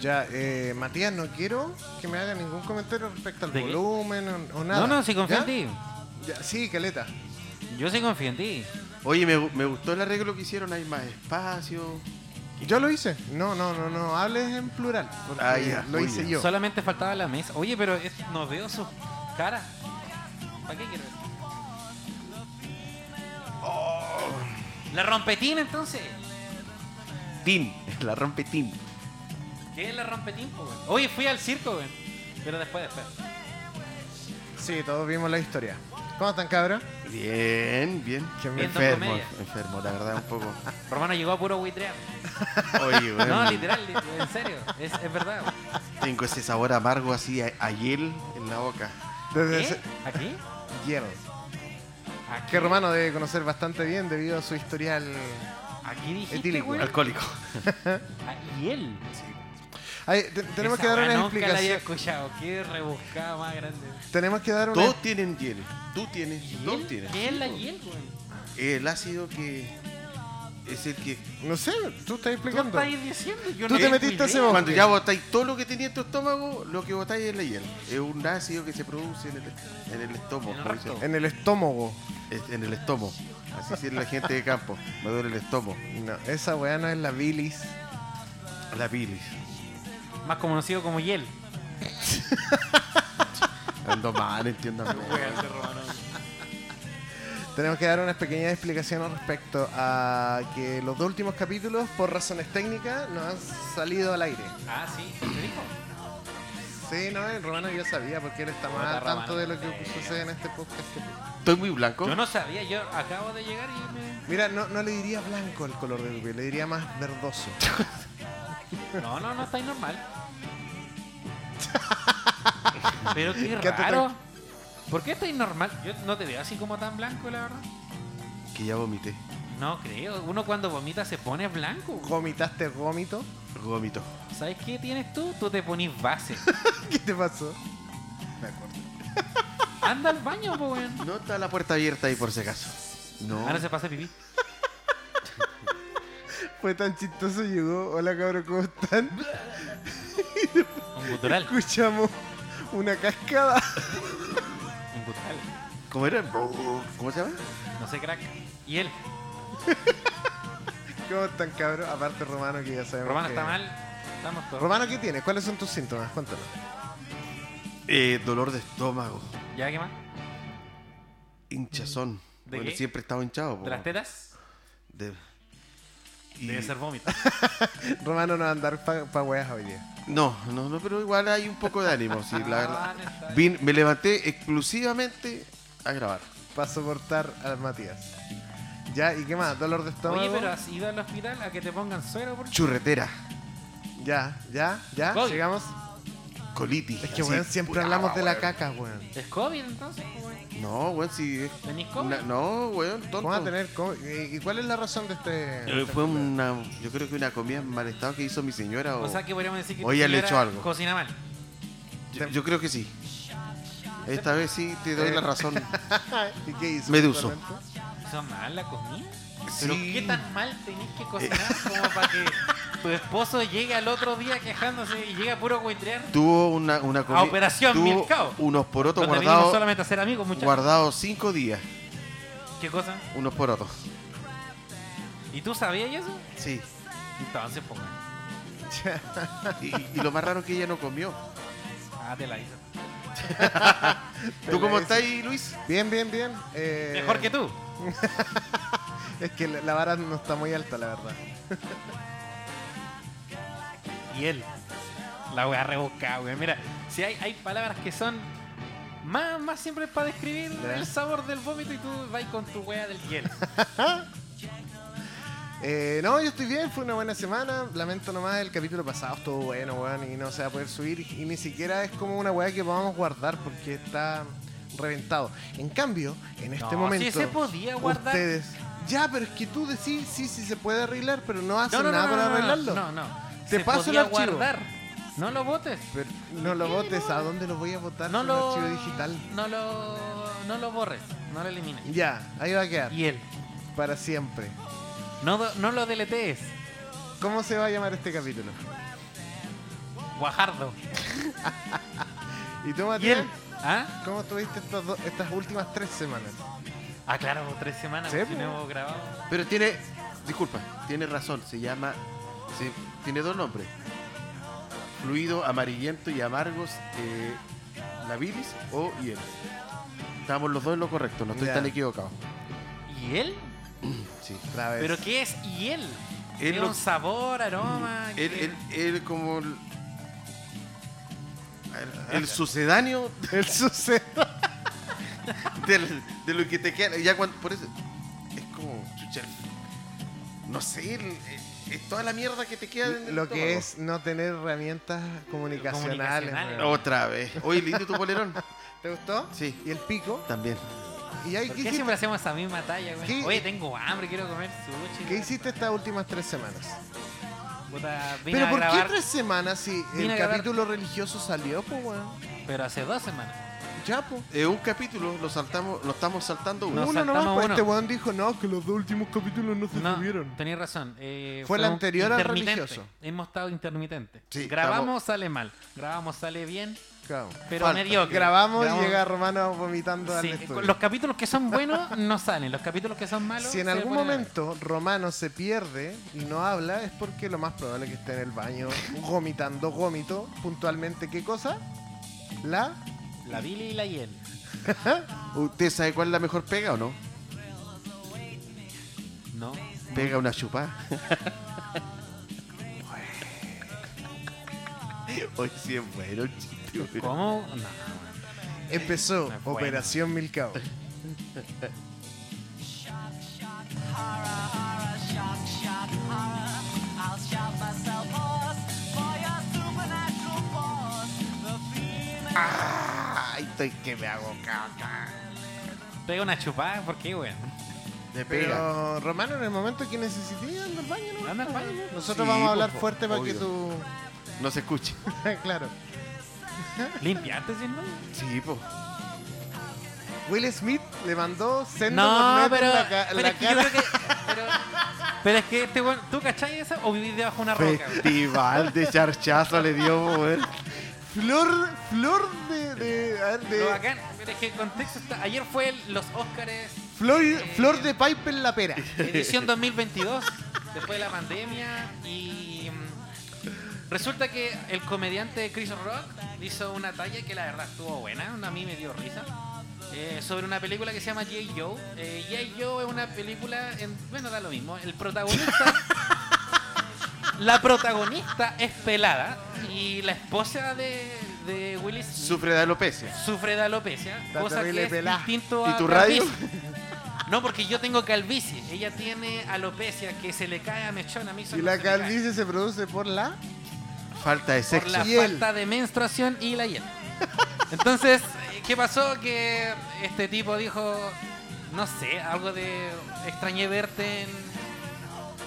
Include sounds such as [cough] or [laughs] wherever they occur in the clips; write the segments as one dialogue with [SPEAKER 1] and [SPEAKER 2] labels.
[SPEAKER 1] Ya, eh, Matías, no quiero que me haga ningún comentario respecto al
[SPEAKER 2] ¿De qué?
[SPEAKER 1] volumen o, o nada.
[SPEAKER 2] No, no, sí confío
[SPEAKER 1] ¿Ya?
[SPEAKER 2] en ti.
[SPEAKER 1] Ya, sí, caleta.
[SPEAKER 2] Yo sí confío en ti.
[SPEAKER 3] Oye, me, gu- me gustó el arreglo que hicieron, hay más espacio.
[SPEAKER 1] Yo lo hice. No, no, no, no. Hables en plural. porque
[SPEAKER 3] Ah, ya,
[SPEAKER 1] lo
[SPEAKER 3] muy
[SPEAKER 1] hice
[SPEAKER 3] bien.
[SPEAKER 1] yo.
[SPEAKER 2] Solamente faltaba la mesa. Oye, pero es- no veo sus caras. ¿Para qué quiero eso?
[SPEAKER 1] Oh.
[SPEAKER 2] La rompetina entonces.
[SPEAKER 3] Tim, [laughs] la rompe Tim.
[SPEAKER 2] ¿Qué es la rompetín, po, weón? Oye, fui al circo, weón. Pero después, después.
[SPEAKER 1] Sí, todos vimos la historia. ¿Cómo están, cabra?
[SPEAKER 3] Bien, bien.
[SPEAKER 1] Que me
[SPEAKER 2] Viendo
[SPEAKER 3] enfermo,
[SPEAKER 2] comedia.
[SPEAKER 3] enfermo, la verdad, un
[SPEAKER 2] [laughs]
[SPEAKER 3] poco.
[SPEAKER 2] Romano llegó a puro buitrear.
[SPEAKER 3] Oye, weón.
[SPEAKER 2] No, literal, li- en serio. Es, es verdad. weón.
[SPEAKER 3] Tengo ese sabor amargo así a, a hiel en la boca.
[SPEAKER 1] Desde
[SPEAKER 2] ¿Qué?
[SPEAKER 1] ese-
[SPEAKER 2] ¿Eh? ¿Aquí?
[SPEAKER 1] Hiel.
[SPEAKER 2] Aquí,
[SPEAKER 1] Que Romano debe conocer bastante bien debido a su historial.
[SPEAKER 2] aquí dijiste,
[SPEAKER 1] etílico.
[SPEAKER 2] weón.
[SPEAKER 3] Alcohólico.
[SPEAKER 2] Ah, Y él.
[SPEAKER 1] Ay, te- tenemos
[SPEAKER 2] Esa
[SPEAKER 1] que dar
[SPEAKER 2] weá
[SPEAKER 1] una
[SPEAKER 2] Nunca la había
[SPEAKER 1] explicación.
[SPEAKER 2] escuchado. Qué rebuscada más grande.
[SPEAKER 1] Tenemos que dar una.
[SPEAKER 3] Todos tienen hiel. Tú tienes, todos
[SPEAKER 2] ¿Hiel?
[SPEAKER 3] tienes.
[SPEAKER 2] ¿Qué es la
[SPEAKER 3] Sí,
[SPEAKER 2] hiel, weón?
[SPEAKER 3] po. El ácido que es el que
[SPEAKER 1] No sé, tú estás
[SPEAKER 2] ¿Tú
[SPEAKER 1] explicando.
[SPEAKER 2] estás diciendo? Yo
[SPEAKER 1] Tú
[SPEAKER 2] no
[SPEAKER 1] te
[SPEAKER 2] tengo
[SPEAKER 1] metiste a ese
[SPEAKER 2] idea.
[SPEAKER 1] bo-
[SPEAKER 3] Cuando
[SPEAKER 1] Ok.
[SPEAKER 3] ya botáis todo lo que tenía en tu estómago, lo que botáis es la hiel. Es un ácido que se produce en el, en el estómago.
[SPEAKER 2] En el
[SPEAKER 3] como
[SPEAKER 2] recto.
[SPEAKER 3] dicen.
[SPEAKER 1] En el estómago.
[SPEAKER 3] Es- en el estómago. Así es la gente de campo. Me duele el estómago.
[SPEAKER 1] No, esa weá no es la bilis.
[SPEAKER 3] La bilis.
[SPEAKER 2] Más conocido como hiel.
[SPEAKER 3] Ando mal, entiéndame.
[SPEAKER 1] Tenemos que dar una pequeña explicación al respecto a que los dos últimos capítulos, por razones técnicas, no han salido al aire.
[SPEAKER 2] Ah, sí. ¿Te dijo?
[SPEAKER 1] Sí, no, el romano yo sabía porque él está más
[SPEAKER 2] Puta,
[SPEAKER 1] al tanto
[SPEAKER 2] Romano.
[SPEAKER 1] de lo que sucede en este podcast. que tú.
[SPEAKER 3] Estoy muy blanco.
[SPEAKER 2] Yo no sabía. Yo acabo de llegar y me...
[SPEAKER 1] Mira, no, no le diría blanco el color de tu piel, le diría más verdoso.
[SPEAKER 2] No, no, no estáis
[SPEAKER 1] [laughs]
[SPEAKER 2] normal. Pero qué
[SPEAKER 1] Quédate
[SPEAKER 2] raro. ¿Por qué estáis normal? Yo no te veo así como tan blanco, la verdad.
[SPEAKER 3] Que ya vomité.
[SPEAKER 2] No creo. Uno cuando vomita se pone blanco.
[SPEAKER 1] ¿Gomitaste gómito?
[SPEAKER 3] Vomito.
[SPEAKER 2] ¿Sabes qué tienes tú? Tú te pones base.
[SPEAKER 1] [laughs] ¿Qué te pasó? Me acuerdo.
[SPEAKER 2] Anda al baño, po, weón.
[SPEAKER 3] No está la puerta abierta ahí por si acaso. No.
[SPEAKER 2] Ahora Ah, se pasa pipí.
[SPEAKER 1] Fue tan chistoso, llegó. Hola cabrón, ¿cómo están?
[SPEAKER 2] Un gutural.
[SPEAKER 1] Escuchamos una cascada. [laughs]
[SPEAKER 2] Un gutural.
[SPEAKER 3] ¿Cómo era? ¿Cómo se llama?
[SPEAKER 2] No sé, crack. Y él.
[SPEAKER 1] ¿Cómo están cabrón? Aparte Romano que ya sabemos.
[SPEAKER 2] Romano
[SPEAKER 1] que-
[SPEAKER 2] está mal. Estamos todos.
[SPEAKER 1] Romano, ¿qué tienes? ¿Cuáles son tus síntomas? Cuéntanos.
[SPEAKER 3] Eh, dolor de estómago.
[SPEAKER 2] ¿Ya qué más?
[SPEAKER 3] Hinchazón.
[SPEAKER 2] ¿De
[SPEAKER 3] Bueno,
[SPEAKER 2] qué?
[SPEAKER 3] siempre he estado hinchado. po.
[SPEAKER 2] ¿De las tetas?
[SPEAKER 3] De- y-
[SPEAKER 2] Debe ser
[SPEAKER 3] [laughs]
[SPEAKER 2] vómito.
[SPEAKER 1] Romano no va a andar pa, pa weas hoy día.
[SPEAKER 3] No, no, no, pero igual hay un poco de ánimo, sí,
[SPEAKER 2] [laughs]
[SPEAKER 3] la
[SPEAKER 2] Ah,
[SPEAKER 3] verdad.
[SPEAKER 2] no está bien.
[SPEAKER 3] Vin- me levanté exclusivamente a grabar.
[SPEAKER 1] Para soportar a Matías. Ya, ¿y qué más? ¿Dolor de estómago?
[SPEAKER 2] Oye, pero has ido al hospital a que te pongan suero, por
[SPEAKER 3] Churretera,
[SPEAKER 1] Ya, ya, ya.
[SPEAKER 2] Voy.
[SPEAKER 1] Llegamos.
[SPEAKER 3] colitis.
[SPEAKER 1] Es que,
[SPEAKER 3] así,
[SPEAKER 1] weón, siempre
[SPEAKER 3] puta,
[SPEAKER 1] hablamos de la
[SPEAKER 3] weón.
[SPEAKER 1] caca, weón.
[SPEAKER 2] Es COVID entonces, po, weón.
[SPEAKER 3] No, weón, sí. es
[SPEAKER 2] ¿Tenís COVID?
[SPEAKER 3] una- no, weón, tonto.
[SPEAKER 1] Vamos a tener. co- ¿Y cuál es la razón de este.?
[SPEAKER 3] Eh, fue una, yo creo que una comida en mal estado que hizo mi señora. O,
[SPEAKER 2] O sea que podríamos decir que
[SPEAKER 3] Oye,
[SPEAKER 2] tu
[SPEAKER 3] le
[SPEAKER 2] señora
[SPEAKER 3] echó algo.
[SPEAKER 2] Cocina mal.
[SPEAKER 3] yo, yo creo que sí. Esta vez sí te doy
[SPEAKER 2] [laughs]
[SPEAKER 3] la razón.
[SPEAKER 1] ¿Y qué hizo?
[SPEAKER 3] Meduso.
[SPEAKER 1] exactamente?
[SPEAKER 2] ¿Hizo mal la comida? ¿Pero
[SPEAKER 3] Sí. Eh.
[SPEAKER 2] qué tan mal tenés que cocinar como para que tu esposo llegue al otro día quejándose y llegue a puro cuentrear?
[SPEAKER 3] Tuvo una, una comi-
[SPEAKER 2] Operación
[SPEAKER 3] tuvo
[SPEAKER 2] Milcao.
[SPEAKER 3] Unos porotos
[SPEAKER 2] Nos debimos
[SPEAKER 3] guardados
[SPEAKER 2] solamente a ser amigos, muchachos.
[SPEAKER 3] guardados cinco días.
[SPEAKER 2] ¿Qué cosa?
[SPEAKER 3] Unos porotos.
[SPEAKER 2] ¿Y tú sabías eso?
[SPEAKER 3] Sí.
[SPEAKER 2] Entonces, pongan.
[SPEAKER 3] Y, y lo más raro es que ella no comió.
[SPEAKER 2] Ah, te la hizo.
[SPEAKER 3] ¿Tú
[SPEAKER 1] Pero
[SPEAKER 3] cómo estás, Luis?
[SPEAKER 1] Bien, bien, bien. Eh,
[SPEAKER 2] Mejor que tú.
[SPEAKER 1] Es que la la vara no está muy alta, la verdad.
[SPEAKER 2] Y él. La voy a rebuscar, güey. Mira, si hay, hay palabras que son más, más siempre para describir
[SPEAKER 1] Ya.
[SPEAKER 2] el sabor del vómito y tú vas con tu wea del [laughs] hielo.
[SPEAKER 1] Eh, no, yo estoy bien, fue una buena semana. Lamento nomás, el capítulo pasado estuvo bueno, weón, y no se va a poder subir. Y ni siquiera es como una weá que podamos guardar porque está reventado. En cambio, en este
[SPEAKER 2] No,
[SPEAKER 1] momento.
[SPEAKER 2] sí se podía guardar.
[SPEAKER 1] Ustedes. Ya, pero es que tú decís, sí, sí se puede arreglar, pero no hacen
[SPEAKER 2] No, no, no,
[SPEAKER 1] nada
[SPEAKER 2] no,
[SPEAKER 1] para
[SPEAKER 2] no, no,
[SPEAKER 1] arreglarlo.
[SPEAKER 2] No, no.
[SPEAKER 1] Te
[SPEAKER 2] Se
[SPEAKER 1] paso el
[SPEAKER 2] podía
[SPEAKER 1] archivo.
[SPEAKER 2] guardar. No lo votes.
[SPEAKER 1] Pero no lo votes, ¿a dónde lo voy a votar?
[SPEAKER 2] No
[SPEAKER 1] Un
[SPEAKER 2] lo.
[SPEAKER 1] archivo digital.
[SPEAKER 2] No lo. No lo borres. No lo elimines.
[SPEAKER 1] Ya, ahí va a quedar.
[SPEAKER 2] Y él.
[SPEAKER 1] Para siempre.
[SPEAKER 2] No, do- no lo deletees.
[SPEAKER 1] ¿Cómo se va a llamar este capítulo?
[SPEAKER 2] Guajardo.
[SPEAKER 1] ¿Y tú,
[SPEAKER 2] ¿Y
[SPEAKER 1] Matías?
[SPEAKER 2] él? ¿Ah?
[SPEAKER 1] ¿Cómo estuviste estas, do- estas últimas tres semanas?
[SPEAKER 2] Ah, claro, tres semanas
[SPEAKER 1] Sí,
[SPEAKER 2] si
[SPEAKER 1] pues.
[SPEAKER 2] no hemos grabado.
[SPEAKER 3] Pero tiene. Disculpa, tiene razón. Se llama. se- tiene dos nombres: Fluido amarillento y amargos. eh, la bilis o hiel. Estamos los dos en lo correcto, no estoy
[SPEAKER 1] Ya.
[SPEAKER 3] tan equivocado.
[SPEAKER 2] ¿Y él?
[SPEAKER 3] Sí.
[SPEAKER 1] Otra vez.
[SPEAKER 2] ¿Pero qué es hiel?
[SPEAKER 3] Él
[SPEAKER 2] ¿Es
[SPEAKER 3] lo-
[SPEAKER 2] un sabor, aroma?
[SPEAKER 3] Él,
[SPEAKER 2] ¿Qué?
[SPEAKER 3] él- él como. El, el sucedáneo
[SPEAKER 2] [laughs]
[SPEAKER 1] El suceso.
[SPEAKER 3] del- de lo que te queda. Ya cuando, por eso. Es como. chucha, el- no sé, el- es toda la mierda que te queda. en el
[SPEAKER 1] Lo que es
[SPEAKER 3] estómago.
[SPEAKER 1] no tener herramientas comunicacionales.
[SPEAKER 2] Comunicacionales. Oh.
[SPEAKER 1] weón.
[SPEAKER 3] Otra vez. Oye, lindo tu polerón.
[SPEAKER 1] ¿Te gustó?
[SPEAKER 3] Sí.
[SPEAKER 1] ¿Y el pico?
[SPEAKER 3] También.
[SPEAKER 1] ¿Y ahí
[SPEAKER 2] ¿Por qué
[SPEAKER 1] qué hiciste?
[SPEAKER 2] siempre hacemos esa misma talla, güey?
[SPEAKER 1] ¿Qué?
[SPEAKER 2] Oye, tengo hambre, quiero comer sushi.
[SPEAKER 1] ¿Qué hiciste estas últimas tres semanas?
[SPEAKER 2] Puta, vine
[SPEAKER 1] ¿Pero
[SPEAKER 2] a
[SPEAKER 1] por
[SPEAKER 2] grabar,
[SPEAKER 1] qué tres semanas si
[SPEAKER 2] Vine a
[SPEAKER 1] el
[SPEAKER 2] grabar.
[SPEAKER 1] capítulo religioso salió, pues, weón?
[SPEAKER 2] Pero hace dos semanas.
[SPEAKER 1] Ya, po.
[SPEAKER 3] Eh, un capítulo lo saltamos, lo estamos saltando uno.
[SPEAKER 2] Nos
[SPEAKER 1] uno nomás,
[SPEAKER 2] saltamos
[SPEAKER 1] pues,
[SPEAKER 2] uno.
[SPEAKER 1] este weón dijo, no, que los dos últimos capítulos no se
[SPEAKER 2] No,
[SPEAKER 1] subieron.
[SPEAKER 2] tenías razón. eh,
[SPEAKER 1] Fue la
[SPEAKER 2] un
[SPEAKER 1] anterior al
[SPEAKER 2] intermitente.
[SPEAKER 1] religioso.
[SPEAKER 2] Hemos estado intermitentes.
[SPEAKER 3] Sí,
[SPEAKER 2] grabamos,
[SPEAKER 3] estamos-
[SPEAKER 2] sale mal. Grabamos, sale bien,
[SPEAKER 1] Claro.
[SPEAKER 2] pero
[SPEAKER 3] Falta.
[SPEAKER 2] mediocre.
[SPEAKER 1] Grabamos y llega Romano vomitando
[SPEAKER 2] Sí,
[SPEAKER 1] al estudio.
[SPEAKER 2] los capítulos que son buenos no salen, los capítulos que son malos.
[SPEAKER 1] Si en
[SPEAKER 2] se
[SPEAKER 1] algún
[SPEAKER 2] ponen a ver.
[SPEAKER 1] momento Romano se pierde y no habla, es porque lo más probable es que esté en el
[SPEAKER 2] [laughs]
[SPEAKER 1] baño vomitando gómito. Puntualmente, ¿qué cosa? La.
[SPEAKER 2] La Billy y la Hiel.
[SPEAKER 3] ¿Usted sabe cuál es la mejor pega o no?
[SPEAKER 2] No.
[SPEAKER 3] Pega una chupada. [laughs] Hoy sí es bueno el chiste, güey.
[SPEAKER 2] ¿Cómo? No.
[SPEAKER 1] Empezó
[SPEAKER 2] Me fue. [laughs]
[SPEAKER 1] Operación Milcao.
[SPEAKER 3] Ay, estoy que me hago caca.
[SPEAKER 2] Pega una chupada, ¿por qué, güey?
[SPEAKER 3] De pega.
[SPEAKER 1] Pero Romano, en el momento que necesité, anda al baño, ¿no?
[SPEAKER 2] Anda al baño.
[SPEAKER 1] Nosotros
[SPEAKER 3] Sí,
[SPEAKER 1] vamos a hablar
[SPEAKER 3] po,
[SPEAKER 1] fuerte para que
[SPEAKER 3] obvio.
[SPEAKER 1] tú. [laughs]
[SPEAKER 3] No se escuche.
[SPEAKER 1] claro.
[SPEAKER 2] Limpiate, si no.
[SPEAKER 3] Sí, [laughs] po.
[SPEAKER 1] Will Smith le mandó sendo
[SPEAKER 2] No,
[SPEAKER 1] corneta
[SPEAKER 2] pero,
[SPEAKER 1] en la, ca- en
[SPEAKER 2] pero
[SPEAKER 1] la
[SPEAKER 2] es que yo
[SPEAKER 1] cara.
[SPEAKER 2] creo que. Pero, pero es que este weón, ¿tú cachai eso o vivís debajo de una roca? güey?
[SPEAKER 3] Festival de charchazo le dio, güey.
[SPEAKER 1] Flor, flor de. de, a ver, de-
[SPEAKER 2] Lo bacán, pero es que el contexto está. Ayer fue el- los Oscars
[SPEAKER 1] flor, flor de Piper la pera.
[SPEAKER 2] edición 2022, después de la pandemia, y. mm, Resulta que el comediante Chris Rock hizo una talla que la verdad estuvo buena, a mí me dio risa, eh, sobre una película que se llama J. Joe. Eh, J. Joe es una película, en- bueno, da lo mismo, el protagonista... la protagonista es pelada y la esposa de, de Will Smith
[SPEAKER 3] Sufre de alopecia.
[SPEAKER 2] sufre de alopecia,
[SPEAKER 1] Está
[SPEAKER 2] cosa que
[SPEAKER 1] terrible
[SPEAKER 2] es
[SPEAKER 1] pelá.
[SPEAKER 2] distinto a
[SPEAKER 3] ¿Y tu radio?
[SPEAKER 2] calvicie. [laughs] No, porque yo tengo calvicie. Ella tiene alopecia que se le cae a mechón a mí. eso
[SPEAKER 1] Y
[SPEAKER 2] no se
[SPEAKER 1] la
[SPEAKER 2] me cae.
[SPEAKER 1] calvicie se produce por la.
[SPEAKER 3] Falta de
[SPEAKER 2] Por
[SPEAKER 3] sexo.
[SPEAKER 2] la
[SPEAKER 1] Hiel.
[SPEAKER 2] falta de menstruación y la hiel. Entonces, ¿qué pasó? Que este tipo dijo, no sé, algo de extrañé verte en...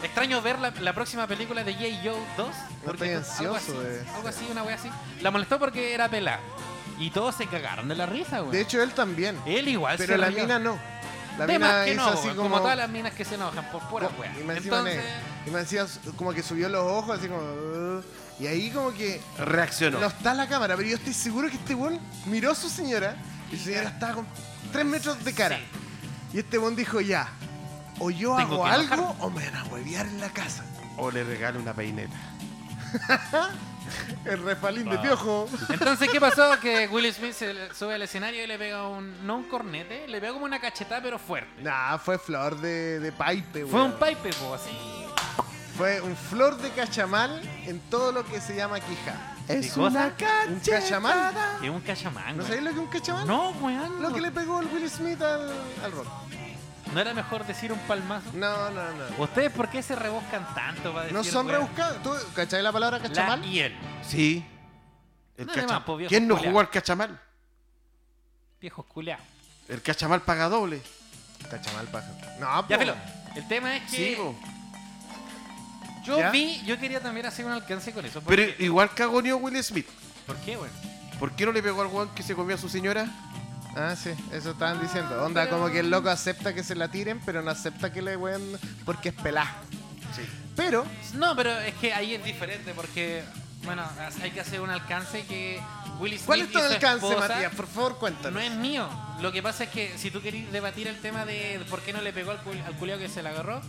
[SPEAKER 2] Extraño ver la, la próxima película de J. Joe 2. porque
[SPEAKER 1] estoy
[SPEAKER 2] algo
[SPEAKER 1] ansioso eh.
[SPEAKER 2] así,
[SPEAKER 1] de-
[SPEAKER 2] Algo así, una wea así. La molestó porque era pelada. Y todos se cagaron de la risa, güey.
[SPEAKER 1] De hecho, él también.
[SPEAKER 2] Él igual
[SPEAKER 1] Pero
[SPEAKER 2] se
[SPEAKER 1] la
[SPEAKER 2] rayó.
[SPEAKER 1] mina no. La
[SPEAKER 2] De
[SPEAKER 1] mina
[SPEAKER 2] más que
[SPEAKER 1] hizo
[SPEAKER 2] no,
[SPEAKER 1] así
[SPEAKER 2] weón,
[SPEAKER 1] como.
[SPEAKER 2] como... todas las minas que se enojan por pura
[SPEAKER 1] como-
[SPEAKER 2] wea.
[SPEAKER 1] y me decía
[SPEAKER 2] Entonces,
[SPEAKER 1] Y me decía su- como que subió los ojos, así como. "Uh", Y ahí como que.
[SPEAKER 3] Reaccionó.
[SPEAKER 1] No está la cámara, pero yo estoy seguro que este weón miró a su señora. Y su señora estaba con tres metros de cara.
[SPEAKER 2] sí.
[SPEAKER 1] Y este weón dijo ya. O yo
[SPEAKER 2] Tengo
[SPEAKER 1] hago
[SPEAKER 2] que
[SPEAKER 1] algo
[SPEAKER 2] enojarme".
[SPEAKER 1] o me van a huevear en la casa.
[SPEAKER 3] O le regalo una peineta.
[SPEAKER 1] [laughs] El refalín de
[SPEAKER 2] Wow.
[SPEAKER 1] piojo.
[SPEAKER 2] Entonces,
[SPEAKER 1] [laughs]
[SPEAKER 2] ¿qué pasó? Que Will Smith se le- sube al escenario y le pega un. No un cornete, le pega como una cachetada, pero fuerte.
[SPEAKER 1] Nah, fue flor de, de paipe,
[SPEAKER 2] Fue
[SPEAKER 1] weón.
[SPEAKER 2] un pipe, po, así.
[SPEAKER 1] Fue un flor de cachamal en todo lo que se llama quija.
[SPEAKER 2] Es una
[SPEAKER 1] ¿Un cachamal?
[SPEAKER 2] Es un cachamango.
[SPEAKER 1] ¿No sabéis lo que es un cachamal?
[SPEAKER 2] No, weón.
[SPEAKER 1] Lo que le pegó el Will Smith al, al rock.
[SPEAKER 2] ¿No era mejor decir un palmazo?
[SPEAKER 1] No, no, no.
[SPEAKER 2] ¿Ustedes por qué se rebuscan tanto para decir
[SPEAKER 1] No son
[SPEAKER 2] weón?
[SPEAKER 1] rebuscados. ¿Tú cacháis la palabra cachamal?
[SPEAKER 2] La y él.
[SPEAKER 3] Sí. El
[SPEAKER 2] No le
[SPEAKER 3] cachamal.
[SPEAKER 2] más, po, viejo
[SPEAKER 3] ¿Quién no
[SPEAKER 2] culiao.
[SPEAKER 3] jugó al cachamal?
[SPEAKER 2] Viejos culeados.
[SPEAKER 3] El cachamal paga doble.
[SPEAKER 1] Cachamal paja. No,
[SPEAKER 2] Ya,
[SPEAKER 1] po.
[SPEAKER 2] Felo. El tema es que.
[SPEAKER 3] Sí, po.
[SPEAKER 2] yo
[SPEAKER 1] ¿Ya?
[SPEAKER 2] vi, yo quería también hacer un alcance con eso. ¿Por
[SPEAKER 3] Pero
[SPEAKER 2] qué?
[SPEAKER 3] igual cagoneó Will Smith.
[SPEAKER 2] ¿Por qué, weón?
[SPEAKER 3] ¿Por qué no le pegó al guan que se comió a su señora?
[SPEAKER 1] Ah, sí, eso estaban diciendo. Onda,
[SPEAKER 2] Pero-
[SPEAKER 1] como que el loco acepta que se la tiren, pero no acepta que le hueven porque es pelá.
[SPEAKER 3] Sí.
[SPEAKER 1] Pero,
[SPEAKER 2] No, pero es que ahí es diferente porque Bueno, hay que hacer un alcance que Will Smith
[SPEAKER 1] ¿Cuál es tu
[SPEAKER 2] y su
[SPEAKER 1] alcance,
[SPEAKER 2] esposa-
[SPEAKER 1] Matías? Por favor, cuéntanos.
[SPEAKER 2] No es mío. Lo que pasa es que si tú querés debatir el tema de por qué no le pegó al, cul- al culiao que se la agarró,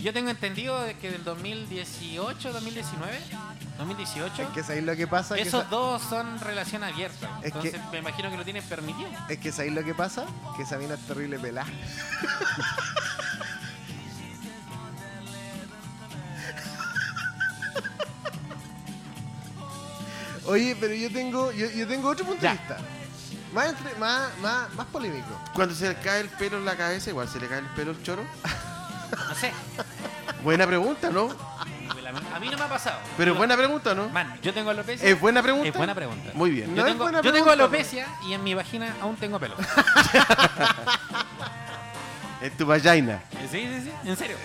[SPEAKER 2] yo tengo entendido de que del 2018, 2019, 2018,
[SPEAKER 1] Es que sabéis lo que pasa. Que
[SPEAKER 2] esos
[SPEAKER 1] esa-
[SPEAKER 2] dos son relación abierta.
[SPEAKER 1] Es
[SPEAKER 2] Entonces
[SPEAKER 1] que-
[SPEAKER 2] me imagino que lo tienes permitido.
[SPEAKER 1] Es que sabéis lo que pasa. Que esa mina es terrible pelada. Oye, pero yo tengo, yo, yo tengo otro punto
[SPEAKER 2] Ya.
[SPEAKER 1] de vista. Más, entre- más, más, más polémico.
[SPEAKER 3] Cuando se le cae el pelo en la cabeza, igual se le cae el pelo al choro.
[SPEAKER 2] No sé.
[SPEAKER 3] Buena pregunta, ¿no?
[SPEAKER 2] A mí no me ha pasado.
[SPEAKER 3] Pero
[SPEAKER 2] Lo-
[SPEAKER 3] es buena pregunta, ¿no?
[SPEAKER 2] Man, yo tengo alopecia.
[SPEAKER 3] ¿Es buena pregunta?
[SPEAKER 2] Es buena pregunta.
[SPEAKER 3] Muy bien.
[SPEAKER 1] No
[SPEAKER 2] yo
[SPEAKER 1] es
[SPEAKER 2] tengo,
[SPEAKER 1] buena
[SPEAKER 2] yo tengo
[SPEAKER 1] pregunta,
[SPEAKER 2] alopecia y en mi vagina aún tengo pelo. sí,
[SPEAKER 3] Es tu vagina.
[SPEAKER 2] sí, sí. En serio.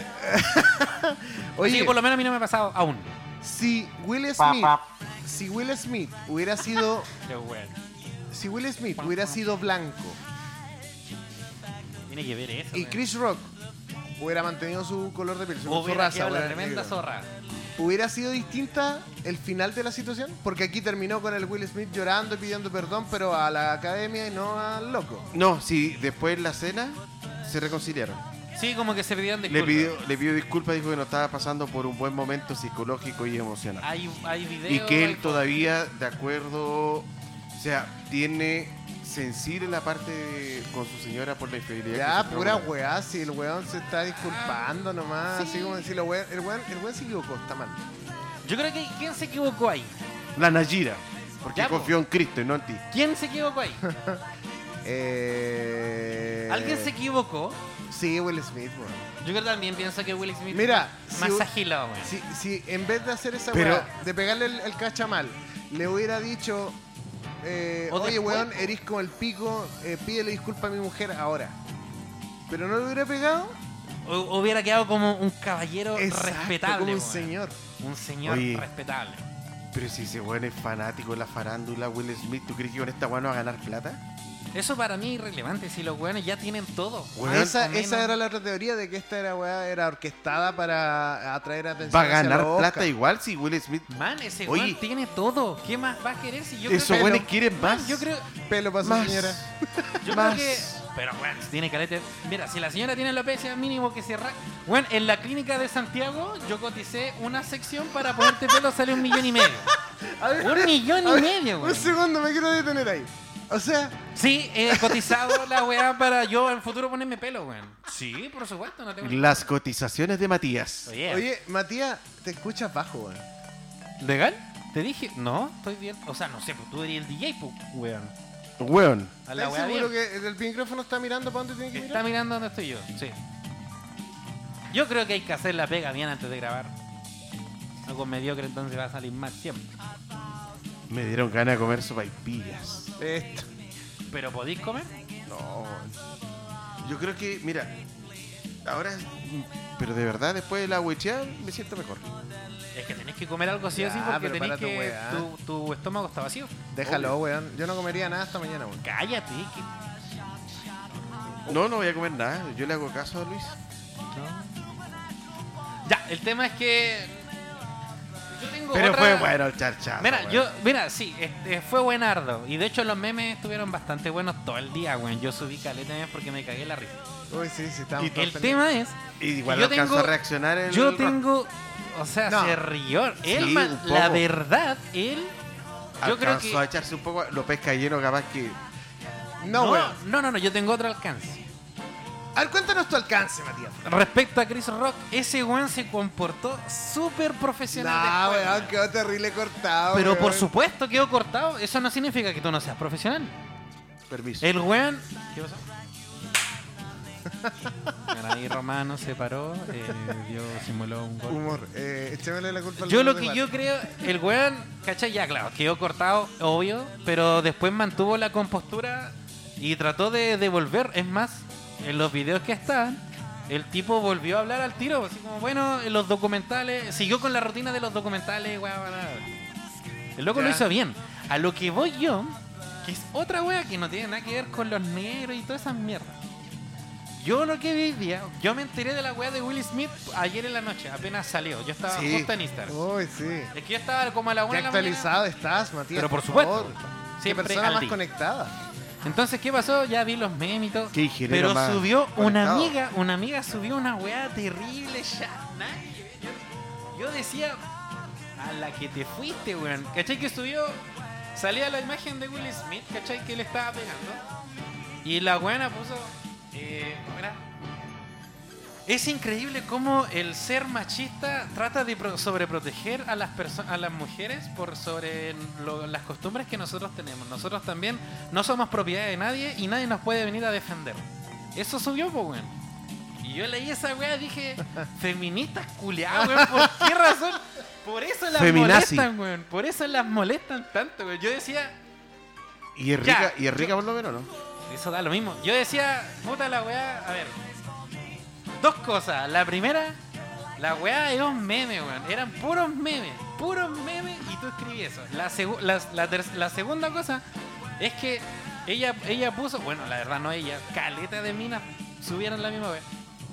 [SPEAKER 2] Así
[SPEAKER 1] Oye,
[SPEAKER 2] que por lo menos a mí no me ha pasado aún.
[SPEAKER 1] si Will
[SPEAKER 2] Pa,
[SPEAKER 1] Smith,
[SPEAKER 2] pa.
[SPEAKER 1] si Will Smith hubiera sido,
[SPEAKER 2] Qué bueno.
[SPEAKER 1] si Will Smith hubiera sido blanco
[SPEAKER 2] Tiene que ver eso.
[SPEAKER 1] y
[SPEAKER 2] weón.
[SPEAKER 1] Chris Rock hubiera mantenido su color de piel, su, su
[SPEAKER 2] Hubiera
[SPEAKER 1] raza,
[SPEAKER 2] quedado la
[SPEAKER 1] hubiera
[SPEAKER 2] tremenda
[SPEAKER 1] negro,
[SPEAKER 2] zorra.
[SPEAKER 1] ¿Hubiera sido distinta el final de la situación? Porque aquí terminó con el Will Smith llorando y pidiendo perdón, pero a la academia y no al loco.
[SPEAKER 3] No, si después en la cena se reconciliaron.
[SPEAKER 2] Sí, como que se pidieron
[SPEAKER 3] Le
[SPEAKER 2] disculpas.
[SPEAKER 3] pidió, le pidió disculpas, dijo que no estaba pasando por un buen momento psicológico y emocional.
[SPEAKER 2] Hay, hay videos.
[SPEAKER 3] y que él todavía, de acuerdo, o sea, tiene sensible la parte de- con su señora por la infidelidad.
[SPEAKER 1] Ya,
[SPEAKER 3] que se
[SPEAKER 1] pura
[SPEAKER 3] provocó.
[SPEAKER 1] weá, si el weón se está disculpando nomás,
[SPEAKER 2] Sí.
[SPEAKER 1] así como decirlo, weón, el weón, el weón se equivocó, está mal.
[SPEAKER 2] Yo creo que. ¿Quién se equivocó ahí?
[SPEAKER 3] La Nayira, porque
[SPEAKER 2] Ya, po.
[SPEAKER 3] confió en Cristo y no en ti.
[SPEAKER 2] ¿Quién se equivocó
[SPEAKER 1] [laughs]
[SPEAKER 2] ahí?
[SPEAKER 1] Eh...
[SPEAKER 2] ¿Alguien se equivocó?
[SPEAKER 1] Sí, Will Smith, weón.
[SPEAKER 2] Yo creo que también pienso que Will Smith.
[SPEAKER 1] Mira,
[SPEAKER 2] Más
[SPEAKER 1] si-
[SPEAKER 2] agilado, weón.
[SPEAKER 1] Si, si en vez de hacer esa
[SPEAKER 3] Pero-
[SPEAKER 1] weá, de pegarle el, el cachamal, le hubiera dicho, eh,
[SPEAKER 2] O
[SPEAKER 1] oye
[SPEAKER 2] después,
[SPEAKER 1] weón,
[SPEAKER 2] po.
[SPEAKER 1] eres como el pico, eh, pídele disculpa a mi mujer ahora. Pero no le hubiera pegado,
[SPEAKER 2] O- Hubiera quedado como un caballero
[SPEAKER 1] Exacto,
[SPEAKER 2] respetable.
[SPEAKER 1] como un
[SPEAKER 2] weón.
[SPEAKER 1] señor.
[SPEAKER 2] Un señor
[SPEAKER 3] Oye.
[SPEAKER 2] respetable.
[SPEAKER 3] Pero si ese weón es fanático de la farándula, Will Smith, ¿tú crees que con esta weón no va a ganar plata?
[SPEAKER 2] Eso para mí es irrelevante. Si los weones ya tienen todo.
[SPEAKER 3] Weón,
[SPEAKER 1] Ah, esa,
[SPEAKER 2] menos.
[SPEAKER 1] esa era la otra teoría de que esta era weá, era orquestada para atraer atención.
[SPEAKER 3] va a
[SPEAKER 1] hacia
[SPEAKER 3] ganar
[SPEAKER 1] los Oscar.
[SPEAKER 3] plata igual si Will Smith.
[SPEAKER 2] Man, ese
[SPEAKER 3] Oye.
[SPEAKER 2] weón tiene todo. ¿Qué más va a querer si yo creo
[SPEAKER 3] Esos
[SPEAKER 2] que-
[SPEAKER 3] weones quieren más.
[SPEAKER 2] Yo creo.
[SPEAKER 1] Pelo para su
[SPEAKER 3] más.
[SPEAKER 1] señora.
[SPEAKER 2] Yo
[SPEAKER 3] Más.
[SPEAKER 2] creo que. Pero, bueno, si tiene calete. Mira, si la señora tiene alopecia, mínimo que se ra... Bueno, en la clínica de Santiago, yo coticé una sección para
[SPEAKER 1] [laughs]
[SPEAKER 2] ponerte pelo, sale un millón y medio.
[SPEAKER 1] A ver,
[SPEAKER 2] Un millón
[SPEAKER 1] a
[SPEAKER 2] y
[SPEAKER 1] ver,
[SPEAKER 2] medio,
[SPEAKER 1] Un
[SPEAKER 2] weón.
[SPEAKER 1] segundo, me quiero detener ahí. O sea,
[SPEAKER 2] Sí, he cotizado la weá para yo en futuro ponerme pelo, weón. Sí, por supuesto, no tengo.
[SPEAKER 3] Las cotizaciones de Matías.
[SPEAKER 2] Oye,
[SPEAKER 1] oye, Matías, te escuchas bajo, weón.
[SPEAKER 2] ¿legal? Te dije, no, estoy bien. O sea, no sé, pues tú eres el DJ, pues, weón.
[SPEAKER 3] Weón.
[SPEAKER 2] A la
[SPEAKER 1] ¿Estás
[SPEAKER 2] weá
[SPEAKER 1] seguro
[SPEAKER 2] bien.
[SPEAKER 1] que el, el micrófono está mirando para dónde tiene que
[SPEAKER 2] Está
[SPEAKER 1] mirar?
[SPEAKER 2] mirando donde estoy yo, sí. Yo creo que hay que hacer la pega bien antes de grabar. Algo mediocre entonces va a salir mal siempre.
[SPEAKER 3] Me dieron ganas de comer sopaipillas.
[SPEAKER 1] Esto.
[SPEAKER 2] Pero podéis comer.
[SPEAKER 3] No. Yo creo que, mira, ahora, pero de verdad, después de la huecheada, me siento mejor.
[SPEAKER 2] Es que tenéis que comer algo sí o sí
[SPEAKER 1] Ya,
[SPEAKER 2] porque
[SPEAKER 1] pero
[SPEAKER 2] tenéis
[SPEAKER 1] para tu
[SPEAKER 2] que.
[SPEAKER 1] weá.
[SPEAKER 2] Tu, tu estómago está vacío.
[SPEAKER 1] Déjalo, weón. Yo no comería nada hasta mañana, weón.
[SPEAKER 2] Cállate. que-
[SPEAKER 3] No, no voy a comer nada. Yo le hago caso a Luis.
[SPEAKER 2] Ya, el tema es que. Yo tengo.
[SPEAKER 3] Pero
[SPEAKER 2] otra-
[SPEAKER 3] fue bueno el charchazo.
[SPEAKER 2] Mira,
[SPEAKER 3] weón.
[SPEAKER 2] yo, mira, sí, este, fue buenardo. Y de hecho los memes estuvieron bastante buenos todo el día, weón. Yo subí caleta de memes porque me cagué la risa.
[SPEAKER 1] Uy, sí, sí, estamos
[SPEAKER 3] Y
[SPEAKER 1] todos
[SPEAKER 2] El
[SPEAKER 1] pendientes.
[SPEAKER 2] tema es
[SPEAKER 3] Y Igual
[SPEAKER 2] yo
[SPEAKER 3] no alcanzó a
[SPEAKER 2] tengo-
[SPEAKER 3] reaccionar el
[SPEAKER 2] Yo
[SPEAKER 3] ro-
[SPEAKER 2] tengo, o sea,
[SPEAKER 1] No.
[SPEAKER 2] se rió. Él,
[SPEAKER 3] Sí,
[SPEAKER 2] man-
[SPEAKER 3] un poco.
[SPEAKER 2] la verdad, él, yo creo
[SPEAKER 3] Alcanzó a
[SPEAKER 2] que
[SPEAKER 3] echarse un poco. Lo pesca lleno, capaz que.
[SPEAKER 1] No, weón.
[SPEAKER 2] no, no, no, yo tengo otro alcance.
[SPEAKER 1] A ver, cuéntanos tu alcance, Matías.
[SPEAKER 2] Respecto a Chris Rock, ese weón se comportó súper profesional.
[SPEAKER 1] No,
[SPEAKER 2] después,
[SPEAKER 1] weón,
[SPEAKER 2] weón.
[SPEAKER 1] quedó terrible cortado.
[SPEAKER 2] Pero por
[SPEAKER 1] weón.
[SPEAKER 2] supuesto quedó cortado. Eso no significa que tú no seas profesional.
[SPEAKER 3] Permiso.
[SPEAKER 2] El weón. ¿Qué
[SPEAKER 3] [laughs]
[SPEAKER 2] pasó? Bueno, Ahí Romano se paró, eh, dio- simuló un gol.
[SPEAKER 1] Humor, eh, echémosle la culpa al
[SPEAKER 2] Yo lo
[SPEAKER 1] humor
[SPEAKER 2] que
[SPEAKER 1] de
[SPEAKER 2] yo creo, el weón, ¿cachai? Ya, claro, quedó cortado, obvio, pero después mantuvo la compostura y trató de devolver. Es más, en los videos que están, el tipo volvió a hablar al tiro, así como, bueno, en los documentales, siguió con la rutina de los documentales, weá, weá, weá. El loco
[SPEAKER 1] Ya.
[SPEAKER 2] lo hizo bien. A lo que voy yo, que es otra wea que no tiene nada que ver con los negros y todas esas mierdas. Yo lo que vi hoy día, yo me enteré de la weá de Will Smith ayer en la noche, apenas salió. Yo estaba
[SPEAKER 3] Sí.
[SPEAKER 2] justo en Instagram.
[SPEAKER 1] Uy, sí.
[SPEAKER 2] Es que yo estaba como a la
[SPEAKER 1] Qué
[SPEAKER 2] una de la mañana.
[SPEAKER 1] actualizado estás, Matías.
[SPEAKER 2] Pero por supuesto.
[SPEAKER 1] favor. Qué
[SPEAKER 2] Siempre
[SPEAKER 1] persona
[SPEAKER 2] al
[SPEAKER 1] más
[SPEAKER 2] día.
[SPEAKER 1] conectada.
[SPEAKER 2] Entonces, ¿qué pasó? Ya vi los memes y todo.
[SPEAKER 3] Qué ingeniero
[SPEAKER 2] Pero
[SPEAKER 3] más
[SPEAKER 2] subió una
[SPEAKER 3] conectado.
[SPEAKER 2] amiga, una amiga subió una weá terrible ya. nada que ver. Yo, yo decía, a la que te fuiste, weón. ¿Cachai que subió? Salía la imagen de Will Smith, ¿cachai? Que le estaba pegando. Y la weona puso. Eh, ¿cómo era? Es increíble cómo el ser machista trata de pro- sobreproteger a las perso- a las mujeres por sobre lo- las costumbres que nosotros tenemos. Nosotros también no somos propiedad de nadie y nadie nos puede venir a defender. Eso subió, pues, weón. Y yo leí esa weá y dije, feministas culiadas, weón, ¿por qué razón? Por eso las
[SPEAKER 3] Feminazi.
[SPEAKER 2] molestan, weón. Por eso las molestan tanto, weón. Yo decía,
[SPEAKER 3] Y es
[SPEAKER 2] Ya,
[SPEAKER 3] rica, y es rica por lo menos, ¿no?
[SPEAKER 2] eso da lo mismo. Yo decía, puta la weá, a ver. Dos cosas. La primera, la weá era un meme, weón. Eran puros memes, puros memes y tú escribí eso. La, segu- la, la ter- la segunda cosa es que ella, ella puso, bueno, la verdad no ella, caleta de minas subieron la misma weá.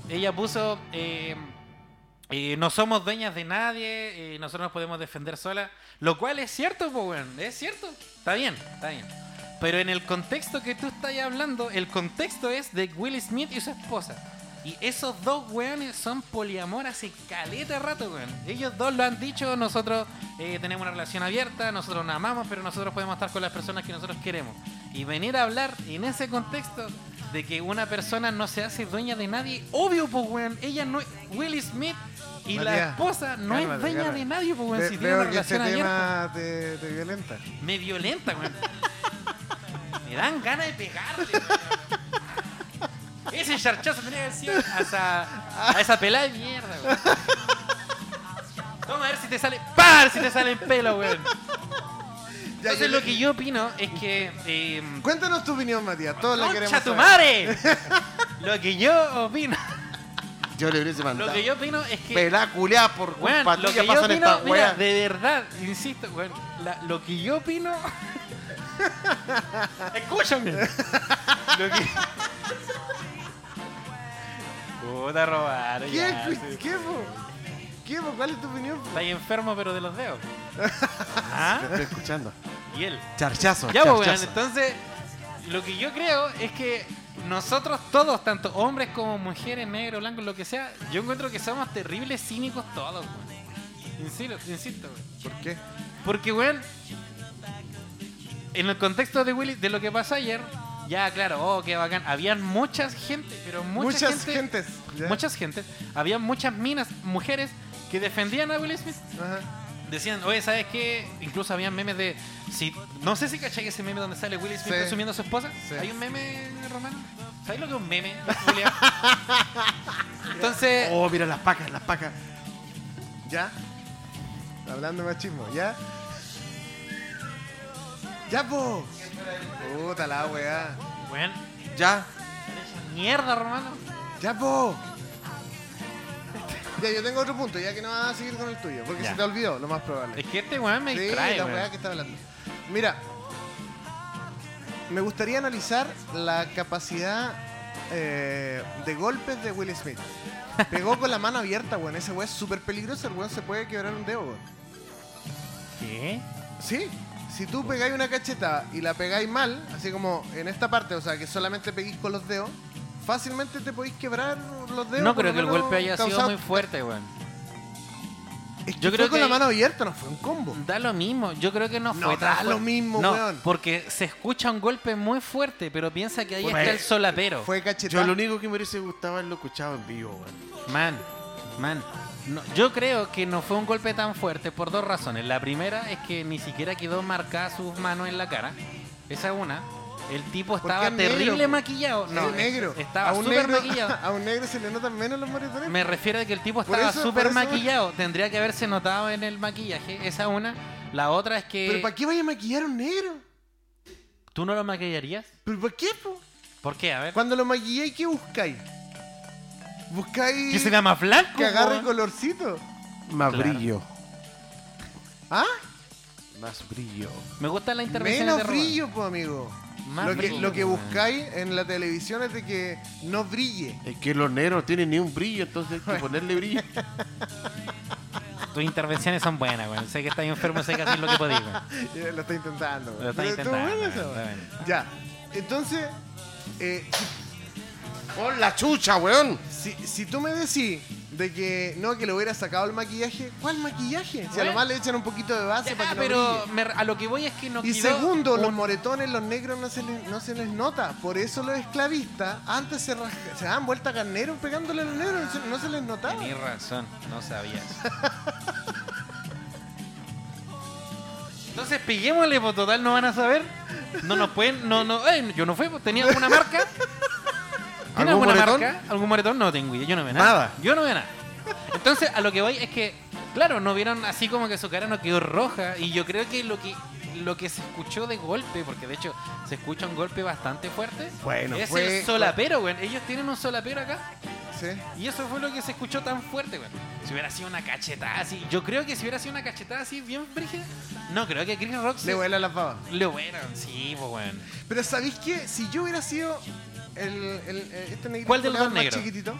[SPEAKER 2] Ella puso, eh, eh, no somos dueñas de nadie, eh, nosotros nos podemos defender sola. Lo cual es cierto, po, weón, es cierto. Está bien, está bien. Pero en el contexto que tú estás hablando, el contexto es de Will Smith y su esposa. Y esos dos weones son poliamor hace caleta de rato, weón. Ellos dos lo han dicho, nosotros eh, tenemos una relación abierta, nosotros nos amamos, pero nosotros podemos estar con las personas que nosotros queremos. Y venir a hablar en ese contexto de que una persona no se hace dueña de nadie, obvio, pues, weón. Ella no Will Smith y la
[SPEAKER 1] Matías,
[SPEAKER 2] esposa no
[SPEAKER 1] cálmate,
[SPEAKER 2] es dueña
[SPEAKER 1] cálmate.
[SPEAKER 2] de nadie, pues, weón.
[SPEAKER 1] Ve-
[SPEAKER 2] Si tiene una
[SPEAKER 1] veo que este
[SPEAKER 2] relación abierta
[SPEAKER 1] tema te, te violenta.
[SPEAKER 2] me violenta, weón. Me dan ganas de pegarle, weón. Ese charchazo tenía que haber sido a esa, a esa pelada de mierda, weón. Vamos a ver si te sale. ¡Pah! A ver Si te sale el pelo, weón. Entonces, lo que yo opino es que. eh,
[SPEAKER 1] Cuéntanos tu opinión, Matías. Todos la queremos.
[SPEAKER 2] ¡Concha tu
[SPEAKER 1] saber.
[SPEAKER 2] madre! Lo que yo opino.
[SPEAKER 3] Yo le hubiese mandado.
[SPEAKER 2] Lo que yo opino es que.
[SPEAKER 3] Pelá culiá por
[SPEAKER 2] Weón,
[SPEAKER 3] culpa
[SPEAKER 2] lo
[SPEAKER 3] tuya
[SPEAKER 2] que yo
[SPEAKER 3] pasan
[SPEAKER 2] opino,
[SPEAKER 3] estas
[SPEAKER 2] mira,
[SPEAKER 3] weas.
[SPEAKER 2] de verdad, insisto, weón, la- lo que yo opino. [laughs] Escúchame. lo que. Puta robar.
[SPEAKER 1] ¿Qué?
[SPEAKER 2] ya, sí.
[SPEAKER 1] ¿Qué? ¿Qué? po? ¿Qué? po? ¿Cuál es tu opinión? po?
[SPEAKER 2] Está ahí enfermo, pero de los dedos. ¿Ah?
[SPEAKER 3] Te Estoy escuchando.
[SPEAKER 2] Y él.
[SPEAKER 3] Charchazo,
[SPEAKER 2] Ya, pues, weón,
[SPEAKER 3] charchazo.
[SPEAKER 2] entonces, lo que yo creo es que nosotros todos, tanto hombres como mujeres, negros, blancos, lo que sea, yo encuentro que somos terribles cínicos todos, weón. Insisto, insisto, weón.
[SPEAKER 1] ¿Por qué?
[SPEAKER 2] Porque, weón, en el contexto de Willy, de lo que pasó ayer, ya, claro, oh, qué bacán. Habían muchas gente, pero mucha
[SPEAKER 1] Muchas
[SPEAKER 2] gente,
[SPEAKER 1] gentes. ¿ya?
[SPEAKER 2] muchas gentes, había muchas minas, mujeres, que defendían a Will Smith.
[SPEAKER 1] Ajá.
[SPEAKER 2] Decían, oye, ¿sabes qué? Incluso habían memes de. Si, no sé si cachai ese meme donde sale Will Smith
[SPEAKER 1] Sí.
[SPEAKER 2] presumiendo a su esposa.
[SPEAKER 1] Sí.
[SPEAKER 2] Hay un meme romano. ¿Sabes lo que es un meme? Julia?
[SPEAKER 1] [laughs]
[SPEAKER 2] Entonces,
[SPEAKER 3] Oh, mira las pacas, las pacas.
[SPEAKER 1] ¿Ya? Hablando de machismo, ¿ya? ¡Ya, po! Puta la weá.
[SPEAKER 2] weón,
[SPEAKER 3] Ya.
[SPEAKER 2] mierda, romano.
[SPEAKER 1] ¡Ya, po! Ya, yo tengo otro punto, ya que no vas a seguir con el tuyo, porque
[SPEAKER 2] Ya.
[SPEAKER 1] se te olvidó, lo más probable.
[SPEAKER 2] Es que este weón me
[SPEAKER 1] Sí,
[SPEAKER 2] distrae,
[SPEAKER 1] la
[SPEAKER 2] weón.
[SPEAKER 1] weá que está hablando. Mira, me gustaría analizar la capacidad eh, de golpes de Will Smith. Pegó con la mano abierta, weón. Ese weón es súper peligroso, el weón se puede quebrar un dedo, weón.
[SPEAKER 2] ¿Qué?
[SPEAKER 1] Sí, si tú pegáis una cachetada y la pegáis mal, así como en esta parte, o sea, que solamente peguís con los dedos, fácilmente te podéis quebrar los dedos.
[SPEAKER 2] No
[SPEAKER 1] por
[SPEAKER 2] creo
[SPEAKER 1] lo
[SPEAKER 2] que el
[SPEAKER 1] menos
[SPEAKER 2] golpe haya sido
[SPEAKER 1] causado-
[SPEAKER 2] muy fuerte, weón.
[SPEAKER 1] Es que
[SPEAKER 2] Yo
[SPEAKER 1] fue
[SPEAKER 2] creo
[SPEAKER 1] con
[SPEAKER 2] que- Mm.
[SPEAKER 1] la mano abierta, no fue un combo.
[SPEAKER 2] Da lo mismo, yo creo que no fue
[SPEAKER 1] No,
[SPEAKER 2] tan
[SPEAKER 1] da
[SPEAKER 2] fuerte.
[SPEAKER 1] lo mismo,
[SPEAKER 2] no,
[SPEAKER 1] weón.
[SPEAKER 2] porque se escucha un golpe muy fuerte, pero piensa que ahí
[SPEAKER 3] Fue-
[SPEAKER 2] está el solapero.
[SPEAKER 1] Fue
[SPEAKER 3] Yo
[SPEAKER 1] cachetada.
[SPEAKER 3] lo único que me hubiese gustado es lo escuchado en vivo, weón.
[SPEAKER 2] Man, man. no, yo creo que no fue un golpe tan fuerte por dos razones. La primera es que ni siquiera quedó marcada sus manos en la cara. Esa es una. El tipo
[SPEAKER 1] Porque
[SPEAKER 2] estaba
[SPEAKER 1] es negro,
[SPEAKER 2] terrible
[SPEAKER 1] po.
[SPEAKER 2] maquillado.
[SPEAKER 1] No,
[SPEAKER 2] No,
[SPEAKER 1] negro.
[SPEAKER 2] Estaba
[SPEAKER 1] a un
[SPEAKER 2] súper
[SPEAKER 1] negro, [laughs]
[SPEAKER 2] maquillado.
[SPEAKER 1] A un negro se le notan menos los moretones.
[SPEAKER 2] Me refiero a que el tipo
[SPEAKER 1] Por
[SPEAKER 2] estaba
[SPEAKER 1] eso- por
[SPEAKER 2] súper
[SPEAKER 1] eso-
[SPEAKER 2] maquillado. Tendría que haberse notado en el maquillaje. Esa es una. La otra es que...
[SPEAKER 1] ¿Pero para qué vaya a maquillar a un negro?
[SPEAKER 2] ¿Tú no lo maquillarías?
[SPEAKER 1] ¿Pero para qué, po?
[SPEAKER 2] ¿Por qué? A ver.
[SPEAKER 1] Cuando lo maquilláis, ¿qué buscáis?
[SPEAKER 2] Que
[SPEAKER 1] ¿Buscáis
[SPEAKER 2] se ¿eh? vea más blanco.
[SPEAKER 1] que agarre
[SPEAKER 2] weón.
[SPEAKER 1] colorcito?
[SPEAKER 3] Más
[SPEAKER 2] Claro.
[SPEAKER 3] brillo.
[SPEAKER 1] ¿Ah?
[SPEAKER 3] Más brillo.
[SPEAKER 2] Me gusta la intervención de
[SPEAKER 1] Menos
[SPEAKER 2] Rubén.
[SPEAKER 1] brillo, po, amigo.
[SPEAKER 2] Más
[SPEAKER 1] lo, que,
[SPEAKER 2] rico,
[SPEAKER 1] lo que
[SPEAKER 2] weón.
[SPEAKER 1] buscáis en la televisión es de que no brille. [laughs]
[SPEAKER 3] Es que los negros no tienen ni un brillo, entonces hay que ponerle brillo.
[SPEAKER 2] [laughs] Tus intervenciones son buenas, weón. Sé que estás enfermo, sé que haces lo que podís, weón.
[SPEAKER 1] Eh, Lo está intentando.
[SPEAKER 2] Lo está
[SPEAKER 1] Pero estuvo
[SPEAKER 2] intentando.
[SPEAKER 1] bueno eso,
[SPEAKER 2] weón, está bien.
[SPEAKER 1] Ya. Entonces, eh,
[SPEAKER 3] ¡Por la chucha, weón!
[SPEAKER 1] si, si tú me decís de que no, que le hubiera sacado el maquillaje, ¿cuál maquillaje? Si a
[SPEAKER 2] Bueno.
[SPEAKER 1] lo más le echan un poquito de base
[SPEAKER 2] Ya,
[SPEAKER 1] para que no
[SPEAKER 2] pero
[SPEAKER 1] brille.
[SPEAKER 2] me- a lo que voy es que no
[SPEAKER 1] Y
[SPEAKER 2] quedó
[SPEAKER 1] segundo, los
[SPEAKER 2] un-
[SPEAKER 1] moretones, los negros no se les, no se les nota. Por eso los esclavistas antes se, rasca- se daban vuelta a carneros pegándole a los negros, no se, no se les notaba.
[SPEAKER 2] Tenías razón, no sabías. Entonces pillémosle, pues total no van a saber. No nos pueden, no, no, eh, yo no fui, pues tenía alguna marca. ¿Tiene
[SPEAKER 3] ¿Algún
[SPEAKER 2] alguna
[SPEAKER 3] moretón?
[SPEAKER 2] marca? ¿Algún moretón? No tengo idea, yo no veo nada.
[SPEAKER 3] Nada.
[SPEAKER 2] Yo no veo nada. Entonces, a lo que voy es que, claro, no vieron así como que su cara no quedó roja. Y yo creo que lo que lo que se escuchó de golpe, porque de hecho se escucha un golpe bastante fuerte,
[SPEAKER 1] Bueno,
[SPEAKER 2] es
[SPEAKER 1] fue-
[SPEAKER 2] el solapero, güey. Ellos tienen un solapero acá.
[SPEAKER 1] Sí.
[SPEAKER 2] Y eso fue lo que se escuchó tan fuerte, güey. Si hubiera sido una cachetada así, yo creo que si hubiera sido una cachetada así bien brígida, no creo que Chris Rock se-
[SPEAKER 1] Le vuela las babas.
[SPEAKER 2] le hubieran, sí, pues, güey.
[SPEAKER 1] Pero ¿sabéis qué? Si yo hubiera sido el, el- eh, este negrito
[SPEAKER 2] ¿Cuál de los
[SPEAKER 1] culiao
[SPEAKER 2] dos
[SPEAKER 1] más
[SPEAKER 2] negros?
[SPEAKER 1] chiquitito,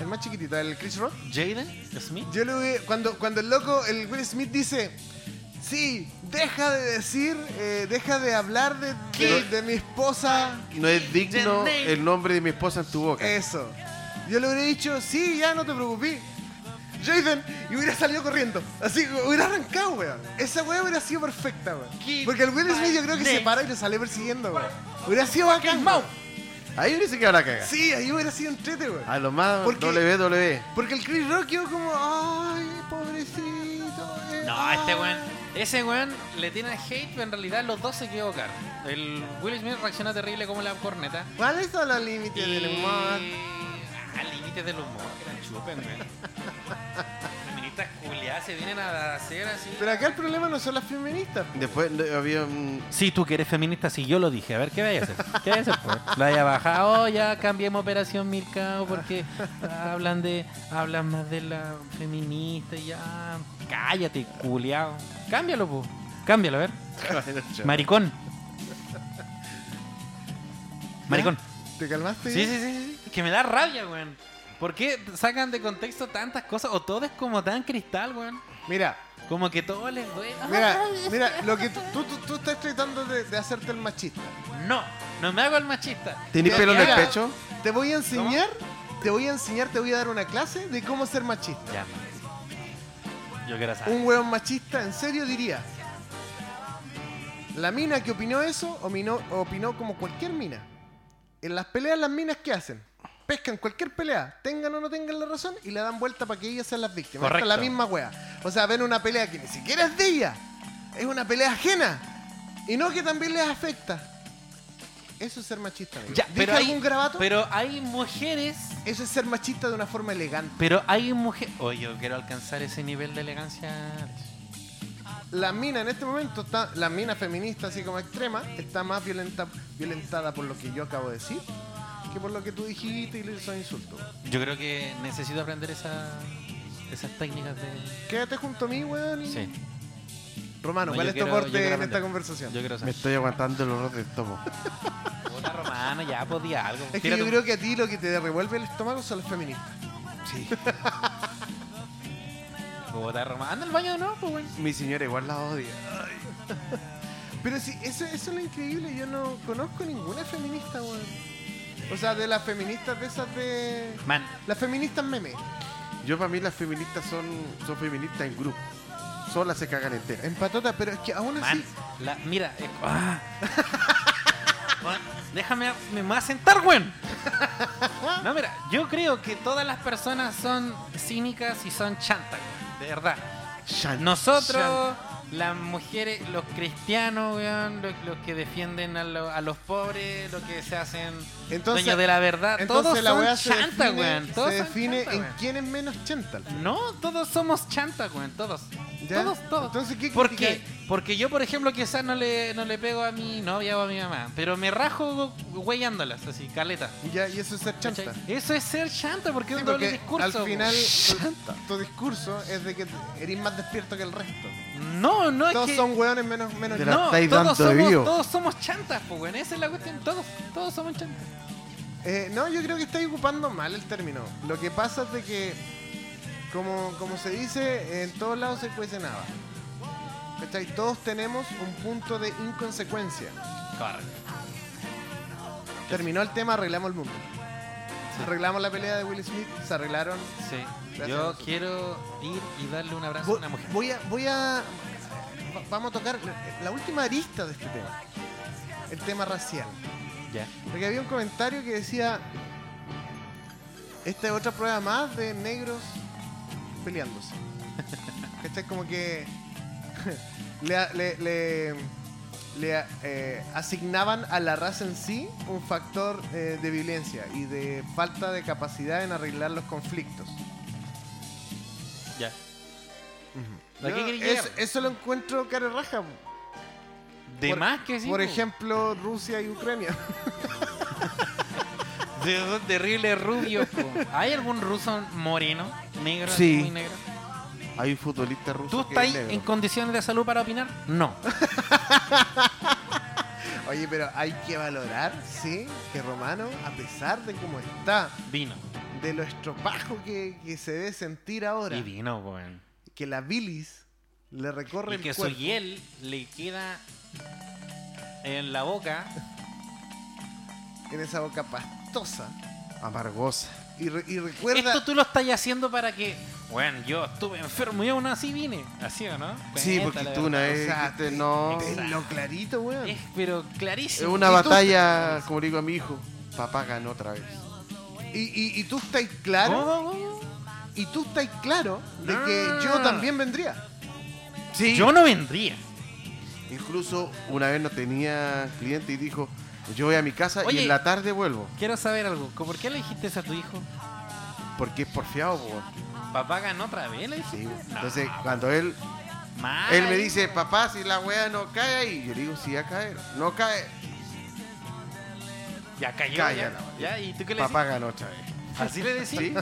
[SPEAKER 1] el más chiquitito, el Chris Rock,
[SPEAKER 2] Jaden Smith.
[SPEAKER 1] yo le hubiera- cuando, cuando el loco, el Will Smith dice, sí, deja de decir, eh, deja de hablar de, de,
[SPEAKER 2] ¿Qué?
[SPEAKER 1] de mi esposa,
[SPEAKER 3] No es digno el nombre de mi esposa en tu boca.
[SPEAKER 1] eso. Yo le hubiera dicho, sí, ya no te preocupes. Jaden, y hubiera salido corriendo. Así, hubiera arrancado, weón. Esa weá hubiera sido perfecta,
[SPEAKER 2] Qué
[SPEAKER 1] weón. Porque el Will Smith yo creo que se
[SPEAKER 2] padre.
[SPEAKER 1] para y le sale persiguiendo, weón. Hubiera sido bacán, weón.
[SPEAKER 3] Ahí hubiese quedado la caga.
[SPEAKER 1] Sí, ahí hubiera sido entrete, güey.
[SPEAKER 2] Ah,
[SPEAKER 3] A lo más
[SPEAKER 1] Porque-
[SPEAKER 3] W, W. E.
[SPEAKER 1] Porque el Chris Rock quedó como, ay, pobrecito. eh,
[SPEAKER 2] No,
[SPEAKER 1] ay".
[SPEAKER 2] este weón. Ese weón le tiene hate, pero en realidad los dos se equivocaron. El Will Smith reaccionó terrible como la corneta.
[SPEAKER 1] ¿Cuáles son los límites del humor?
[SPEAKER 2] Ah, límites del humor, que la chupen, güey. Feministas culiadas se vienen a hacer así.
[SPEAKER 1] Pero acá el problema no son las feministas. po.
[SPEAKER 3] Después no, había un...
[SPEAKER 2] Sí, tú que eres feminista, sí, yo lo dije. A ver, ¿qué vayas a hacer? ¿Qué vayas a hacer? pues? La haya bajado, ya cambiemos Operación Milcao porque hablan de hablan más de la feminista y ya. Cállate, culiao. Cámbialo, po. Cámbialo, a ver. Maricón. Maricón.
[SPEAKER 1] ¿Te calmaste?
[SPEAKER 2] Sí, sí, sí, sí. sí. Que me da rabia, weón. ¿Por qué sacan de contexto tantas cosas? O todo es como tan cristal, weón.
[SPEAKER 1] Mira,
[SPEAKER 2] Como que todo les duele.
[SPEAKER 1] mira, mira, lo que tú, tú, tú estás tratando de, de hacerte el machista.
[SPEAKER 2] No, no me hago el machista.
[SPEAKER 3] ¿Tenés
[SPEAKER 1] Te-
[SPEAKER 3] pelo en el
[SPEAKER 1] mira,
[SPEAKER 3] pecho?
[SPEAKER 1] Te voy a enseñar, te voy a enseñar, te voy a dar una clase de cómo ser machista.
[SPEAKER 2] Ya. Yo quiero saber.
[SPEAKER 1] Un hueón machista, en serio diría. La mina que opinó eso, opinó, opinó como cualquier mina. En las peleas, las minas, ¿qué hacen? Pescan cualquier pelea, tengan o no tengan la razón, y la dan vuelta para que ellas sean las víctimas. Esta es la
[SPEAKER 2] Correcto.
[SPEAKER 1] misma wea. O sea, ven una pelea que ni siquiera es de ella. Es una pelea ajena. Y no que también les afecta. Eso es ser machista. amigo.
[SPEAKER 2] Ya,
[SPEAKER 1] ¿Dije
[SPEAKER 2] pero hay,
[SPEAKER 1] algún grabato?
[SPEAKER 2] pero hay mujeres.
[SPEAKER 1] Eso es ser machista de una forma elegante.
[SPEAKER 2] Pero hay mujeres. Oye, yo quiero alcanzar ese nivel de elegancia.
[SPEAKER 1] La mina en este momento está, la mina feminista así como extrema, está más violenta, violentada por lo que yo acabo de decir que por lo que tú dijiste y le hizo insulto.
[SPEAKER 2] Yo creo que necesito aprender esa, esas técnicas de.
[SPEAKER 1] Quédate junto a mí, weón. y-
[SPEAKER 2] Sí.
[SPEAKER 1] Romano,
[SPEAKER 2] No,
[SPEAKER 1] ¿cuál
[SPEAKER 2] yo quiero- yo
[SPEAKER 1] es tu
[SPEAKER 2] quiero
[SPEAKER 1] aporte en
[SPEAKER 2] aprender.
[SPEAKER 1] esta conversación?
[SPEAKER 2] Yo quiero
[SPEAKER 3] Me
[SPEAKER 2] saber.
[SPEAKER 3] estoy aguantando el horror del estómago.
[SPEAKER 2] Hola, romana, ya podía algo.
[SPEAKER 1] Es que
[SPEAKER 2] Tírate
[SPEAKER 1] yo
[SPEAKER 2] un-
[SPEAKER 1] creo que a ti lo que te revuelve el estómago son los feministas.
[SPEAKER 3] Sí.
[SPEAKER 2] Bogotá, romana. Anda al baño de nuevo, pues, güey.
[SPEAKER 3] Mi señora igual la odia.
[SPEAKER 1] Pero sí, eso, eso es lo increíble, yo no conozco ninguna feminista, weón. O sea, de las feministas de esas de...
[SPEAKER 2] Man,
[SPEAKER 1] Las feministas meme,
[SPEAKER 3] Yo para mí las feministas son, son feministas en grupo. Solas se cagan enteras.
[SPEAKER 1] en patota, pero es que aún así...
[SPEAKER 2] man. La, mira. eh, ah. Bueno, Déjame, me voy a sentar, güey. No, mira, yo creo que todas las personas son cínicas y son chantas, güey, de verdad.
[SPEAKER 3] Chan,
[SPEAKER 2] Nosotros, las mujeres, los cristianos, weón, los, los que defienden a, lo- a los pobres, los que se hacen
[SPEAKER 1] Entonces-
[SPEAKER 2] dueños de la verdad, todos
[SPEAKER 1] Entonces la
[SPEAKER 2] son
[SPEAKER 1] weá se
[SPEAKER 2] chantas,
[SPEAKER 1] define,
[SPEAKER 2] weón. Todos
[SPEAKER 1] se
[SPEAKER 2] son
[SPEAKER 1] define
[SPEAKER 2] chantas,
[SPEAKER 1] en
[SPEAKER 2] weón.
[SPEAKER 1] quién es menos chanta. al final.
[SPEAKER 2] No, todos somos chantas, weón, todos.
[SPEAKER 1] ¿Ya?
[SPEAKER 2] Todos, todos.
[SPEAKER 1] Entonces, ¿qué
[SPEAKER 2] ¿Por
[SPEAKER 1] critica-
[SPEAKER 2] qué? Porque yo, por ejemplo, quizás no le, no le pego a mi novia o a mi mamá, pero me rajo huellándolas, así, caleta.
[SPEAKER 1] Y, ya, y eso es ser
[SPEAKER 2] ¿cachai?
[SPEAKER 1] chanta.
[SPEAKER 2] Eso es ser chanta, porque es
[SPEAKER 1] Sí,
[SPEAKER 2] un doble
[SPEAKER 1] porque
[SPEAKER 2] discurso.
[SPEAKER 1] al
[SPEAKER 2] po.
[SPEAKER 1] final pues, tu, tu discurso es de que eres más despierto que el resto.
[SPEAKER 2] No, no es
[SPEAKER 1] Todos
[SPEAKER 2] que...
[SPEAKER 1] son hueones menos, menos
[SPEAKER 3] Te
[SPEAKER 1] yo.
[SPEAKER 3] la
[SPEAKER 2] No,
[SPEAKER 3] estáis
[SPEAKER 2] todos
[SPEAKER 3] dando de vivo.
[SPEAKER 2] somos, todos somos chantas, po, weón. Esa es la cuestión. Todos, todos somos chantas.
[SPEAKER 1] Eh, no, yo creo que estáis ocupando mal el término. Lo que pasa es de que, como, como se dice, en todos lados se cuece nada. ¿Cachai? Todos tenemos un punto de inconsecuencia. Terminó el tema, arreglamos el mundo.
[SPEAKER 2] Sí.
[SPEAKER 1] Arreglamos la pelea de Will Smith, se arreglaron.
[SPEAKER 2] Sí.
[SPEAKER 1] Gracias,
[SPEAKER 2] Yo
[SPEAKER 1] Jesús.
[SPEAKER 2] quiero ir y darle un abrazo
[SPEAKER 1] Vo-
[SPEAKER 2] a una mujer.
[SPEAKER 1] Voy a, voy a. va- Vamos a tocar la- la última arista de este tema. El tema racial.
[SPEAKER 2] Ya.
[SPEAKER 1] Porque había un comentario que decía, esta es otra prueba más de negros
[SPEAKER 2] [laughs]
[SPEAKER 1] peleándose. Este es como que [laughs] le, le- le- le, eh, asignaban a la raza en sí un factor eh, de violencia y de falta de capacidad en arreglar los conflictos.
[SPEAKER 2] Ya.
[SPEAKER 1] Yo
[SPEAKER 2] ¿A qué quería
[SPEAKER 1] es-
[SPEAKER 2] llegar?
[SPEAKER 1] eso lo encuentro cara raja.
[SPEAKER 2] De
[SPEAKER 1] por-
[SPEAKER 2] más que sí.
[SPEAKER 1] Por
[SPEAKER 2] po.
[SPEAKER 1] ejemplo, Rusia y Ucrania. [laughs]
[SPEAKER 2] De esos terribles rubios. po. ¿Hay algún ruso moreno? Negro,
[SPEAKER 3] Sí.
[SPEAKER 2] muy negro.
[SPEAKER 3] Hay un futbolista ruso.
[SPEAKER 2] ¿Tú
[SPEAKER 3] que
[SPEAKER 2] estás
[SPEAKER 3] es negro.
[SPEAKER 2] en condiciones de salud para opinar? No.
[SPEAKER 1] Oye, pero hay que valorar, sí, que Romano, a pesar de cómo está,
[SPEAKER 2] Vino.
[SPEAKER 1] de lo estropajo que, que se debe sentir ahora,
[SPEAKER 2] Y vino, weón.
[SPEAKER 1] que la bilis le recorre
[SPEAKER 2] Y que
[SPEAKER 1] el
[SPEAKER 2] su
[SPEAKER 1] cuerpo.
[SPEAKER 2] hiel le queda en la boca.
[SPEAKER 1] en esa boca pastosa.
[SPEAKER 3] Amargosa.
[SPEAKER 1] Y, re- y recuerda,
[SPEAKER 2] Esto tú lo estás haciendo para que. Bueno, yo estuve enfermo y aún así vine. ¿Así o no?
[SPEAKER 3] Sí,
[SPEAKER 2] Cuenta
[SPEAKER 3] porque
[SPEAKER 2] la
[SPEAKER 3] tú una
[SPEAKER 2] verdad.
[SPEAKER 1] o
[SPEAKER 3] vez
[SPEAKER 1] sea,
[SPEAKER 3] dijiste, no.
[SPEAKER 1] te- lo clarito, weón.
[SPEAKER 2] Es, pero
[SPEAKER 3] Es
[SPEAKER 2] clarísimo.
[SPEAKER 3] una
[SPEAKER 1] ¿Y tú?
[SPEAKER 3] batalla, como le digo a mi hijo. Papá ganó otra vez.
[SPEAKER 1] Y, y- y tú estás claro,
[SPEAKER 2] ¿Cómo, cómo?
[SPEAKER 1] y tú estás claro de
[SPEAKER 2] No,
[SPEAKER 1] que
[SPEAKER 2] no, no,
[SPEAKER 1] yo
[SPEAKER 2] no.
[SPEAKER 1] también vendría.
[SPEAKER 3] Sí.
[SPEAKER 2] Yo no vendría.
[SPEAKER 3] Incluso una vez no tenía cliente y dijo, yo voy a mi casa y
[SPEAKER 2] Oye.
[SPEAKER 3] en la tarde vuelvo.
[SPEAKER 2] Quiero saber algo. ¿Cómo- ¿Por qué le dijiste eso a tu hijo?
[SPEAKER 3] Porque es porfiado, po.
[SPEAKER 2] ¿Papá ganó otra vez? Le
[SPEAKER 3] Sí,
[SPEAKER 2] dijiste.
[SPEAKER 3] po. Entonces, cuando él
[SPEAKER 2] Mal
[SPEAKER 3] él me
[SPEAKER 2] ahí.
[SPEAKER 3] dice, papá, si la wea no cae ahí. Yo le digo, sí, a caer. No cae.
[SPEAKER 2] Ya cayó.
[SPEAKER 3] Cállala,
[SPEAKER 2] ya, ya, ¿Y tú qué le
[SPEAKER 3] Papá ganó otra vez.
[SPEAKER 2] decís? Así le decís.
[SPEAKER 3] Sí.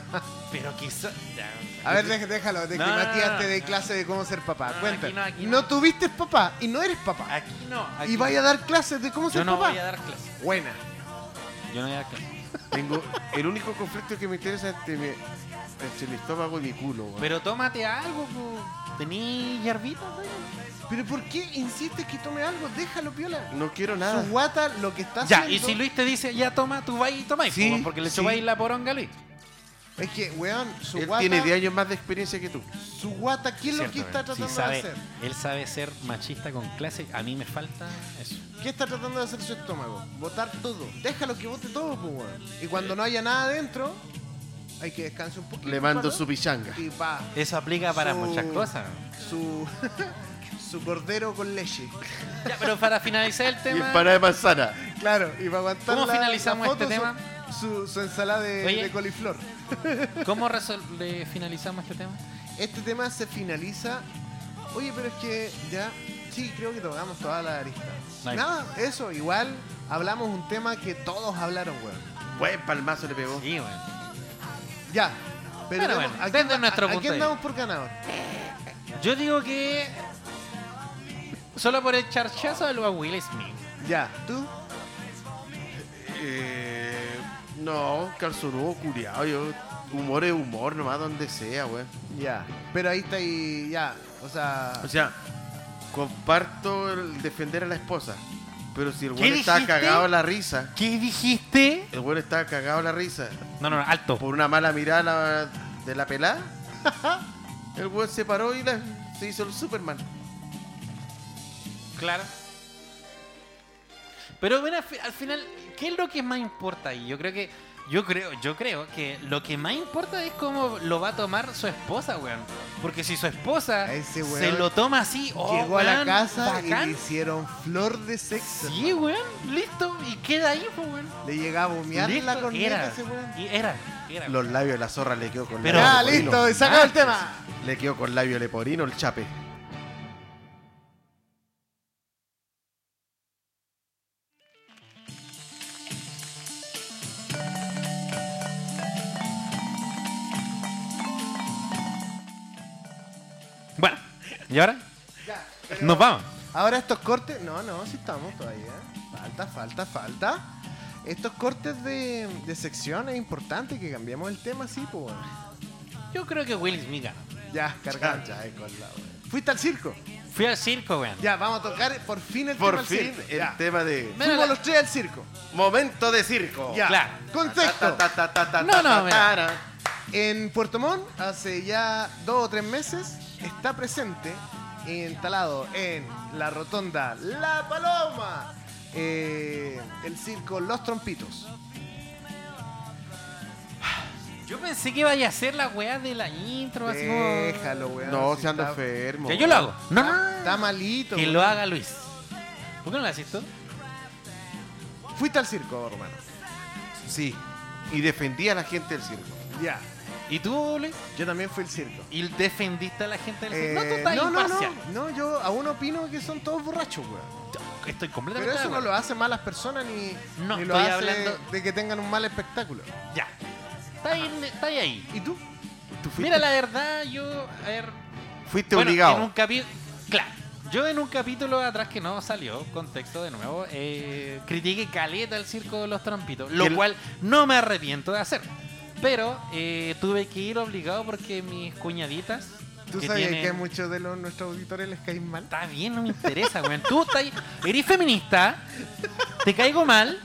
[SPEAKER 2] Pero quizás.
[SPEAKER 1] A ver, dej- déjalo, de que
[SPEAKER 2] Este- No, no,
[SPEAKER 1] Matías
[SPEAKER 2] no,
[SPEAKER 1] te dé
[SPEAKER 2] no.
[SPEAKER 1] clase de cómo ser papá.
[SPEAKER 2] No, aquí
[SPEAKER 1] Cuenta.
[SPEAKER 2] no, aquí
[SPEAKER 1] no
[SPEAKER 2] no.
[SPEAKER 1] tuviste papá y no eres papá.
[SPEAKER 2] Aquí no. Aquí
[SPEAKER 1] Y vaya a
[SPEAKER 2] no.
[SPEAKER 1] dar clases de cómo
[SPEAKER 2] Yo
[SPEAKER 1] ser
[SPEAKER 2] no
[SPEAKER 1] papá.
[SPEAKER 2] voy a dar clase.
[SPEAKER 1] Buena.
[SPEAKER 2] Yo no voy a dar clase.
[SPEAKER 3] Tengo el único conflicto que me interesa entre mi, entre mi estómago y mi culo. weón.
[SPEAKER 2] Pero tómate algo, po. ¿Tení hierbita,
[SPEAKER 1] Pero ¿por qué insistes que tome algo? Déjalo, piola.
[SPEAKER 3] No quiero nada.
[SPEAKER 1] Su guata, lo que está
[SPEAKER 2] Ya,
[SPEAKER 1] haciendo.
[SPEAKER 2] y si Luis te dice, ya toma, tú vas y tomáis,
[SPEAKER 3] Sí,
[SPEAKER 2] po, weón, porque le
[SPEAKER 3] sí.
[SPEAKER 2] chupáis la poronga a Luis.
[SPEAKER 1] Es que, weón, su
[SPEAKER 3] Él
[SPEAKER 1] guata.
[SPEAKER 3] tiene 10 años más de experiencia que tú.
[SPEAKER 1] Su guata, ¿qué es lo
[SPEAKER 2] Cierto,
[SPEAKER 1] que está
[SPEAKER 2] weón. Sí,
[SPEAKER 1] tratando
[SPEAKER 2] sabe-
[SPEAKER 1] de hacer?
[SPEAKER 2] Él sabe ser machista con clase, a mí me falta eso.
[SPEAKER 1] ¿Qué está tratando de hacer su estómago? Botar todo. Déjalo que bote todo, pues, weón. Y cuando no haya nada adentro, hay que descansar un poquito.
[SPEAKER 3] Le mando
[SPEAKER 1] guata,
[SPEAKER 3] su pichanga.
[SPEAKER 1] Y pa,
[SPEAKER 2] Eso aplica para
[SPEAKER 1] Su-
[SPEAKER 2] muchas cosas.
[SPEAKER 1] su. [laughs] su cordero con leche.
[SPEAKER 2] Ya, pero para finalizar [laughs] el
[SPEAKER 3] Y
[SPEAKER 2] tema,
[SPEAKER 3] empanada de manzana.
[SPEAKER 1] Claro, y para aguantar
[SPEAKER 2] ¿Cómo
[SPEAKER 1] la- la
[SPEAKER 2] finalizamos
[SPEAKER 1] foto,
[SPEAKER 2] este
[SPEAKER 1] su-
[SPEAKER 2] tema?
[SPEAKER 1] Su, su ensalada de,
[SPEAKER 2] Oye.
[SPEAKER 1] de coliflor.
[SPEAKER 2] ¿cómo resol- le finalizamos este tema?
[SPEAKER 1] Este tema se finaliza. Oye, pero es que ya. Sí, creo que tocamos toda la arista.
[SPEAKER 2] No hay-
[SPEAKER 1] Nada, eso, igual hablamos un tema que todos hablaron, weón.
[SPEAKER 3] Buen palmazo le pegó.
[SPEAKER 2] Sí, bueno.
[SPEAKER 1] Ya. Pero
[SPEAKER 2] Bueno,
[SPEAKER 1] vemos,
[SPEAKER 2] bueno,
[SPEAKER 1] ¿a quién
[SPEAKER 2] desde
[SPEAKER 1] va-
[SPEAKER 2] nuestro
[SPEAKER 1] a-
[SPEAKER 2] punto
[SPEAKER 1] ¿A quién
[SPEAKER 2] de
[SPEAKER 1] damos por ganador?
[SPEAKER 2] Yo digo que. Solo por el charchazo de a Will Smith.
[SPEAKER 1] Ya. ¿Tú?
[SPEAKER 3] Eh, no, calzonudo curiado. Yo, humor es humor, nomás donde sea, weón.
[SPEAKER 1] Ya. Pero ahí está y ya. O sea.
[SPEAKER 3] O sea, comparto el defender a la esposa. Pero si el
[SPEAKER 2] ¿Qué
[SPEAKER 3] weón está
[SPEAKER 2] dijiste?
[SPEAKER 3] cagado a la risa,
[SPEAKER 2] ¿Qué dijiste?
[SPEAKER 3] el weón está cagado a la risa
[SPEAKER 2] No, no, no, alto.
[SPEAKER 3] por una mala mirada de la [laughs] pelada, el weón se paró y la- se hizo el Superman.
[SPEAKER 2] Claro. Pero bueno, al fi- al final, ¿qué es lo que más importa ahí? Yo creo que. Yo creo, yo creo que lo que más importa es cómo lo va a tomar su esposa, weón. Porque si su esposa
[SPEAKER 1] A ese weón
[SPEAKER 2] se lo toma así, oh,
[SPEAKER 1] Llegó a la
[SPEAKER 2] weón,
[SPEAKER 1] casa y
[SPEAKER 2] bacán.
[SPEAKER 1] le hicieron flor de sexo.
[SPEAKER 2] Sí, weón, listo. Y queda ahí, pues, weón.
[SPEAKER 1] Le llegaba a humear la
[SPEAKER 2] Listo,
[SPEAKER 1] corneta a
[SPEAKER 2] era,
[SPEAKER 1] ese weón.
[SPEAKER 2] y era, era.
[SPEAKER 3] Los labios de la zorra le quedó con
[SPEAKER 2] Pero-
[SPEAKER 1] ya,
[SPEAKER 3] labio leporino.
[SPEAKER 1] listo, y sacado el tema.
[SPEAKER 3] Le quedó con labio leporino el chape.
[SPEAKER 2] ¿Y ahora? Nos vamos.
[SPEAKER 1] Ahora estos cortes. No, no, sí estamos todavía. Falta, falta, falta. Estos cortes de, de sección es importante que cambiemos el tema, sí, pues. weón.
[SPEAKER 2] Yo creo que Will Smith ganó.
[SPEAKER 1] Ya, cargando. Ya, eh, con la weón. Fuiste al circo.
[SPEAKER 2] Fui al circo, weón.
[SPEAKER 1] Ya, vamos a tocar por fin el
[SPEAKER 3] Por
[SPEAKER 1] tema
[SPEAKER 3] fin,
[SPEAKER 1] del circo.
[SPEAKER 3] el
[SPEAKER 1] Ya.
[SPEAKER 3] tema de.
[SPEAKER 2] Me- Mira
[SPEAKER 1] Fuimos
[SPEAKER 2] la-
[SPEAKER 1] los tres al circo.
[SPEAKER 3] Momento de circo.
[SPEAKER 1] Ya.
[SPEAKER 2] Claro.
[SPEAKER 1] Contexto.
[SPEAKER 3] Ta, ta, ta, ta, ta,
[SPEAKER 2] No,
[SPEAKER 3] ta,
[SPEAKER 2] no,
[SPEAKER 3] ta,
[SPEAKER 2] mira.
[SPEAKER 3] ta,
[SPEAKER 1] En Puerto Montt, hace ya dos o tres meses, está presente instalado en la rotonda La Paloma eh, el circo Los Trompitos.
[SPEAKER 2] Yo pensé que vaya a ser la weá de la intro, así como-
[SPEAKER 1] Déjalo, weón.
[SPEAKER 3] No,
[SPEAKER 1] si
[SPEAKER 3] se anda
[SPEAKER 1] está-
[SPEAKER 3] enfermo.
[SPEAKER 2] Ya, yo lo hago. No, no,
[SPEAKER 1] Está,
[SPEAKER 2] no.
[SPEAKER 1] está malito.
[SPEAKER 2] Que
[SPEAKER 1] weón.
[SPEAKER 2] lo haga Luis. ¿Por qué no lo haces tú?
[SPEAKER 1] Fuiste al circo, hermano.
[SPEAKER 3] Sí. Y defendía a la gente del circo.
[SPEAKER 1] Ya.
[SPEAKER 2] ¿Y tú, Luis?
[SPEAKER 1] Yo también fui al circo.
[SPEAKER 2] ¿Y defendiste a la gente del circo?
[SPEAKER 1] Eh,
[SPEAKER 2] No, tú estás
[SPEAKER 1] no, no,
[SPEAKER 2] imparcial.
[SPEAKER 1] no, no, yo aún opino que son todos borrachos, weón.
[SPEAKER 2] Estoy
[SPEAKER 1] Pero
[SPEAKER 2] completamente
[SPEAKER 1] eso
[SPEAKER 2] de
[SPEAKER 1] no
[SPEAKER 2] acuerdo.
[SPEAKER 1] lo hace malas personas ni,
[SPEAKER 2] No,
[SPEAKER 1] ni lo
[SPEAKER 2] estoy
[SPEAKER 1] hace
[SPEAKER 2] hablando-
[SPEAKER 1] de que tengan un mal espectáculo.
[SPEAKER 2] Ya. Está ahí, está ahí.
[SPEAKER 1] ¿Y tú?
[SPEAKER 3] ¿Tú fuiste,
[SPEAKER 2] Mira, la verdad, yo... A ver,
[SPEAKER 3] fuiste
[SPEAKER 2] Bueno,
[SPEAKER 3] obligado.
[SPEAKER 2] En un capi- claro. Yo en un capítulo atrás que no salió, contexto de nuevo, eh, critiqué caleta el circo de los trampitos, lo
[SPEAKER 3] El-
[SPEAKER 2] cual no me arrepiento de hacer. Pero eh, tuve que ir obligado porque mis cuñaditas.
[SPEAKER 1] ¿Tú
[SPEAKER 2] que
[SPEAKER 1] sabes
[SPEAKER 2] tienen-
[SPEAKER 1] que a muchos de los, nuestros auditores les caen mal?
[SPEAKER 2] Está bien, no me interesa, weón. Tú estás... eres feminista, te caigo mal,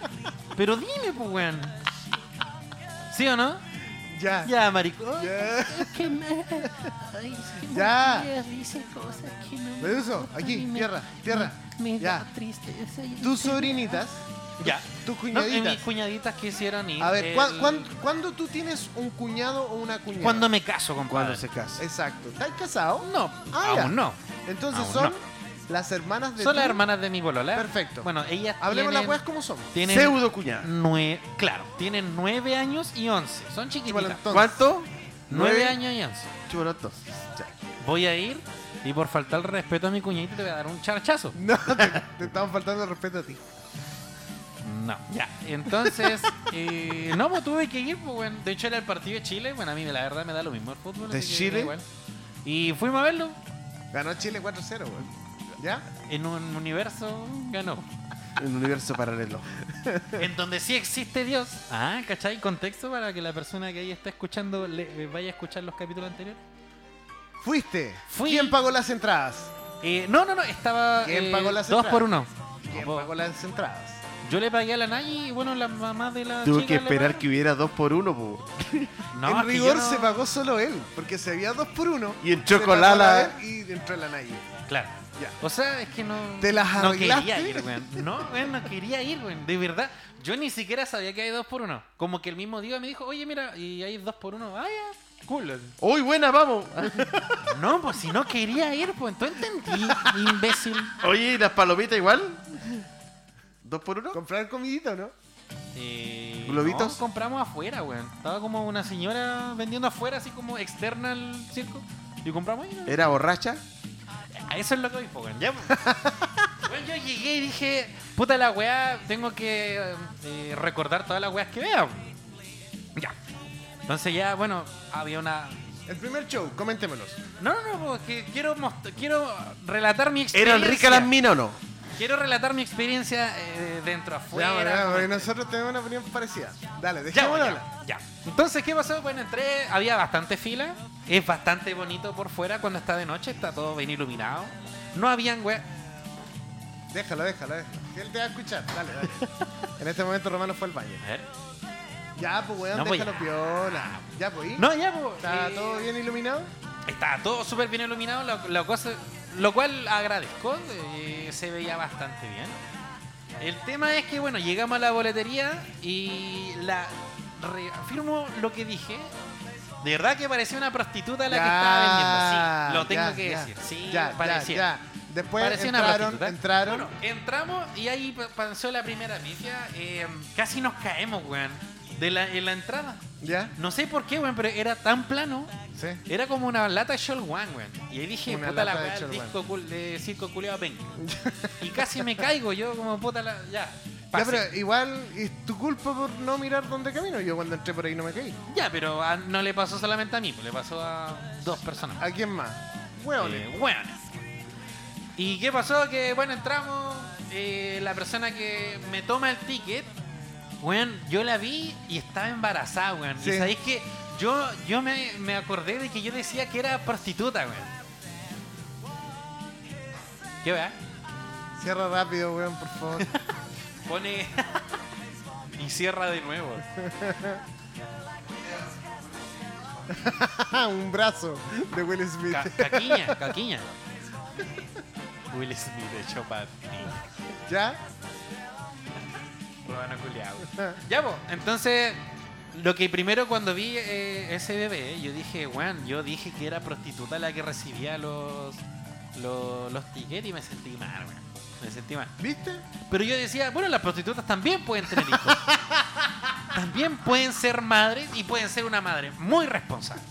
[SPEAKER 2] pero dime, pues, weón. ¿Sí o no?
[SPEAKER 1] Ya.
[SPEAKER 2] Ya, maricón.
[SPEAKER 1] Ya.
[SPEAKER 4] Es que me- ay, es que
[SPEAKER 1] Ya.
[SPEAKER 4] Matías dice cosas que no me
[SPEAKER 1] Meduso,
[SPEAKER 4] gustan y
[SPEAKER 1] aquí,
[SPEAKER 4] me-
[SPEAKER 1] tierra, tierra.
[SPEAKER 4] Me
[SPEAKER 1] Ya.
[SPEAKER 4] da tristeza. y
[SPEAKER 1] Tus
[SPEAKER 4] me da- [laughs]
[SPEAKER 1] sobrinitas,
[SPEAKER 2] Ya.
[SPEAKER 1] tus
[SPEAKER 2] No, y mis
[SPEAKER 1] cuñaditas.
[SPEAKER 2] cuñaditas quisieran ir.
[SPEAKER 1] A ver, ¿cuá-
[SPEAKER 2] el-
[SPEAKER 1] cuán- ¿cuándo tú tienes un cuñado o una cuñada?
[SPEAKER 2] Cuando me caso, compadre.
[SPEAKER 3] Cuando se casa.
[SPEAKER 1] Exacto. ¿Estás casado?
[SPEAKER 2] No,
[SPEAKER 1] Ah, ya.
[SPEAKER 2] aún no.
[SPEAKER 1] Entonces
[SPEAKER 2] Aún
[SPEAKER 1] son
[SPEAKER 2] no.
[SPEAKER 1] las hermanas de
[SPEAKER 2] Son
[SPEAKER 1] tu-
[SPEAKER 2] las hermanas de mi bolola.
[SPEAKER 1] Perfecto.
[SPEAKER 2] Bueno, ellas
[SPEAKER 1] Hablemos las
[SPEAKER 2] tienen...
[SPEAKER 1] weas como son.
[SPEAKER 2] tienen
[SPEAKER 3] Pseudo cuñada.
[SPEAKER 2] nue- Claro, tienen nueve años y once. Son
[SPEAKER 1] Chúpalo
[SPEAKER 2] chiquititas.
[SPEAKER 1] entonces.
[SPEAKER 3] ¿Cuánto?
[SPEAKER 2] Nueve años y once.
[SPEAKER 3] Chúpalo entonces. Ya.
[SPEAKER 2] Voy a ir y por faltar el respeto a mi cuñadita te voy a dar un charchazo.
[SPEAKER 1] [laughs] No, te, te estaban faltando el respeto a ti.
[SPEAKER 2] No, ya.
[SPEAKER 1] [laughs]
[SPEAKER 2] Entonces, eh, no, pues tuve que ir, pues, bueno. De hecho, era el partido de Chile. Bueno, a mí la verdad me da lo mismo el fútbol.
[SPEAKER 3] ¿De
[SPEAKER 2] así que da
[SPEAKER 3] Chile?
[SPEAKER 2] igual. Y fuimos a verlo.
[SPEAKER 1] Ganó Chile 4-0, weón. ¿Ya?
[SPEAKER 2] En un universo ganó.
[SPEAKER 3] En un universo paralelo.
[SPEAKER 2] [laughs] En donde sí existe Dios. Ah, ¿cachai? Contexto para que la persona que ahí está escuchando le- eh, vaya a escuchar los capítulos anteriores.
[SPEAKER 1] Fuiste.
[SPEAKER 2] Fui.
[SPEAKER 1] ¿Quién pagó las entradas?
[SPEAKER 2] Eh, no, no, no, estaba
[SPEAKER 1] ¿Quién
[SPEAKER 2] eh,
[SPEAKER 1] pagó las
[SPEAKER 2] dos
[SPEAKER 1] entradas?
[SPEAKER 2] por uno.
[SPEAKER 1] ¿Quién
[SPEAKER 2] Vos.
[SPEAKER 1] pagó las entradas?
[SPEAKER 2] Yo le pagué a la Nayi y bueno, la mamá de la.
[SPEAKER 3] Tuve
[SPEAKER 2] chica
[SPEAKER 3] que
[SPEAKER 2] le
[SPEAKER 3] esperar
[SPEAKER 2] pagaron.
[SPEAKER 3] que hubiera dos por uno, po.
[SPEAKER 2] No, es
[SPEAKER 1] en
[SPEAKER 2] que yo
[SPEAKER 1] rigor
[SPEAKER 2] no-
[SPEAKER 1] se pagó solo él, porque se había dos por uno.
[SPEAKER 3] Y en
[SPEAKER 1] se pagó
[SPEAKER 3] chocolate.
[SPEAKER 1] la de él Y entró la Nayi.
[SPEAKER 2] Claro.
[SPEAKER 1] Ya.
[SPEAKER 2] O sea, es que no.
[SPEAKER 1] ¿Te las
[SPEAKER 2] No
[SPEAKER 1] arreglaste?
[SPEAKER 2] quería ir, weón. No, weón, no quería ir, weón. De verdad. Yo ni siquiera sabía que hay dos por uno. Como que el mismo día me dijo, oye, mira, y hay dos por uno. Ah, ya. Cool.
[SPEAKER 3] ¡Uy, buena, vamos!
[SPEAKER 2] No, pues si no quería ir, pues tú entendí, imbécil.
[SPEAKER 3] Oye, ¿y las palomitas igual? ¿Dos por uno?
[SPEAKER 1] Comprar comidita, ¿no?
[SPEAKER 2] Eh,
[SPEAKER 3] ¿Globitos?
[SPEAKER 2] no, compramos afuera, weón. Estaba como una señora vendiendo afuera, así como externa al circo. Y compramos ahí,
[SPEAKER 1] Eh.
[SPEAKER 2] ¿no?
[SPEAKER 3] ¿Era borracha?
[SPEAKER 2] A eso es lo que hoy, weón. Ya, po. [laughs] Weón, yo llegué y dije, puta la weá, tengo que eh, recordar todas las weas que veo. Ya. Entonces ya, bueno, había una...
[SPEAKER 1] El primer show, comentémonos.
[SPEAKER 2] No, no, no, porque quiero, most- quiero relatar mi experiencia.
[SPEAKER 3] ¿Eran ricas las minas o no?
[SPEAKER 2] Quiero relatar mi experiencia eh, dentro, afuera.
[SPEAKER 1] ya, bueno, ya,
[SPEAKER 2] como-
[SPEAKER 1] porque nosotros tenemos una opinión parecida. Dale,
[SPEAKER 2] Ya,
[SPEAKER 1] dejémoslo
[SPEAKER 2] bueno,
[SPEAKER 1] hablar.
[SPEAKER 2] ya. Entonces, ¿qué pasó? Bueno, entré, había bastante fila. Es bastante bonito por fuera cuando está de noche, está todo bien iluminado. No habían wea.
[SPEAKER 1] Déjalo, déjalo, déjalo. Si él te va a escuchar, dale, [laughs] dale. en este momento Romano fue al baño.
[SPEAKER 2] A ver.
[SPEAKER 1] Ya, pues, weón,
[SPEAKER 2] No, pues,
[SPEAKER 1] déjalo
[SPEAKER 2] ya.
[SPEAKER 1] piola. Ya, pues, ¿y?
[SPEAKER 2] No, ya, po,
[SPEAKER 1] ¿Está
[SPEAKER 2] eh,
[SPEAKER 1] todo bien iluminado?
[SPEAKER 2] Estaba todo súper bien iluminado, lo, lo cosa- lo cual agradezco, eh, se veía bastante bien. El tema es que, bueno, llegamos a la boletería y la reafirmo lo que dije. De verdad que parecía una prostituta la que estaba vendiendo, sí, lo tengo
[SPEAKER 1] ya,
[SPEAKER 2] que
[SPEAKER 1] ya,
[SPEAKER 2] decir, sí,
[SPEAKER 1] ya,
[SPEAKER 2] parecía.
[SPEAKER 1] Ya, ya. Después
[SPEAKER 2] Parecía una
[SPEAKER 1] entraron,
[SPEAKER 2] prostituta.
[SPEAKER 1] entraron.
[SPEAKER 2] Bueno, entramos y ahí pa- pasó la primera pifia. eh, casi nos caemos, weón, de la, en la entrada.
[SPEAKER 1] ¿Ya?
[SPEAKER 2] No sé por qué, weón, pero era tan plano.
[SPEAKER 1] Sí.
[SPEAKER 2] Era como una lata de Shoal One, weón. Y ahí dije,
[SPEAKER 1] Una
[SPEAKER 2] puta la
[SPEAKER 1] lata de
[SPEAKER 2] weá, el
[SPEAKER 1] Shoal
[SPEAKER 2] disco cul- de circo culeado
[SPEAKER 1] [laughs]
[SPEAKER 2] penca. y casi me caigo, yo como puta la. Ya.
[SPEAKER 1] Ya,
[SPEAKER 2] pasé.
[SPEAKER 1] pero igual es tu culpa por no mirar dónde camino. Yo cuando entré por ahí no me caí.
[SPEAKER 2] Ya, pero ah, no le pasó solamente pues, a mí, le pasó a dos personas.
[SPEAKER 1] ¿A quién más? Hueones.
[SPEAKER 2] Eh, weones. ¿Y qué pasó? Que bueno, entramos. eh, la persona que me toma el ticket, weón, yo la vi y estaba embarazada, weón.
[SPEAKER 1] Sí.
[SPEAKER 2] Y sabéis que yo, yo me, me acordé de que yo decía que era prostituta, weón. ¿Qué va?
[SPEAKER 1] Cierra rápido, weón, por [laughs] favor.
[SPEAKER 2] Pone. [laughs] y cierra de nuevo.
[SPEAKER 1] Un brazo de Will Smith.
[SPEAKER 2] Ca- caquiña, caquiña. Will Smith hecho para ti.
[SPEAKER 1] ¿Ya?
[SPEAKER 2] Bueno, culiao. Ya, pues, entonces, lo que primero cuando vi eh, ese bebé, yo dije, weón, yo dije que era prostituta la que recibía los, los, los tickets y me sentí mal, weón. Me sentí mal.
[SPEAKER 1] ¿Viste?
[SPEAKER 2] Pero yo decía, bueno, las prostitutas también pueden tener hijos. también pueden ser madres y pueden ser una madre muy responsable.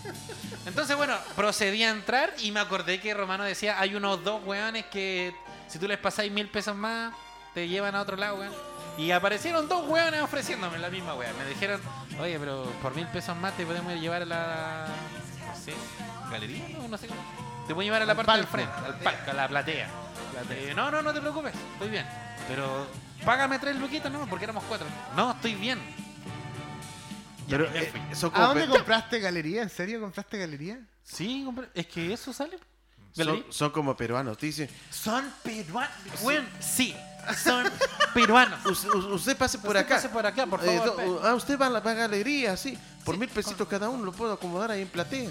[SPEAKER 2] Entonces, bueno, procedí a entrar y me acordé que Romano decía, hay unos dos weones que si tú les pasáis mil pesos más, te llevan a otro lado, weón. Y aparecieron dos weones ofreciéndome la misma weón. Me dijeron, oye, pero por mil pesos más te podemos llevar a la... No sé, galería, no, no sé cómo. Te voy a llevar a la
[SPEAKER 1] Al
[SPEAKER 2] parte del
[SPEAKER 1] palco.
[SPEAKER 2] frente, al palco, a la platea. Eh, no, no, no te preocupes, estoy bien. Pero págame tres luquitas nomás porque éramos cuatro. No, estoy bien. Y
[SPEAKER 3] Pero,
[SPEAKER 2] al final
[SPEAKER 3] eh,
[SPEAKER 2] fui.
[SPEAKER 3] son
[SPEAKER 1] ¿A
[SPEAKER 3] como
[SPEAKER 1] dónde
[SPEAKER 3] pe-
[SPEAKER 1] compraste galería? ¿En serio compraste galería?
[SPEAKER 2] Sí, compré- es que eso sale.
[SPEAKER 3] son, son como peruanos. Te dicen,
[SPEAKER 2] Son peruanos. Bueno, sí, son
[SPEAKER 1] [laughs]
[SPEAKER 2] peruanos.
[SPEAKER 3] "Us- us- usted pase por
[SPEAKER 2] Usted
[SPEAKER 3] acá.
[SPEAKER 2] pase por acá, por
[SPEAKER 3] Eh,
[SPEAKER 2] favor,
[SPEAKER 1] uh.
[SPEAKER 3] do- ah, usted va a la va a galería, sí. Por
[SPEAKER 2] Sí,
[SPEAKER 3] mil pesitos cada uno lo puedo acomodar ahí en platea.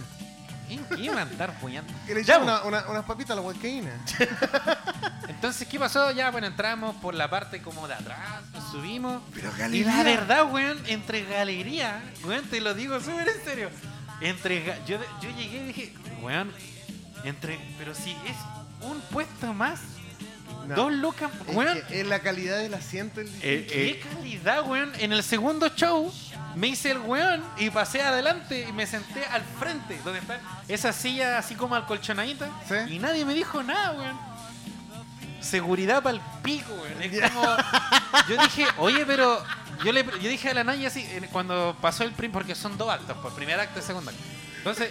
[SPEAKER 2] ¿En qué iba a andar follando?
[SPEAKER 1] Que le
[SPEAKER 2] Ya,
[SPEAKER 1] echaba una, una- unas papitas a la huascaína.
[SPEAKER 2] Entonces, ¿qué pasó? Ya, bueno, entramos por la parte como de atrás, subimos.
[SPEAKER 1] Pero
[SPEAKER 2] Y
[SPEAKER 1] galería.
[SPEAKER 2] la verdad, weón, entre galería, weón, te lo digo súper en serio. Entre ga- yo, yo llegué y dije, weón, entre. Pero si es un puesto más,
[SPEAKER 1] No.
[SPEAKER 2] dos lucas, Eh,
[SPEAKER 1] Es
[SPEAKER 2] weón.
[SPEAKER 1] que es la calidad del asiento. el- eh,
[SPEAKER 2] Qué calidad, weón. En el segundo show me hice el weón y pasé adelante y me senté al frente, donde están esas sillas así como acolchonaditas.
[SPEAKER 1] Sí.
[SPEAKER 2] Y nadie me dijo nada, weón. Seguridad para el pico, weón. Es como. yo dije, oye, pero. Yo le yo dije a la Naya así, en- cuando pasó el prim, porque son dos actos, por primer acto y segundo acto. Entonces,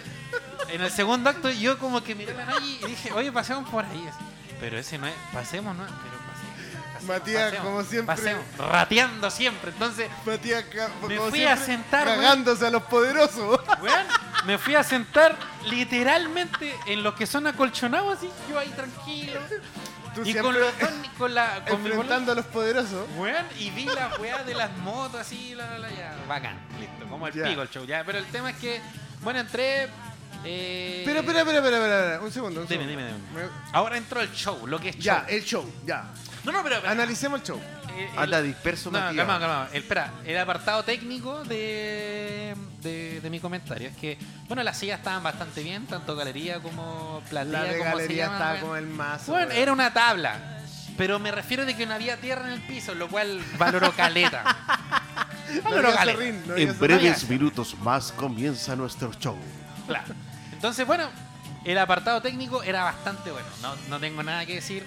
[SPEAKER 2] en el segundo acto yo como que miré a la Naya y dije, oye, pasemos por ahí. así. Pero ese no es, pasemos, ¿no? Pero pasemos. pasemos,
[SPEAKER 1] Matías,
[SPEAKER 2] pasemos,
[SPEAKER 1] como siempre.
[SPEAKER 2] Pasemos, rateando siempre. Entonces,
[SPEAKER 1] Matías, ca-
[SPEAKER 2] Me
[SPEAKER 1] como
[SPEAKER 2] fui a
[SPEAKER 1] siempre,
[SPEAKER 2] sentar, weón.
[SPEAKER 1] Cagándose a los
[SPEAKER 2] [laughs]
[SPEAKER 1] poderosos.
[SPEAKER 2] Weón, me fui a sentar literalmente en lo que son acolchonados, así yo ahí tranquilo.
[SPEAKER 1] Tú
[SPEAKER 2] y
[SPEAKER 1] siempre
[SPEAKER 2] con, los dos- con la. Con mi Eh,
[SPEAKER 1] enfrentando a los poderosos.
[SPEAKER 2] bolón. Weón, y vi la weá de las motos así, la, la, la, ya. Bacán, listo, como el
[SPEAKER 1] Ya.
[SPEAKER 2] pico el show, ya. Pero el tema es que, bueno, entré. eh,
[SPEAKER 1] Pero, espera, espera, espera, espera, espera, un segundo. un
[SPEAKER 2] Dime,
[SPEAKER 1] segundo.
[SPEAKER 2] dime, dime.
[SPEAKER 1] Me-
[SPEAKER 2] Ahora entró el show, lo que es show.
[SPEAKER 1] Ya, el show, ya.
[SPEAKER 2] No, no, pero.
[SPEAKER 1] Analicemos el show.
[SPEAKER 2] eh, el-
[SPEAKER 3] Anda disperso,
[SPEAKER 2] No,
[SPEAKER 3] Matías.
[SPEAKER 2] calma, calma. Espera, el apartado técnico de, de, de mi comentario es que, bueno, las sillas estaban bastante bien, tanto galería como platea.
[SPEAKER 1] La de
[SPEAKER 2] como se
[SPEAKER 1] galería
[SPEAKER 2] llama,
[SPEAKER 1] estaba
[SPEAKER 2] weón.
[SPEAKER 1] como el más.
[SPEAKER 2] Bueno, era una tabla, pero me refiero de que no había tierra en el piso, lo cual valoró
[SPEAKER 1] [laughs]
[SPEAKER 2] caleta. valoró caleta.
[SPEAKER 3] En breves minutos más comienza nuestro show.
[SPEAKER 2] Claro. Entonces, bueno, el apartado técnico era bastante bueno. No, no tengo nada que decir.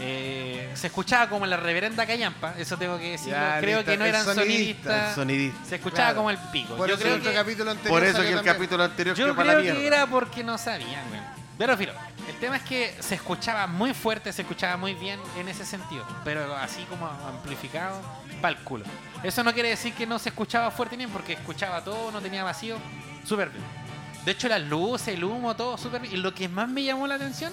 [SPEAKER 2] Eh, se escuchaba como la reverenda Callampa, eso tengo que decir.
[SPEAKER 1] Ya,
[SPEAKER 2] Creo
[SPEAKER 1] listo,
[SPEAKER 2] que no
[SPEAKER 1] el
[SPEAKER 2] eran
[SPEAKER 1] sonidista,
[SPEAKER 2] sonidistas.
[SPEAKER 3] Sonidista.
[SPEAKER 2] Se escuchaba
[SPEAKER 1] Claro.
[SPEAKER 2] como el pico.
[SPEAKER 1] Por
[SPEAKER 2] yo
[SPEAKER 1] eso
[SPEAKER 2] creo
[SPEAKER 1] nuestro
[SPEAKER 2] que,
[SPEAKER 1] capítulo anterior
[SPEAKER 3] Por eso que
[SPEAKER 1] salió
[SPEAKER 3] el
[SPEAKER 1] también.
[SPEAKER 3] capítulo anterior
[SPEAKER 2] yo
[SPEAKER 3] quedó para
[SPEAKER 2] creo
[SPEAKER 3] la mierda.
[SPEAKER 2] que era porque no sabían, güey. Pero filo, el tema es que se escuchaba muy fuerte, se escuchaba muy bien en ese sentido, pero así como amplificado, pa'l culo. Eso no quiere decir que no se escuchaba fuerte ni bien, porque escuchaba todo, no tenía vacío, súper bien. De hecho, las luces, el humo, todo súper bien. Y lo que más me llamó la atención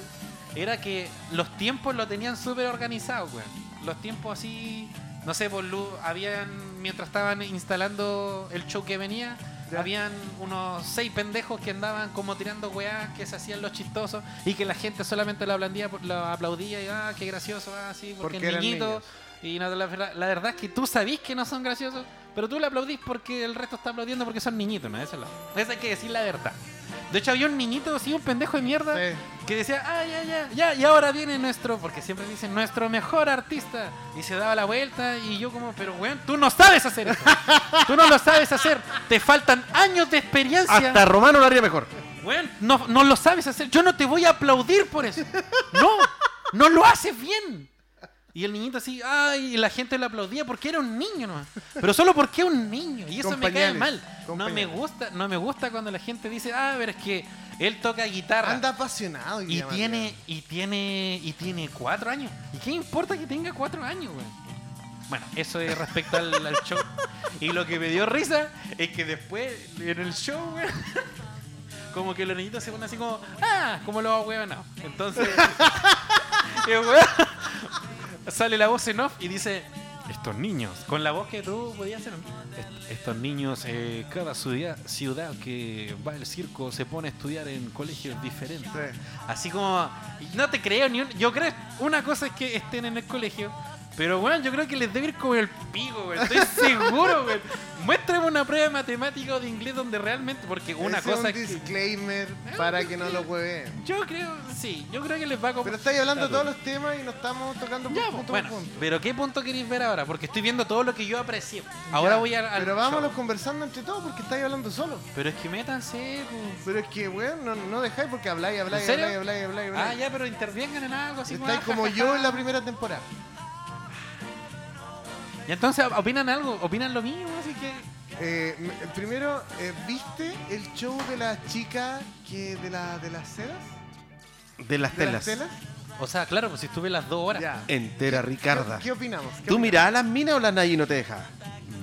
[SPEAKER 2] era que los tiempos lo tenían súper organizado, güey. Los tiempos así, no sé, por luz, habían, mientras estaban instalando el show que venía,
[SPEAKER 1] Ya.
[SPEAKER 2] habían unos seis pendejos que andaban como tirando weá, que se hacían los chistosos y que la gente solamente lo aplaudía, lo aplaudía y, ah, qué gracioso, ah, sí, porque,
[SPEAKER 1] Porque
[SPEAKER 2] el
[SPEAKER 1] eran
[SPEAKER 2] niñito.
[SPEAKER 1] niños.
[SPEAKER 2] Y no, la, verdad- la verdad es que tú sabís que no son graciosos, pero tú le aplaudís porque el resto está aplaudiendo porque son niñitos, ¿no? Eso, es la- eso hay que decir la verdad. De hecho, había un niñito, así, un pendejo de mierda,
[SPEAKER 1] Sí.
[SPEAKER 2] que decía, ah, ya, ya, ya, y ahora viene nuestro, porque siempre dicen, nuestro mejor artista. Y se daba la vuelta y yo como, pero weón, tú no sabes hacer eso. tú no lo sabes hacer. Te faltan años de experiencia.
[SPEAKER 3] Hasta Romano lo haría mejor.
[SPEAKER 2] Weón, no, no lo sabes hacer. Yo no te voy a aplaudir por eso. No, no lo haces bien. Y el niñito así, ay, y la gente lo aplaudía porque era un niño nomás. Pero solo porque era un niño. Y eso me cae
[SPEAKER 1] Compañales,
[SPEAKER 2] mal. No me
[SPEAKER 1] compañales.
[SPEAKER 2] gusta, no me gusta cuando la gente dice, ah, pero es que Él toca guitarra.
[SPEAKER 1] Anda apasionado. hoy
[SPEAKER 2] y
[SPEAKER 1] día,
[SPEAKER 2] tiene,
[SPEAKER 1] Matías.
[SPEAKER 2] y tiene, y tiene cuatro años. ¿Y qué importa que tenga cuatro años, güey? Bueno, eso es respecto al, al show. Y lo que me dio risa es que después, en el show, güey, [laughs] como que los niñitos se ponen así como, ah, como los no Entonces, [laughs] y el güey sale la voz en off y dice, estos niños, con la voz que tú podías hacer, "Est- estos niños, eh, cada ciudad, ciudad que va al circo se pone a estudiar en colegios diferentes.
[SPEAKER 1] Sí.
[SPEAKER 2] Así como, no te creo ni un, Yo creo, una cosa es que estén en el colegio, pero bueno, yo creo que les debe ir como el pico, güey. Estoy
[SPEAKER 1] [laughs]
[SPEAKER 2] seguro, güey. Muéstrame una prueba de matemática o de inglés donde realmente, porque una
[SPEAKER 1] Ese
[SPEAKER 2] cosa
[SPEAKER 1] es un
[SPEAKER 2] es que. Eh,
[SPEAKER 1] disclaimer para que no lo hueveen.
[SPEAKER 2] Yo creo, sí, yo creo que les va a como-
[SPEAKER 1] Pero estáis hablando de todos los temas y no estamos tocando
[SPEAKER 2] Ya,
[SPEAKER 1] punto
[SPEAKER 2] pues,
[SPEAKER 1] por
[SPEAKER 2] bueno,
[SPEAKER 1] punto.
[SPEAKER 2] pero ¿qué punto queréis ver ahora? Porque estoy viendo todo lo que yo aprecié. Ahora
[SPEAKER 1] Ya,
[SPEAKER 2] voy a. al
[SPEAKER 1] Pero vámonos
[SPEAKER 2] show.
[SPEAKER 1] conversando entre todos porque estáis hablando solo.
[SPEAKER 2] Pero es que métanse, pues.
[SPEAKER 1] Pero es que, weón, no, no dejáis porque habláis, habláis,
[SPEAKER 2] ¿En serio?
[SPEAKER 1] habláis, habláis, habláis.
[SPEAKER 2] Ah,
[SPEAKER 1] habláis.
[SPEAKER 2] ya, pero intervengan en algo así
[SPEAKER 1] Estáis
[SPEAKER 2] ah,
[SPEAKER 1] como
[SPEAKER 2] ja, ja,
[SPEAKER 1] yo
[SPEAKER 2] ja.
[SPEAKER 1] en la primera temporada.
[SPEAKER 2] Y entonces, ¿opinan algo? ¿Opinan lo mismo? Así que.
[SPEAKER 1] Eh, m- primero, eh, ¿viste el show de la chica que de, la, de las sedas?
[SPEAKER 3] De las
[SPEAKER 1] ¿De
[SPEAKER 3] telas.
[SPEAKER 1] las telas?
[SPEAKER 2] O sea, claro, pues si estuve las dos horas.
[SPEAKER 1] Ya.
[SPEAKER 3] Entera, Ricarda.
[SPEAKER 1] ¿Qué, qué opinamos? ¿Qué
[SPEAKER 3] ¿Tú
[SPEAKER 1] opinamos?
[SPEAKER 3] mirás a las minas o las nadie no te deja?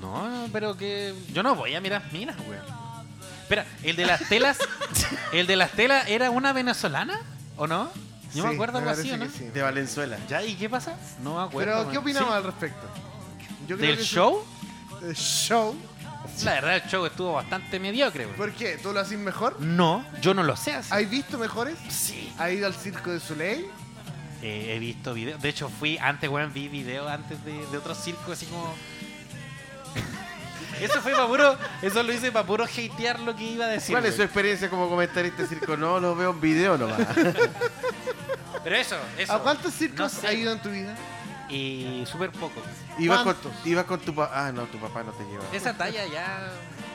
[SPEAKER 2] No, pero que. Yo no voy a mirar minas, weón. Espera, el de las
[SPEAKER 1] [laughs]
[SPEAKER 2] telas. ¿El de las telas era una venezolana? ¿O no? Yo me
[SPEAKER 1] Sí,
[SPEAKER 2] acuerdo algo así,
[SPEAKER 1] parece
[SPEAKER 2] ¿o no?
[SPEAKER 1] que sí.
[SPEAKER 3] De Valenzuela.
[SPEAKER 2] ¿Ya? ¿Y qué pasa? No me acuerdo.
[SPEAKER 1] Pero, ¿qué
[SPEAKER 2] weón.
[SPEAKER 1] opinamos
[SPEAKER 2] Sí.
[SPEAKER 1] al respecto? Yo creo
[SPEAKER 2] ¿Del
[SPEAKER 1] que sí.
[SPEAKER 2] show?
[SPEAKER 1] El show.
[SPEAKER 2] La verdad, el show estuvo bastante mediocre, weón.
[SPEAKER 1] ¿Por qué? ¿Tú lo haces mejor?
[SPEAKER 2] No, yo no lo sé así.
[SPEAKER 1] ¿Has visto mejores?
[SPEAKER 2] Sí.
[SPEAKER 1] ¿Has ido al circo de Soleil?
[SPEAKER 2] Eh, he visto videos. De hecho, fui antes, weón, vi videos antes de, de otro circo, así como. [laughs] eso fue para puro. Eso lo hice para puro hatear lo que iba a decir.
[SPEAKER 3] ¿Cuál es
[SPEAKER 2] weón.
[SPEAKER 3] su experiencia como comentarista de circo? No, lo veo en video nomás.
[SPEAKER 1] [laughs]
[SPEAKER 2] Pero eso, eso.
[SPEAKER 1] ¿A cuántos circos
[SPEAKER 2] No sé.
[SPEAKER 1] has ido en tu vida?
[SPEAKER 2] Y súper poco.
[SPEAKER 3] Ibas con,
[SPEAKER 1] ¿Cuántos?
[SPEAKER 3] ibas con tu papá. Ah, no, tu papá no te lleva.
[SPEAKER 2] Esa talla ya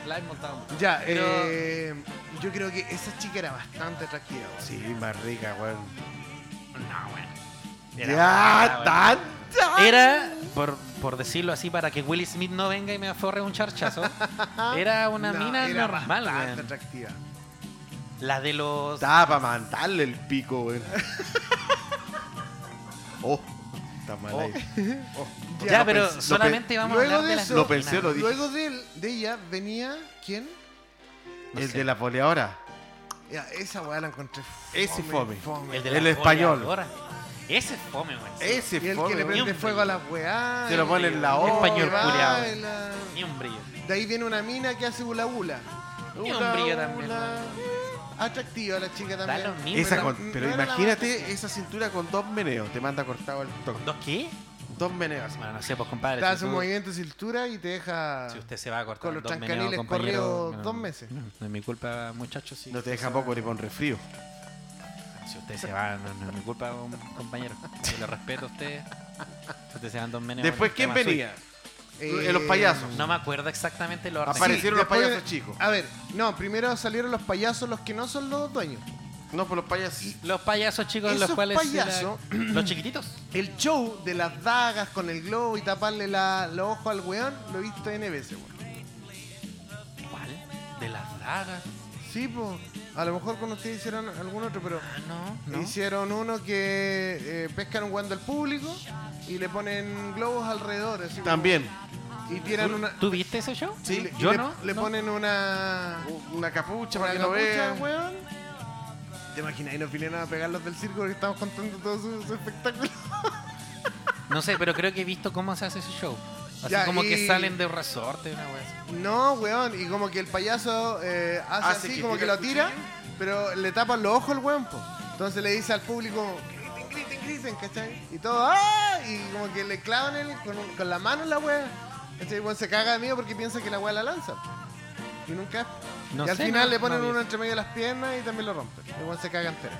[SPEAKER 2] la he montado. mucho.
[SPEAKER 1] Ya,
[SPEAKER 2] Pero-
[SPEAKER 1] eh, yo creo que esa chica era bastante atractiva. weón.
[SPEAKER 3] Sí, más rica, weón.
[SPEAKER 2] No, bueno.
[SPEAKER 3] Ya, tan.
[SPEAKER 2] Era, por, por decirlo así, para que Will Smith no venga y me aforre un
[SPEAKER 1] [laughs]
[SPEAKER 2] charchazo. Era una
[SPEAKER 1] No,
[SPEAKER 2] mina
[SPEAKER 1] era
[SPEAKER 2] normal,
[SPEAKER 1] Bastante
[SPEAKER 2] weón.
[SPEAKER 1] atractiva.
[SPEAKER 2] La de los.
[SPEAKER 3] Estaba para mandarle el pico,
[SPEAKER 1] [laughs]
[SPEAKER 3] weón. oh, está mal
[SPEAKER 2] Oh.
[SPEAKER 3] ahí.
[SPEAKER 2] Ya,
[SPEAKER 3] Lo
[SPEAKER 2] pero
[SPEAKER 3] pens- lo
[SPEAKER 2] solamente
[SPEAKER 1] pe-
[SPEAKER 2] vamos a
[SPEAKER 1] luego
[SPEAKER 2] hablar
[SPEAKER 1] de
[SPEAKER 2] de las
[SPEAKER 1] eso- Lo
[SPEAKER 3] pensé,
[SPEAKER 2] minas.
[SPEAKER 3] lo dije.
[SPEAKER 1] Luego de, él- de ella venía, ¿quién?
[SPEAKER 2] No
[SPEAKER 3] el
[SPEAKER 2] sé.
[SPEAKER 3] de la poleadora.
[SPEAKER 1] Ya, esa weá la encontré.
[SPEAKER 3] Ese fome.
[SPEAKER 2] El de
[SPEAKER 3] El
[SPEAKER 2] la
[SPEAKER 3] español.
[SPEAKER 2] goleadora. Ese es fome, weón.
[SPEAKER 3] Ese
[SPEAKER 1] Y el
[SPEAKER 3] fome,
[SPEAKER 1] que le
[SPEAKER 3] weón.
[SPEAKER 1] prende
[SPEAKER 2] Ni un
[SPEAKER 1] fuego a las weá.
[SPEAKER 3] Se lo
[SPEAKER 1] y-
[SPEAKER 3] pone en la
[SPEAKER 1] y
[SPEAKER 3] olla.
[SPEAKER 2] Español
[SPEAKER 1] que va,
[SPEAKER 2] culiao.
[SPEAKER 1] y la-
[SPEAKER 2] Ni un brillo.
[SPEAKER 1] De ahí viene una mina que hace hula hula.
[SPEAKER 2] Ni un
[SPEAKER 1] Hula
[SPEAKER 2] brillo también,
[SPEAKER 1] hula. Atractiva la chica
[SPEAKER 2] Da
[SPEAKER 1] también.
[SPEAKER 2] lo mismo.
[SPEAKER 3] Esa
[SPEAKER 2] ¿no?
[SPEAKER 3] con-
[SPEAKER 1] no
[SPEAKER 3] pero
[SPEAKER 1] era la
[SPEAKER 3] imagínate
[SPEAKER 1] base.
[SPEAKER 3] esa cintura con dos meneos. Te manda cortado el toque.
[SPEAKER 2] ¿Dos qué?
[SPEAKER 3] Dos meneos.
[SPEAKER 2] Bueno, no sé, pues compadre.
[SPEAKER 1] Te
[SPEAKER 2] si
[SPEAKER 1] hace un
[SPEAKER 2] tú-
[SPEAKER 1] movimiento de cintura y te deja.
[SPEAKER 2] Si usted se va a cortar
[SPEAKER 1] Con los
[SPEAKER 2] dos meneos,
[SPEAKER 1] chancaliles
[SPEAKER 2] compañero,
[SPEAKER 1] corridos
[SPEAKER 2] no,
[SPEAKER 1] dos meses.
[SPEAKER 2] No, no es mi culpa, muchachos. Si,
[SPEAKER 3] No te deja poco, le pon refrío.
[SPEAKER 2] si usted se va, no, no es mi culpa, un- compañero. Yo lo respeto a usted. Si usted se va en dos meneos.
[SPEAKER 3] Después,
[SPEAKER 2] es
[SPEAKER 3] ¿quién
[SPEAKER 2] tema suyo.
[SPEAKER 3] venía?
[SPEAKER 1] Eh,
[SPEAKER 3] Eh, los payasos.
[SPEAKER 2] No me acuerdo exactamente lo
[SPEAKER 3] Apare-
[SPEAKER 2] orden.
[SPEAKER 3] Aparecieron los
[SPEAKER 1] después-
[SPEAKER 3] payasos chicos.
[SPEAKER 1] A ver, no, primero salieron los payasos, los que no son los dueños.
[SPEAKER 3] No, por los payasos.
[SPEAKER 2] Los payasos chicos, los
[SPEAKER 1] Esos
[SPEAKER 2] cuales. se la-
[SPEAKER 1] payasos-
[SPEAKER 2] [clears throat] Los chiquititos.
[SPEAKER 1] El show de las dagas con el globo y taparle la, los ojos al weón, lo he visto N veces, weón.
[SPEAKER 2] ¿Cuál? De las dagas.
[SPEAKER 1] Sí, pues. A lo mejor con ustedes hicieron algún otro, pero
[SPEAKER 2] Ah, no, no.
[SPEAKER 1] hicieron uno que eh, pescan un guando al público y le ponen globos alrededor. así como-
[SPEAKER 3] También.
[SPEAKER 1] y tiran
[SPEAKER 2] ¿Tú-
[SPEAKER 1] una.
[SPEAKER 2] ¿Tú viste ese show?
[SPEAKER 1] y le-
[SPEAKER 2] yo
[SPEAKER 1] le-
[SPEAKER 2] no.
[SPEAKER 1] Le
[SPEAKER 2] no.
[SPEAKER 1] ponen una.
[SPEAKER 3] Una capucha
[SPEAKER 1] Una
[SPEAKER 3] para que lo
[SPEAKER 1] capucha,
[SPEAKER 3] vean.
[SPEAKER 1] weón. ¿Te imagináis? Nos vinieron a pegar los del circo porque estamos contando todo su, su espectáculo.
[SPEAKER 2] No sé, pero creo que he visto cómo se hace ese show. Así
[SPEAKER 1] Ya,
[SPEAKER 2] como
[SPEAKER 1] y-
[SPEAKER 2] que salen de un resorte, una wea así.
[SPEAKER 1] No, weón. Y como que el payaso eh, hace,
[SPEAKER 3] Hace
[SPEAKER 1] así,
[SPEAKER 3] que
[SPEAKER 1] como que
[SPEAKER 3] tira
[SPEAKER 1] lo
[SPEAKER 3] el
[SPEAKER 1] tira, pero le tapan los ojos al weón, po. Entonces le dice al público, griten, griten, griten, ¿cachai? Y todo, ¡ah! Y como que le clavan el- con, un- con la mano en la weá. ¿Cachai? Weón, se caga de miedo porque piensa que la weá la lanza. Y nunca.
[SPEAKER 2] No
[SPEAKER 1] y al
[SPEAKER 2] sé,
[SPEAKER 1] final
[SPEAKER 2] no-
[SPEAKER 1] le ponen
[SPEAKER 2] no vi
[SPEAKER 1] uno
[SPEAKER 2] eso.
[SPEAKER 1] entre medio de las piernas y también lo rompen. Y weón se caga entero.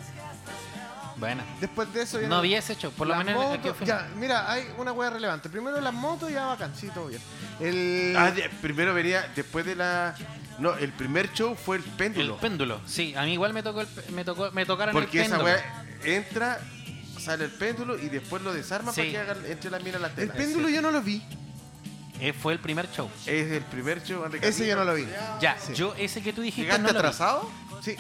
[SPEAKER 2] Bueno.
[SPEAKER 1] Después de eso.
[SPEAKER 2] No
[SPEAKER 1] viene-
[SPEAKER 2] vi ese show, por lo
[SPEAKER 1] Las
[SPEAKER 2] menos el que
[SPEAKER 1] motos-
[SPEAKER 2] fui.
[SPEAKER 1] ya, mira, hay una hueá relevante. Primero las motos, ya bacán, sí, todo bien. El,
[SPEAKER 3] Ah, de- primero venía, después de la. No, el primer show fue el
[SPEAKER 2] El
[SPEAKER 3] péndulo.
[SPEAKER 2] péndulo, sí, a mí igual me tocó, el pe- me tocó, me tocaron
[SPEAKER 3] porque
[SPEAKER 2] el
[SPEAKER 3] esa
[SPEAKER 2] péndulo.
[SPEAKER 3] weá entra, sale el péndulo y después lo desarma
[SPEAKER 2] Sí.
[SPEAKER 3] para que hagan, entre la mina a la
[SPEAKER 1] el
[SPEAKER 3] tela.
[SPEAKER 1] péndulo yo no lo vi.
[SPEAKER 2] Eh, fue el primer show.
[SPEAKER 3] Es el primer show. André
[SPEAKER 1] Ese yo no lo vi.
[SPEAKER 2] Ya,
[SPEAKER 1] Sí.
[SPEAKER 2] yo ese que tú dijiste
[SPEAKER 3] ¿Llegaste
[SPEAKER 2] no lo vi. Ah,
[SPEAKER 3] atrasado?
[SPEAKER 1] Sí.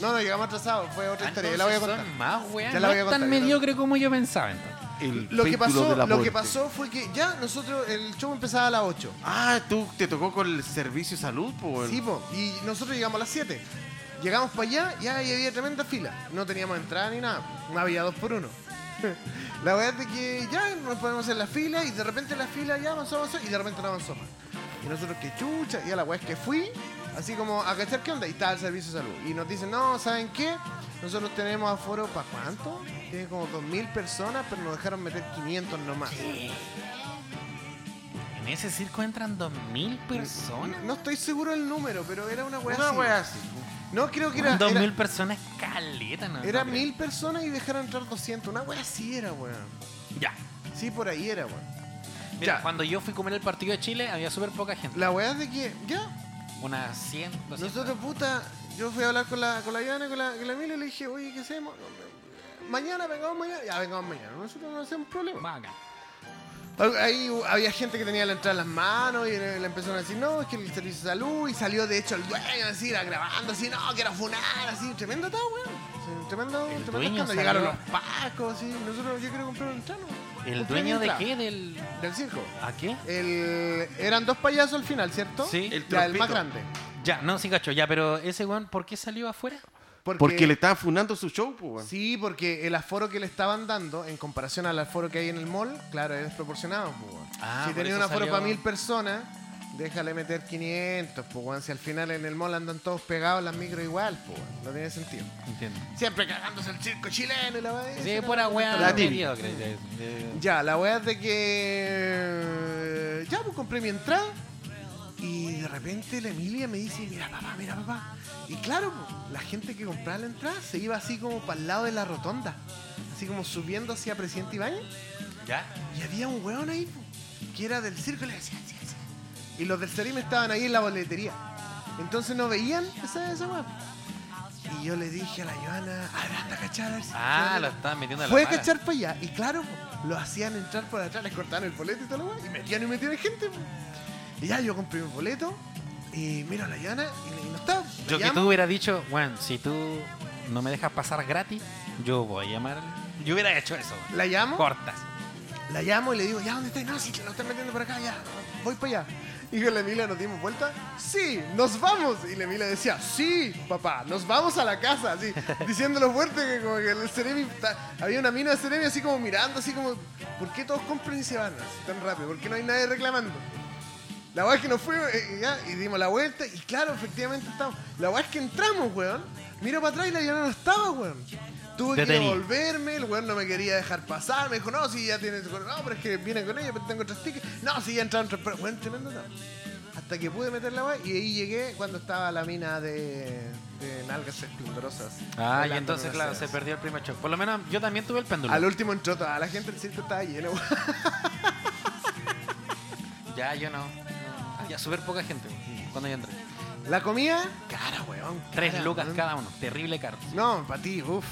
[SPEAKER 1] No, no, llegamos atrasados. Fue otra historia. Ya la voy a
[SPEAKER 2] Entonces Son
[SPEAKER 1] contar.
[SPEAKER 2] más, weón.
[SPEAKER 1] Ya la
[SPEAKER 2] no
[SPEAKER 1] voy a
[SPEAKER 2] es
[SPEAKER 1] contar,
[SPEAKER 2] tan
[SPEAKER 1] ya la-
[SPEAKER 2] mediocre como yo pensaba. entonces.
[SPEAKER 3] El
[SPEAKER 1] Lo que,
[SPEAKER 3] péndulo de la
[SPEAKER 1] pasó, lo que
[SPEAKER 3] muerte.
[SPEAKER 1] pasó fue que ya nosotros, el show empezaba a las 8.
[SPEAKER 3] Ah, tú te tocó con el servicio de salud, pues.
[SPEAKER 1] Sí, po, y nosotros llegamos a las 7. Llegamos para allá y ahí había tremenda fila. No teníamos entrada ni nada. No había dos por uno. [laughs] la verdad es de que ya nos ponemos en la fila y de repente la fila ya avanzó, avanzó y de repente no avanzó más. Y nosotros que chucha, y a la weá es que fui, así como a cachar qué onda, y estaba el servicio de salud. Y nos dicen, no, ¿saben qué? Nosotros tenemos aforo para cuánto? Tiene como 2.000 personas, pero nos dejaron meter 500 nomás.
[SPEAKER 2] En ese circo entran 2.000 personas.
[SPEAKER 1] No estoy seguro del número, pero era una weá
[SPEAKER 3] Una
[SPEAKER 1] así.
[SPEAKER 3] wea así.
[SPEAKER 1] No, creo que era...
[SPEAKER 2] 2.000
[SPEAKER 1] era-
[SPEAKER 2] personas, caleta, ¿no?
[SPEAKER 1] Era
[SPEAKER 2] no creo.
[SPEAKER 1] mil personas y dejaron entrar 200. Una wea así era, weón.
[SPEAKER 2] Ya.
[SPEAKER 1] Sí, por ahí era, weón.
[SPEAKER 2] Mira,
[SPEAKER 1] Ya.
[SPEAKER 2] cuando yo fui a comer el partido de Chile, había súper poca gente.
[SPEAKER 1] La wea es de que, ya,
[SPEAKER 2] Unas 100, 200.
[SPEAKER 1] nosotros, puta, yo fui a hablar con la, con la Ivana, con la, con la Emilia y le dije, oye, ¿qué hacemos? Mañana, vengamos mañana. Ya, vengamos mañana. Nosotros no hacemos problema.
[SPEAKER 2] Vaca.
[SPEAKER 1] Ahí había gente que tenía la entrada en las manos y le le empezaron a decir, no, es que el servicio de salud. Y salió, de hecho, el dueño, así, era grabando, así, no, quiero funar, así. Tremendo todo, weón. Sí, Tremendo,
[SPEAKER 2] El
[SPEAKER 1] tremendo
[SPEAKER 2] dueño
[SPEAKER 1] escándalo. Llegaron los
[SPEAKER 2] salió-
[SPEAKER 1] pacos, sí. Nosotros, yo quiero comprar un entrano.
[SPEAKER 2] ¿El dueño de
[SPEAKER 1] qué?
[SPEAKER 2] qué? ¿Del.
[SPEAKER 1] Del circo.
[SPEAKER 2] ¿A qué?
[SPEAKER 1] El- eran dos payasos al final, ¿cierto?
[SPEAKER 2] Sí.
[SPEAKER 1] El,
[SPEAKER 3] El
[SPEAKER 1] ya, el
[SPEAKER 3] trompito.
[SPEAKER 1] más grande.
[SPEAKER 2] Ya, no, sí, cacho, ya, pero ese weón, ¿por qué salió afuera?
[SPEAKER 1] Porque,
[SPEAKER 3] Porque le estaban fundando su show, pues.
[SPEAKER 1] Sí, porque el aforo que le estaban dando, en comparación al aforo que hay en el mall, claro, es desproporcionado. pues, weón.
[SPEAKER 2] Ah,
[SPEAKER 1] si
[SPEAKER 2] por
[SPEAKER 1] tenía un
[SPEAKER 2] eso
[SPEAKER 1] aforo
[SPEAKER 2] salió-
[SPEAKER 1] para mil personas, déjale meter 500, pues, weón. si al final en el mall andan todos pegados las micro igual, pues, weón. no tiene sentido.
[SPEAKER 2] Entiendo.
[SPEAKER 1] Siempre cagándose el circo chileno y la weá.
[SPEAKER 2] Sí,
[SPEAKER 1] Era
[SPEAKER 2] pura
[SPEAKER 1] una
[SPEAKER 2] weá.
[SPEAKER 1] cuestión de-
[SPEAKER 2] mediocre, de- de-
[SPEAKER 1] Ya, la weá es de que. Ya, pues compré mi entrada. Y de repente la Emilia me dice: Mira, papá, mira, papá. Y claro, pues, la gente que compraba la entrada se iba así como para el lado de la rotonda. Así como subiendo hacia Presidente Ibañez.
[SPEAKER 2] Ya.
[SPEAKER 1] Y había un weón ahí, pues, que era del circo. Y le decía, "Sí, sí". Y los del Salim estaban ahí en la boletería. Entonces no veían esa, esa weá. Y yo le dije a la Joana: A ver, anda a cachar, a ver si.
[SPEAKER 2] Ah,
[SPEAKER 1] si-
[SPEAKER 2] lo estaban metiendo a la
[SPEAKER 1] Fue a
[SPEAKER 2] mala.
[SPEAKER 1] cachar para allá y claro, po, lo hacían entrar por atrás, les cortaban el boleto y todo lo demás, y metían y metían gente. po. Y ya yo compré mi boleto y miro a la llana y, y no está. La
[SPEAKER 2] Yo que
[SPEAKER 1] llamo,
[SPEAKER 2] tú hubiera dicho, bueno, si tú no me dejas pasar gratis, yo voy a llamar. Yo hubiera hecho eso.
[SPEAKER 1] La llamo,
[SPEAKER 2] Cortas.
[SPEAKER 1] la llamo y le digo, ya, ¿dónde estás? No, si lo están metiendo por acá, ya, voy para allá. Y con la Emilia nos dimos vuelta, sí, nos vamos. Y la Emilia decía, sí, papá, nos vamos a la
[SPEAKER 2] [laughs]
[SPEAKER 1] casa, así, diciéndolo fuerte que como que el Ceremi, ta- había una mina de Ceremi así como mirando, así como, ¿por qué todos compran y se van así tan rápido? ¿Por qué no hay nadie reclamando? La weá es que nos fuimos eh, ya, y dimos la vuelta y claro, efectivamente estamos. La weá es que entramos, weón. Miro para atrás y la llana no estaba, weón. Tuve
[SPEAKER 2] Detení.
[SPEAKER 1] que devolverme, el weón no me quería dejar pasar, me dijo, no, si ya tienes, no, pero es que viene con ella, pero tengo otros tickets. No, si ya entraron otros, pero weón, tremendo no. Hasta que pude meter la weá y ahí llegué cuando estaba la mina de, de nalgas esplendorosas.
[SPEAKER 2] Ah, y
[SPEAKER 1] Bailando
[SPEAKER 2] entonces,
[SPEAKER 1] con
[SPEAKER 2] claro,
[SPEAKER 1] las
[SPEAKER 2] se
[SPEAKER 1] ceras.
[SPEAKER 2] perdió el primer show. Por lo menos yo también tuve el péndulo.
[SPEAKER 1] Al último entró toda la gente, el circo estaba lleno, weón.
[SPEAKER 2] Ya, yo no. Había súper poca gente güey, cuando yo entré.
[SPEAKER 1] La comida, cara, weón.
[SPEAKER 2] Tres
[SPEAKER 1] cara,
[SPEAKER 2] lucas
[SPEAKER 1] Ah, weón.
[SPEAKER 2] cada uno. Terrible caro.
[SPEAKER 1] No, para ti, uff.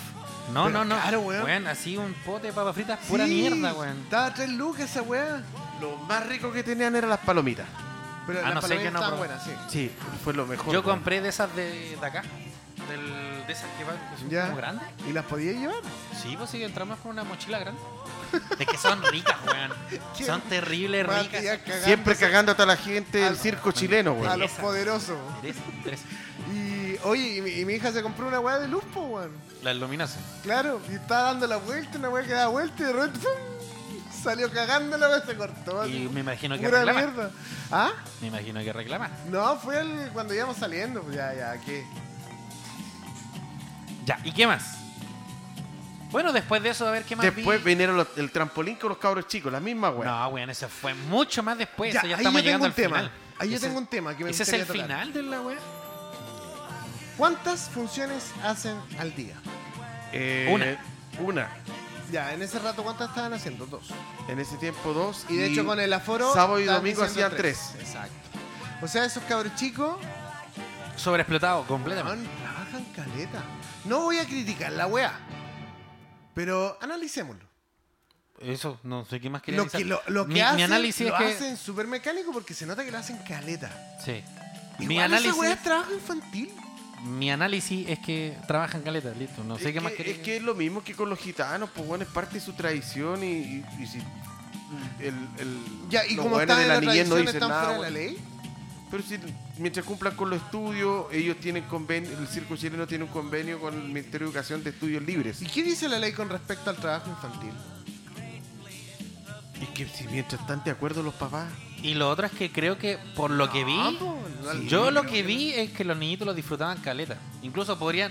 [SPEAKER 2] No,
[SPEAKER 1] Pero
[SPEAKER 2] no, no.
[SPEAKER 1] caro, weón.
[SPEAKER 2] así un pote de papas fritas, pura mierda, weón.
[SPEAKER 1] Estaba tres lucas esa weá.
[SPEAKER 3] Lo más rico que tenían eran las palomitas.
[SPEAKER 1] Pero
[SPEAKER 2] Ah,
[SPEAKER 1] las
[SPEAKER 2] no sé,
[SPEAKER 1] palomitas
[SPEAKER 2] yo no
[SPEAKER 1] estaban
[SPEAKER 2] probé.
[SPEAKER 1] buenas, sí.
[SPEAKER 3] Sí, fue lo mejor.
[SPEAKER 2] Yo
[SPEAKER 3] weón.
[SPEAKER 2] compré de esas de, de acá. Del- de esas que, van- que son
[SPEAKER 1] Ya.
[SPEAKER 2] como grandes.
[SPEAKER 1] ¿Y las podía llevar?
[SPEAKER 2] Sí, pues sí, entramos con una mochila grande. Es que son ricas,
[SPEAKER 1] [laughs]
[SPEAKER 2] weón.
[SPEAKER 1] ¿Quién
[SPEAKER 2] Son terribles ricas.
[SPEAKER 1] Matías cagando
[SPEAKER 3] Siempre
[SPEAKER 1] esa-
[SPEAKER 3] cagando hasta la gente
[SPEAKER 1] Al-
[SPEAKER 3] del circo chileno,
[SPEAKER 1] A
[SPEAKER 3] güey.
[SPEAKER 1] los
[SPEAKER 2] Esa.
[SPEAKER 1] poderosos.
[SPEAKER 2] Tres, tres.
[SPEAKER 1] Y oye, y mi, y mi hija se compró una weá de luz, po, weón.
[SPEAKER 2] Las luminosas.
[SPEAKER 1] Claro, y estaba dando la vuelta, una weá que daba vuelta y de repente ¡fum! salió cagando la weá, se cortó.
[SPEAKER 2] Y
[SPEAKER 1] así.
[SPEAKER 2] me imagino que
[SPEAKER 1] Pura
[SPEAKER 2] reclama.
[SPEAKER 1] mierda. ¿Ah?
[SPEAKER 2] Me imagino que reclama.
[SPEAKER 1] No, fue el- cuando íbamos saliendo. pues, Ya, ya, ¿qué?
[SPEAKER 2] Ya, ¿y qué más? Bueno, después de eso, a ver qué más
[SPEAKER 3] Después
[SPEAKER 2] vi.
[SPEAKER 3] vinieron los- el trampolín con los cabros chicos, la misma, güey.
[SPEAKER 2] No, weón, eso fue mucho más después.
[SPEAKER 1] Ya,
[SPEAKER 2] eso ya
[SPEAKER 1] ahí
[SPEAKER 2] estamos
[SPEAKER 1] yo tengo
[SPEAKER 2] llegando
[SPEAKER 1] un
[SPEAKER 2] al
[SPEAKER 1] tema.
[SPEAKER 2] final.
[SPEAKER 1] Ahí yo
[SPEAKER 2] Ese-
[SPEAKER 1] tengo un tema que me
[SPEAKER 2] Ese es el
[SPEAKER 1] gustaría tocar.
[SPEAKER 2] final de la weá.
[SPEAKER 1] ¿Cuántas funciones hacen al día?
[SPEAKER 3] Eh,
[SPEAKER 2] Una.
[SPEAKER 3] Una.
[SPEAKER 1] Ya, en ese rato, ¿cuántas estaban haciendo? Dos.
[SPEAKER 3] En ese tiempo dos.
[SPEAKER 1] Y de hecho, con el aforo.
[SPEAKER 3] Sábado y
[SPEAKER 1] estaban
[SPEAKER 3] domingo
[SPEAKER 1] diciendo
[SPEAKER 3] hacían tres.
[SPEAKER 1] Exacto. O sea, esos cabros chicos
[SPEAKER 2] Sobreexplotado completamente.
[SPEAKER 1] man, trabajan caleta. No voy a criticar la wea. Pero analicémoslo.
[SPEAKER 2] Eso, no sé qué más quería
[SPEAKER 1] Lo
[SPEAKER 2] decir.
[SPEAKER 1] que, lo, lo que
[SPEAKER 2] mi,
[SPEAKER 1] hacen,
[SPEAKER 2] mi análisis
[SPEAKER 1] lo
[SPEAKER 2] es que.
[SPEAKER 1] hacen súper mecánico porque se nota que lo hacen caleta.
[SPEAKER 2] Sí.
[SPEAKER 1] Igual
[SPEAKER 2] mi
[SPEAKER 1] esa
[SPEAKER 2] análisis.
[SPEAKER 1] wea es trabajo infantil.
[SPEAKER 2] mi análisis es que trabajan caleta, listo. No sé
[SPEAKER 3] es
[SPEAKER 2] qué más
[SPEAKER 3] que,
[SPEAKER 2] queréis
[SPEAKER 3] es que es lo mismo que con los gitanos, pues bueno, es parte de su tradición y, y- y si el, el-
[SPEAKER 1] Ya, y
[SPEAKER 3] los
[SPEAKER 1] como
[SPEAKER 3] hueones
[SPEAKER 1] están en la
[SPEAKER 3] niñez
[SPEAKER 1] tradición, están
[SPEAKER 3] nada,
[SPEAKER 1] fuera de la
[SPEAKER 3] "Ah, bueno.
[SPEAKER 1] ley.
[SPEAKER 3] Pero si mientras cumplan con los estudios, ellos tienen convenio, el circo chileno tiene un convenio con el Ministerio de Educación de Estudios Libres.
[SPEAKER 1] ¿Y qué dice la ley con respecto al trabajo infantil?
[SPEAKER 3] Y que si mientras están de acuerdo los papás.
[SPEAKER 2] Y lo otro es que creo que por lo que vi,
[SPEAKER 1] Ah, po, no,
[SPEAKER 2] Sí,
[SPEAKER 1] no,
[SPEAKER 2] Yo
[SPEAKER 1] no
[SPEAKER 2] lo
[SPEAKER 1] creo
[SPEAKER 2] que vi es que los niñitos lo disfrutaban caleta. Incluso podrían,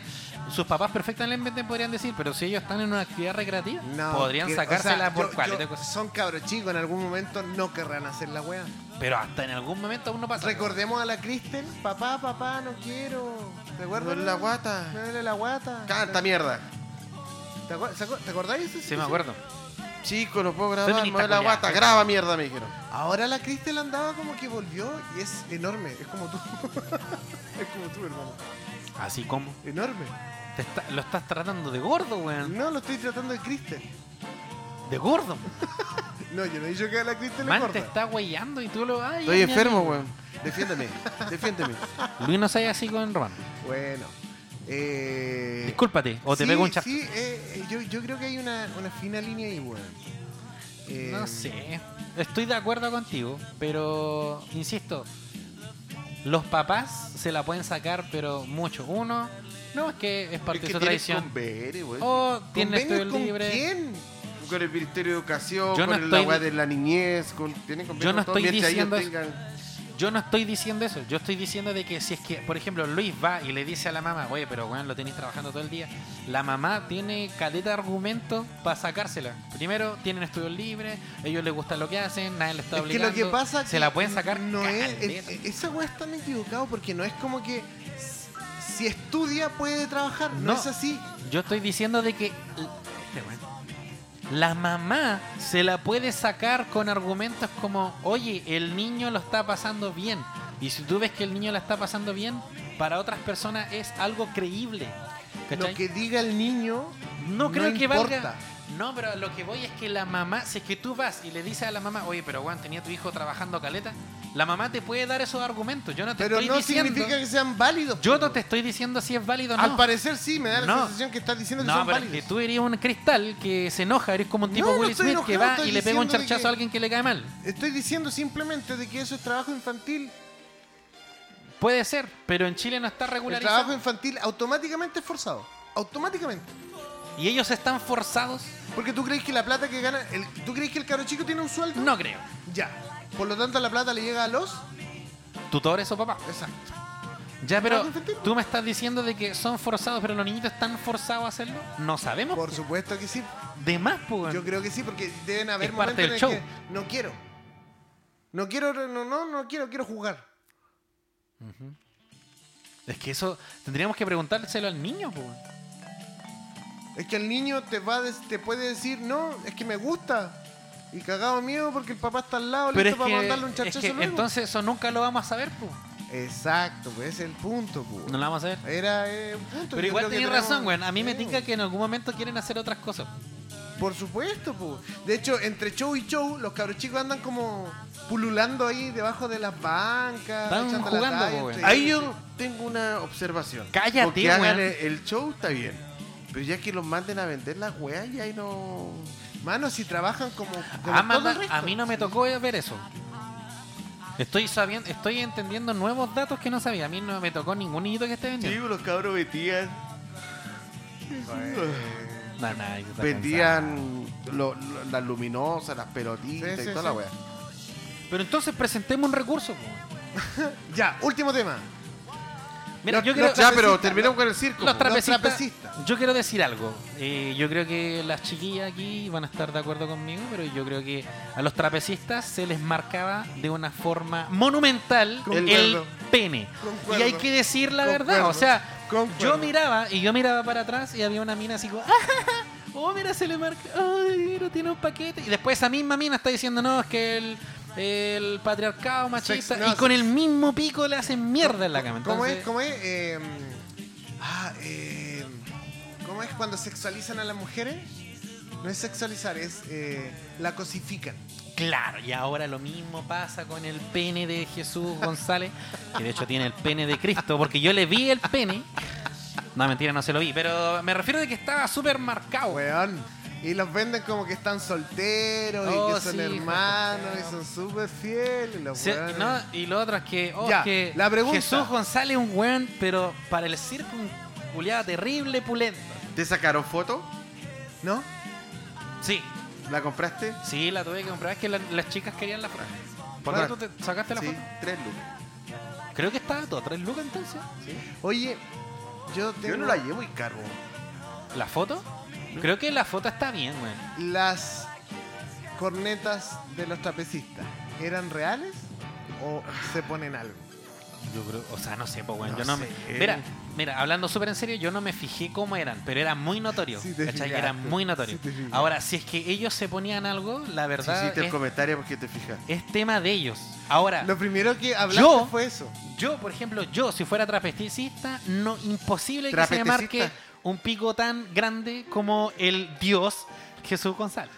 [SPEAKER 2] sus papás perfectamente podrían decir, pero si ellos están en una actividad recreativa,
[SPEAKER 1] No,
[SPEAKER 2] podrían
[SPEAKER 1] que- o sea,
[SPEAKER 2] sacársela
[SPEAKER 1] yo-
[SPEAKER 2] por
[SPEAKER 1] yo-
[SPEAKER 2] caleta de cosas.
[SPEAKER 1] Son cabros chicos, en algún momento no querrán hacer la wea.
[SPEAKER 2] Pero hasta en algún momento aún no pasa.
[SPEAKER 1] Recordemos a la Kristen, papá, papá, no quiero. ¿Te acuerdas?
[SPEAKER 3] duele la guata.
[SPEAKER 1] Me duele la guata.
[SPEAKER 3] ¡Canta mierda!
[SPEAKER 1] ¿Te, acuer- se acuer- ¿te acordáis de eso?
[SPEAKER 2] Sí, me acuerdo.
[SPEAKER 3] Chico, no puedo grabar, me
[SPEAKER 2] Feminista
[SPEAKER 3] duele la
[SPEAKER 2] culiao.
[SPEAKER 3] guata, graba mierda, me dijeron.
[SPEAKER 1] Ahora la Kristen andaba como que volvió y es enorme, es como tú. [laughs] es como tú, hermano.
[SPEAKER 2] Así como.
[SPEAKER 1] Enorme.
[SPEAKER 2] Te está- lo estás tratando de gordo, weón.
[SPEAKER 1] No, lo estoy tratando de Kristen.
[SPEAKER 2] De gordo.
[SPEAKER 1] No, yo no he dicho que a la Kristen le
[SPEAKER 2] Man, te
[SPEAKER 1] corta.
[SPEAKER 2] está guayando y tú lo... Ay,
[SPEAKER 3] Estoy
[SPEAKER 2] es mi
[SPEAKER 3] enfermo,
[SPEAKER 2] amigo.
[SPEAKER 3] weón. [laughs] Defiéndeme, defiéndeme.
[SPEAKER 2] Luis no sea así con Román.
[SPEAKER 1] Bueno. Eh...
[SPEAKER 2] Discúlpate, o te
[SPEAKER 1] sí,
[SPEAKER 2] pego un chasco.
[SPEAKER 1] Sí, eh, yo, yo creo que hay una, una fina línea ahí, weón. Eh,
[SPEAKER 2] No sé. Estoy de acuerdo contigo, pero insisto, los papás se la pueden sacar, pero mucho. Uno, no es que es parte
[SPEAKER 3] Es que
[SPEAKER 2] de su
[SPEAKER 3] tiene
[SPEAKER 2] tradición.
[SPEAKER 3] convenio, weón.
[SPEAKER 2] O tienen
[SPEAKER 1] ¿convenios
[SPEAKER 2] estudios
[SPEAKER 1] con
[SPEAKER 2] libres.
[SPEAKER 1] quién?
[SPEAKER 3] Con el Ministerio de Educación,
[SPEAKER 2] Yo
[SPEAKER 3] con
[SPEAKER 2] no
[SPEAKER 3] el
[SPEAKER 2] estoy-
[SPEAKER 3] agua de la niñez, con... tienen convenio
[SPEAKER 2] Yo no
[SPEAKER 3] con todo,
[SPEAKER 2] estoy
[SPEAKER 3] mientras ellos
[SPEAKER 2] diciendo eso.
[SPEAKER 3] tengan-
[SPEAKER 2] Yo no estoy diciendo eso. Yo estoy diciendo de que si es que, por ejemplo, Luis va y le dice a la mamá, oye, pero weón, lo tenéis trabajando todo el día. La mamá tiene caleta de argumentos para sacársela. Primero, tienen estudios libres, ellos les gusta lo que hacen, nadie les está
[SPEAKER 1] Es que
[SPEAKER 2] obligando.
[SPEAKER 1] lo que pasa
[SPEAKER 2] se
[SPEAKER 1] que
[SPEAKER 2] la pueden sacar.
[SPEAKER 1] no es, es-
[SPEAKER 2] caleta.
[SPEAKER 1] esa weá es tan equivocado porque no es como que s- si estudia puede trabajar,
[SPEAKER 2] No.
[SPEAKER 1] no, es así.
[SPEAKER 2] Yo estoy diciendo de que este weón, la mamá se la puede sacar con argumentos como, oye, el niño lo está pasando bien. Y si tú ves que el niño la está pasando bien, para otras personas es algo creíble. ¿cachai?
[SPEAKER 1] Lo que diga el niño
[SPEAKER 2] no creo que valga.
[SPEAKER 1] importa.
[SPEAKER 2] No, pero a lo que voy es que la mamá, si es que tú vas y le dices a la mamá, oye, pero Juan, tenía tu hijo trabajando caleta, la mamá te puede dar esos argumentos. Yo no te
[SPEAKER 1] Pero
[SPEAKER 2] estoy
[SPEAKER 1] no
[SPEAKER 2] diciendo.
[SPEAKER 1] significa que sean válidos.
[SPEAKER 2] Yo
[SPEAKER 1] po.
[SPEAKER 2] no te estoy diciendo si es válido o no.
[SPEAKER 1] Al parecer sí, me da la
[SPEAKER 2] No.
[SPEAKER 1] sensación que estás diciendo que
[SPEAKER 2] No,
[SPEAKER 1] son
[SPEAKER 2] pero es
[SPEAKER 1] válidos.
[SPEAKER 2] que tú eres un cristal que se enoja, eres como un tipo
[SPEAKER 1] No, no
[SPEAKER 2] Will
[SPEAKER 1] estoy
[SPEAKER 2] Smith que
[SPEAKER 1] enojado,
[SPEAKER 2] va
[SPEAKER 1] estoy
[SPEAKER 2] y le pega un
[SPEAKER 1] diciendo de
[SPEAKER 2] charchazo
[SPEAKER 1] que-
[SPEAKER 2] a alguien que le cae mal.
[SPEAKER 1] Estoy diciendo simplemente de que eso es trabajo infantil.
[SPEAKER 2] Puede ser, pero en Chile no está
[SPEAKER 1] El trabajo
[SPEAKER 2] regularizado.
[SPEAKER 1] infantil automáticamente es forzado. Automáticamente.
[SPEAKER 2] ¿Y ellos están forzados?
[SPEAKER 1] Porque tú crees que la plata que gana. el- ¿Tú crees que el cabro chico tiene un sueldo?
[SPEAKER 2] No creo.
[SPEAKER 1] Ya. Por lo tanto, la plata le llega a los.
[SPEAKER 2] ¿Tutores o papá?
[SPEAKER 1] Exacto.
[SPEAKER 2] Ya, pero
[SPEAKER 1] Trabajo infantil.
[SPEAKER 2] tú me estás diciendo de que son forzados, pero los niñitos están forzados a hacerlo. No sabemos.
[SPEAKER 1] Por supuesto que sí.
[SPEAKER 2] De más, pues.
[SPEAKER 1] Yo creo que sí, porque deben haber
[SPEAKER 2] Es
[SPEAKER 1] momentos
[SPEAKER 2] parte
[SPEAKER 1] en
[SPEAKER 2] del
[SPEAKER 1] el que no quiero. No quiero, no, no, no quiero, quiero jugar.
[SPEAKER 2] Es que eso tendríamos que preguntárselo al niño, pues.
[SPEAKER 1] Es que el niño te va a des- te puede decir, no, es que me gusta. Y cagado miedo porque el papá está al lado,
[SPEAKER 2] Pero es
[SPEAKER 1] listo para mandarle un
[SPEAKER 2] que, es
[SPEAKER 1] charchazo
[SPEAKER 2] que
[SPEAKER 1] luego.
[SPEAKER 2] entonces eso nunca lo vamos a saber, pues.
[SPEAKER 1] Exacto, pues ese es el punto, pues.
[SPEAKER 2] No lo vamos a saber.
[SPEAKER 1] Era eh, un punto.
[SPEAKER 2] Pero
[SPEAKER 1] Yo
[SPEAKER 2] igual
[SPEAKER 1] creo que
[SPEAKER 2] tenés
[SPEAKER 1] tenemos-
[SPEAKER 2] razón, weón. A mí me
[SPEAKER 1] Sí, pues.
[SPEAKER 2] tinca que en algún momento quieren hacer otras cosas.
[SPEAKER 1] Por supuesto, po. De hecho, entre show y show, los cabros chicos andan como pululando ahí debajo de las bancas.
[SPEAKER 2] Están
[SPEAKER 1] echando la
[SPEAKER 2] jugando, po,
[SPEAKER 1] talla
[SPEAKER 2] weón.
[SPEAKER 1] entre
[SPEAKER 3] Ahí
[SPEAKER 1] ellos.
[SPEAKER 3] yo tengo una observación.
[SPEAKER 2] Cállate,
[SPEAKER 3] Porque hagan
[SPEAKER 2] weón.
[SPEAKER 3] el, el show está bien. Pero ya que los manden a vender las weas, ya ahí no.
[SPEAKER 1] Mano, si trabajan como. como
[SPEAKER 2] Ah,
[SPEAKER 1] todo
[SPEAKER 2] mamá,
[SPEAKER 1] el resto.
[SPEAKER 2] a mí no me tocó ver eso. Estoy sabiendo, estoy entendiendo nuevos datos que no sabía. A mí no me tocó ningún niñito que esté vendiendo.
[SPEAKER 3] los cabros metían.
[SPEAKER 2] No, no, ahí está cansado.
[SPEAKER 3] Vendían lo- lo- las luminosas, las pelotitas
[SPEAKER 1] Sí,
[SPEAKER 3] y
[SPEAKER 1] sí,
[SPEAKER 3] toda
[SPEAKER 1] sí.
[SPEAKER 3] la wea.
[SPEAKER 2] Pero entonces presentemos un recurso. po.
[SPEAKER 1] Ya, último tema.
[SPEAKER 2] Mira,
[SPEAKER 1] Los-
[SPEAKER 2] yo
[SPEAKER 1] los
[SPEAKER 2] quiero,
[SPEAKER 3] Ya, pero
[SPEAKER 1] trapecistas,
[SPEAKER 3] terminamos con el circo.
[SPEAKER 2] los
[SPEAKER 3] po.
[SPEAKER 1] pues,
[SPEAKER 2] trapecistas,
[SPEAKER 1] trapecistas.
[SPEAKER 2] Yo quiero decir algo. Eh, yo creo que las chiquillas aquí van a estar de acuerdo conmigo, pero yo creo que a los trapecistas se les marcaba de una forma monumental el
[SPEAKER 1] Concuerdo.
[SPEAKER 2] pene.
[SPEAKER 1] Concuerdo.
[SPEAKER 2] Y hay que decir la verdad.
[SPEAKER 1] Concuerdo.
[SPEAKER 2] O sea,
[SPEAKER 1] Concuerdo.
[SPEAKER 2] Yo miraba y yo miraba para atrás y había una mina así como, "Ah, oh, mira, se le marca, ay, mira, tiene un paquete. Y después esa misma mina está diciendo, no, es que el, el patriarcado machista,
[SPEAKER 1] Sex- no,
[SPEAKER 2] y con el mismo pico le hacen mierda en la cama.
[SPEAKER 1] ¿Cómo
[SPEAKER 2] Entonces,
[SPEAKER 1] es? ¿Cómo es? Eh, ah, eh, ¿Cómo es cuando sexualizan a las mujeres? No es sexualizar, es eh, la cosifican.
[SPEAKER 2] Claro, y ahora lo mismo pasa con el pene de Jesús González, que de hecho tiene el pene de Cristo, porque yo le vi el pene. No, mentira, no se lo vi, pero me refiero de que estaba súper marcado.
[SPEAKER 1] Weón. Y los venden como que están solteros y
[SPEAKER 2] Oh,
[SPEAKER 1] que son
[SPEAKER 2] sí,
[SPEAKER 1] hermanos
[SPEAKER 2] hijo,
[SPEAKER 1] y son súper fieles. Los
[SPEAKER 2] Sí,
[SPEAKER 1] weones.
[SPEAKER 2] no, y lo otro es que, oh,
[SPEAKER 1] Ya,
[SPEAKER 2] es que
[SPEAKER 1] la pregunta.
[SPEAKER 2] Jesús González es un weón, pero para el circo un culiado terrible pulento.
[SPEAKER 3] ¿Te sacaron foto?
[SPEAKER 1] ¿No?
[SPEAKER 2] Sí,
[SPEAKER 3] ¿La compraste?
[SPEAKER 2] sí, la tuve que comprar, es que la- las chicas querían la foto. ¿Por
[SPEAKER 3] Claro.
[SPEAKER 2] qué tú te sacaste la
[SPEAKER 3] sí,
[SPEAKER 2] foto?
[SPEAKER 3] tres lucas.
[SPEAKER 2] Creo que estaba todo, tres lucas entonces.
[SPEAKER 1] Oye, yo tengo
[SPEAKER 3] Yo no la llevo y cargo.
[SPEAKER 2] ¿La foto?
[SPEAKER 1] ¿Mm?
[SPEAKER 2] Creo que la foto está bien, weón.
[SPEAKER 1] las cornetas de los trapecistas. ¿Eran reales o se ponen algo?
[SPEAKER 2] Yo creo, o sea, no sé, pues, weón.
[SPEAKER 1] No
[SPEAKER 2] yo no me.
[SPEAKER 1] sé.
[SPEAKER 2] Mira, mira, hablando súper en serio, yo no me fijé cómo eran, pero era muy notorio.
[SPEAKER 1] Sí te
[SPEAKER 2] ¿cachai?
[SPEAKER 1] fijaste,
[SPEAKER 2] Era muy notorio.
[SPEAKER 1] sí te fijaste.
[SPEAKER 2] Ahora, si es que ellos se ponían algo, la
[SPEAKER 3] Si
[SPEAKER 2] verdad
[SPEAKER 3] hiciste el
[SPEAKER 2] es,
[SPEAKER 3] comentario porque te fijaste.
[SPEAKER 2] es tema de ellos. Ahora,
[SPEAKER 1] Lo primero que hablaste
[SPEAKER 2] Yo-
[SPEAKER 1] fue eso.
[SPEAKER 2] Yo, por ejemplo, yo si fuera trapecista, no imposible que se me
[SPEAKER 3] Trapecista.
[SPEAKER 2] marque un pico tan grande como el dios Jesús González.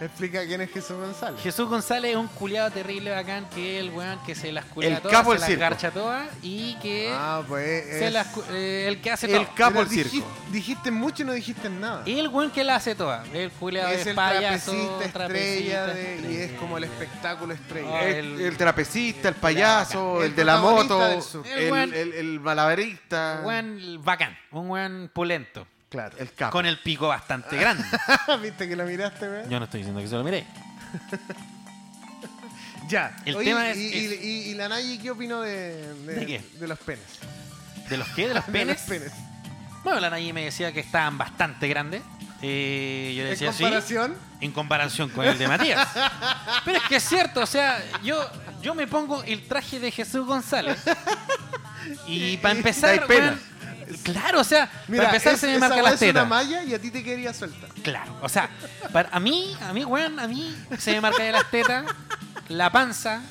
[SPEAKER 1] Explica quién es Jesús González.
[SPEAKER 2] Jesús González es un culiado terrible bacán que es el weón que se las culea
[SPEAKER 3] El
[SPEAKER 2] todas,
[SPEAKER 3] capo
[SPEAKER 2] se
[SPEAKER 3] del
[SPEAKER 2] las
[SPEAKER 3] circo.
[SPEAKER 2] garcha todas y que
[SPEAKER 1] Ah, pues.
[SPEAKER 2] se
[SPEAKER 1] es-
[SPEAKER 2] las cu- eh, el que hace
[SPEAKER 3] el
[SPEAKER 2] todo.
[SPEAKER 3] capo
[SPEAKER 1] Pero
[SPEAKER 3] del circo.
[SPEAKER 1] dijiste- Dijiste mucho y no dijiste nada.
[SPEAKER 2] El weón que la hace toda. El culiado
[SPEAKER 1] es
[SPEAKER 2] de
[SPEAKER 1] el
[SPEAKER 2] payaso,
[SPEAKER 1] trapecista estrella de- y es
[SPEAKER 2] estrella.
[SPEAKER 1] como el espectáculo estrella.
[SPEAKER 2] Ah,
[SPEAKER 3] El,
[SPEAKER 2] el-
[SPEAKER 3] el trapecista, el payaso,
[SPEAKER 1] El
[SPEAKER 3] el, de la
[SPEAKER 1] protagonista
[SPEAKER 3] moto,
[SPEAKER 1] del sur.
[SPEAKER 2] El
[SPEAKER 3] el,
[SPEAKER 2] weón-
[SPEAKER 3] el, el malabarista,
[SPEAKER 2] Weón bacán, un weón pulento.
[SPEAKER 1] claro.
[SPEAKER 3] el capo.
[SPEAKER 2] Con el pico bastante grande.
[SPEAKER 1] [laughs] ¿Viste que lo miraste,
[SPEAKER 2] [laughs]
[SPEAKER 1] weón?
[SPEAKER 2] Yo no estoy diciendo que se lo miré.
[SPEAKER 1] Ya.
[SPEAKER 2] El
[SPEAKER 1] Oye,
[SPEAKER 2] tema es-
[SPEAKER 1] Y, y-
[SPEAKER 2] es-
[SPEAKER 1] y- y la Nayi qué opinó de,
[SPEAKER 2] ¿De qué?
[SPEAKER 1] de los penes?
[SPEAKER 2] ¿De los qué? ¿De los
[SPEAKER 1] [laughs] De los
[SPEAKER 2] penes?
[SPEAKER 1] penes.
[SPEAKER 2] Bueno, la Nayi me decía que estaban bastante grandes. Eh, yo le
[SPEAKER 1] En
[SPEAKER 2] decía sí,
[SPEAKER 1] comparación,
[SPEAKER 2] en comparación con el de
[SPEAKER 1] [laughs]
[SPEAKER 2] Matías. Pero es que es cierto, o sea, yo, yo me pongo el traje de Jesús
[SPEAKER 1] [laughs]
[SPEAKER 2] González. Y para empezar,
[SPEAKER 3] dais pena.
[SPEAKER 2] weón, claro, o sea,
[SPEAKER 1] mira,
[SPEAKER 2] para empezar
[SPEAKER 1] es-
[SPEAKER 2] se me
[SPEAKER 1] esa
[SPEAKER 2] marca
[SPEAKER 1] weá
[SPEAKER 2] las
[SPEAKER 1] es una
[SPEAKER 2] tetas.
[SPEAKER 1] malla y a ti te quería suelta.
[SPEAKER 2] Claro, o sea, para, a mí, a mí, weón, a mí se me marca de las tetas, la panza.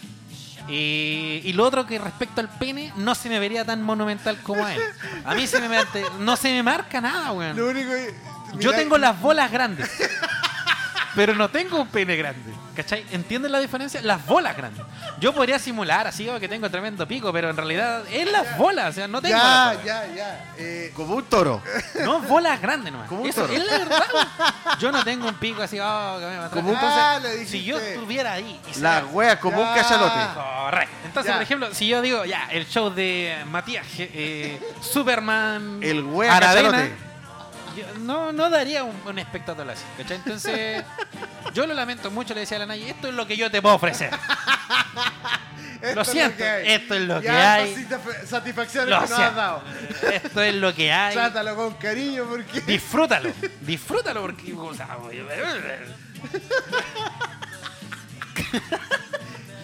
[SPEAKER 2] eh, y lo otro que respecto al pene, no se me vería tan monumental como a él. A mí se me marte- no se me marca nada, weón.
[SPEAKER 1] Lo único que-
[SPEAKER 2] Yo
[SPEAKER 1] mira,
[SPEAKER 2] tengo las bolas grandes. Pero no tengo un pene grande. ¿Cachai? ¿Entienden la diferencia? Las bolas grandes. Yo podría simular así oh, que tengo tremendo pico, pero en realidad es las bolas. O sea, no tengo. las
[SPEAKER 1] Ya,
[SPEAKER 2] bolas.
[SPEAKER 1] ya, ya. Eh,
[SPEAKER 3] Como un toro.
[SPEAKER 1] [laughs]
[SPEAKER 2] No bolas grandes nomás.
[SPEAKER 3] Como un
[SPEAKER 2] Eso
[SPEAKER 3] toro.
[SPEAKER 2] es la verdad. weón. Yo no tengo un pico así, oh, que me va a
[SPEAKER 1] Como un-
[SPEAKER 2] Entonces,
[SPEAKER 1] Ah, le
[SPEAKER 2] si yo
[SPEAKER 1] dijiste.
[SPEAKER 2] estuviera ahí y
[SPEAKER 3] La
[SPEAKER 2] sea-
[SPEAKER 3] wea, como un
[SPEAKER 1] Ya.
[SPEAKER 3] cachalote.
[SPEAKER 2] Correcto. Entonces,
[SPEAKER 1] Ya.
[SPEAKER 2] por ejemplo, si yo digo, ya, el show de Matías, je- eh, Superman,
[SPEAKER 3] El wea cachalote.
[SPEAKER 2] yo no, no daría un, un espectáculo así, ¿cachai? Entonces, yo lo lamento mucho, le decía a la Nayi, esto es lo que yo te puedo
[SPEAKER 1] [laughs]
[SPEAKER 2] ofrecer.
[SPEAKER 1] esto es
[SPEAKER 2] siento,
[SPEAKER 1] que hay.
[SPEAKER 2] esto es lo
[SPEAKER 1] Ya,
[SPEAKER 2] que hay.
[SPEAKER 1] esas satisfa- Satisfacciones
[SPEAKER 2] Lo
[SPEAKER 1] que nos has
[SPEAKER 2] siento.
[SPEAKER 1] dado.
[SPEAKER 2] Esto es lo que hay.
[SPEAKER 1] Trátalo con cariño
[SPEAKER 2] [laughs]
[SPEAKER 1] porque.
[SPEAKER 2] Disfrútalo, disfrútalo porque... o sea,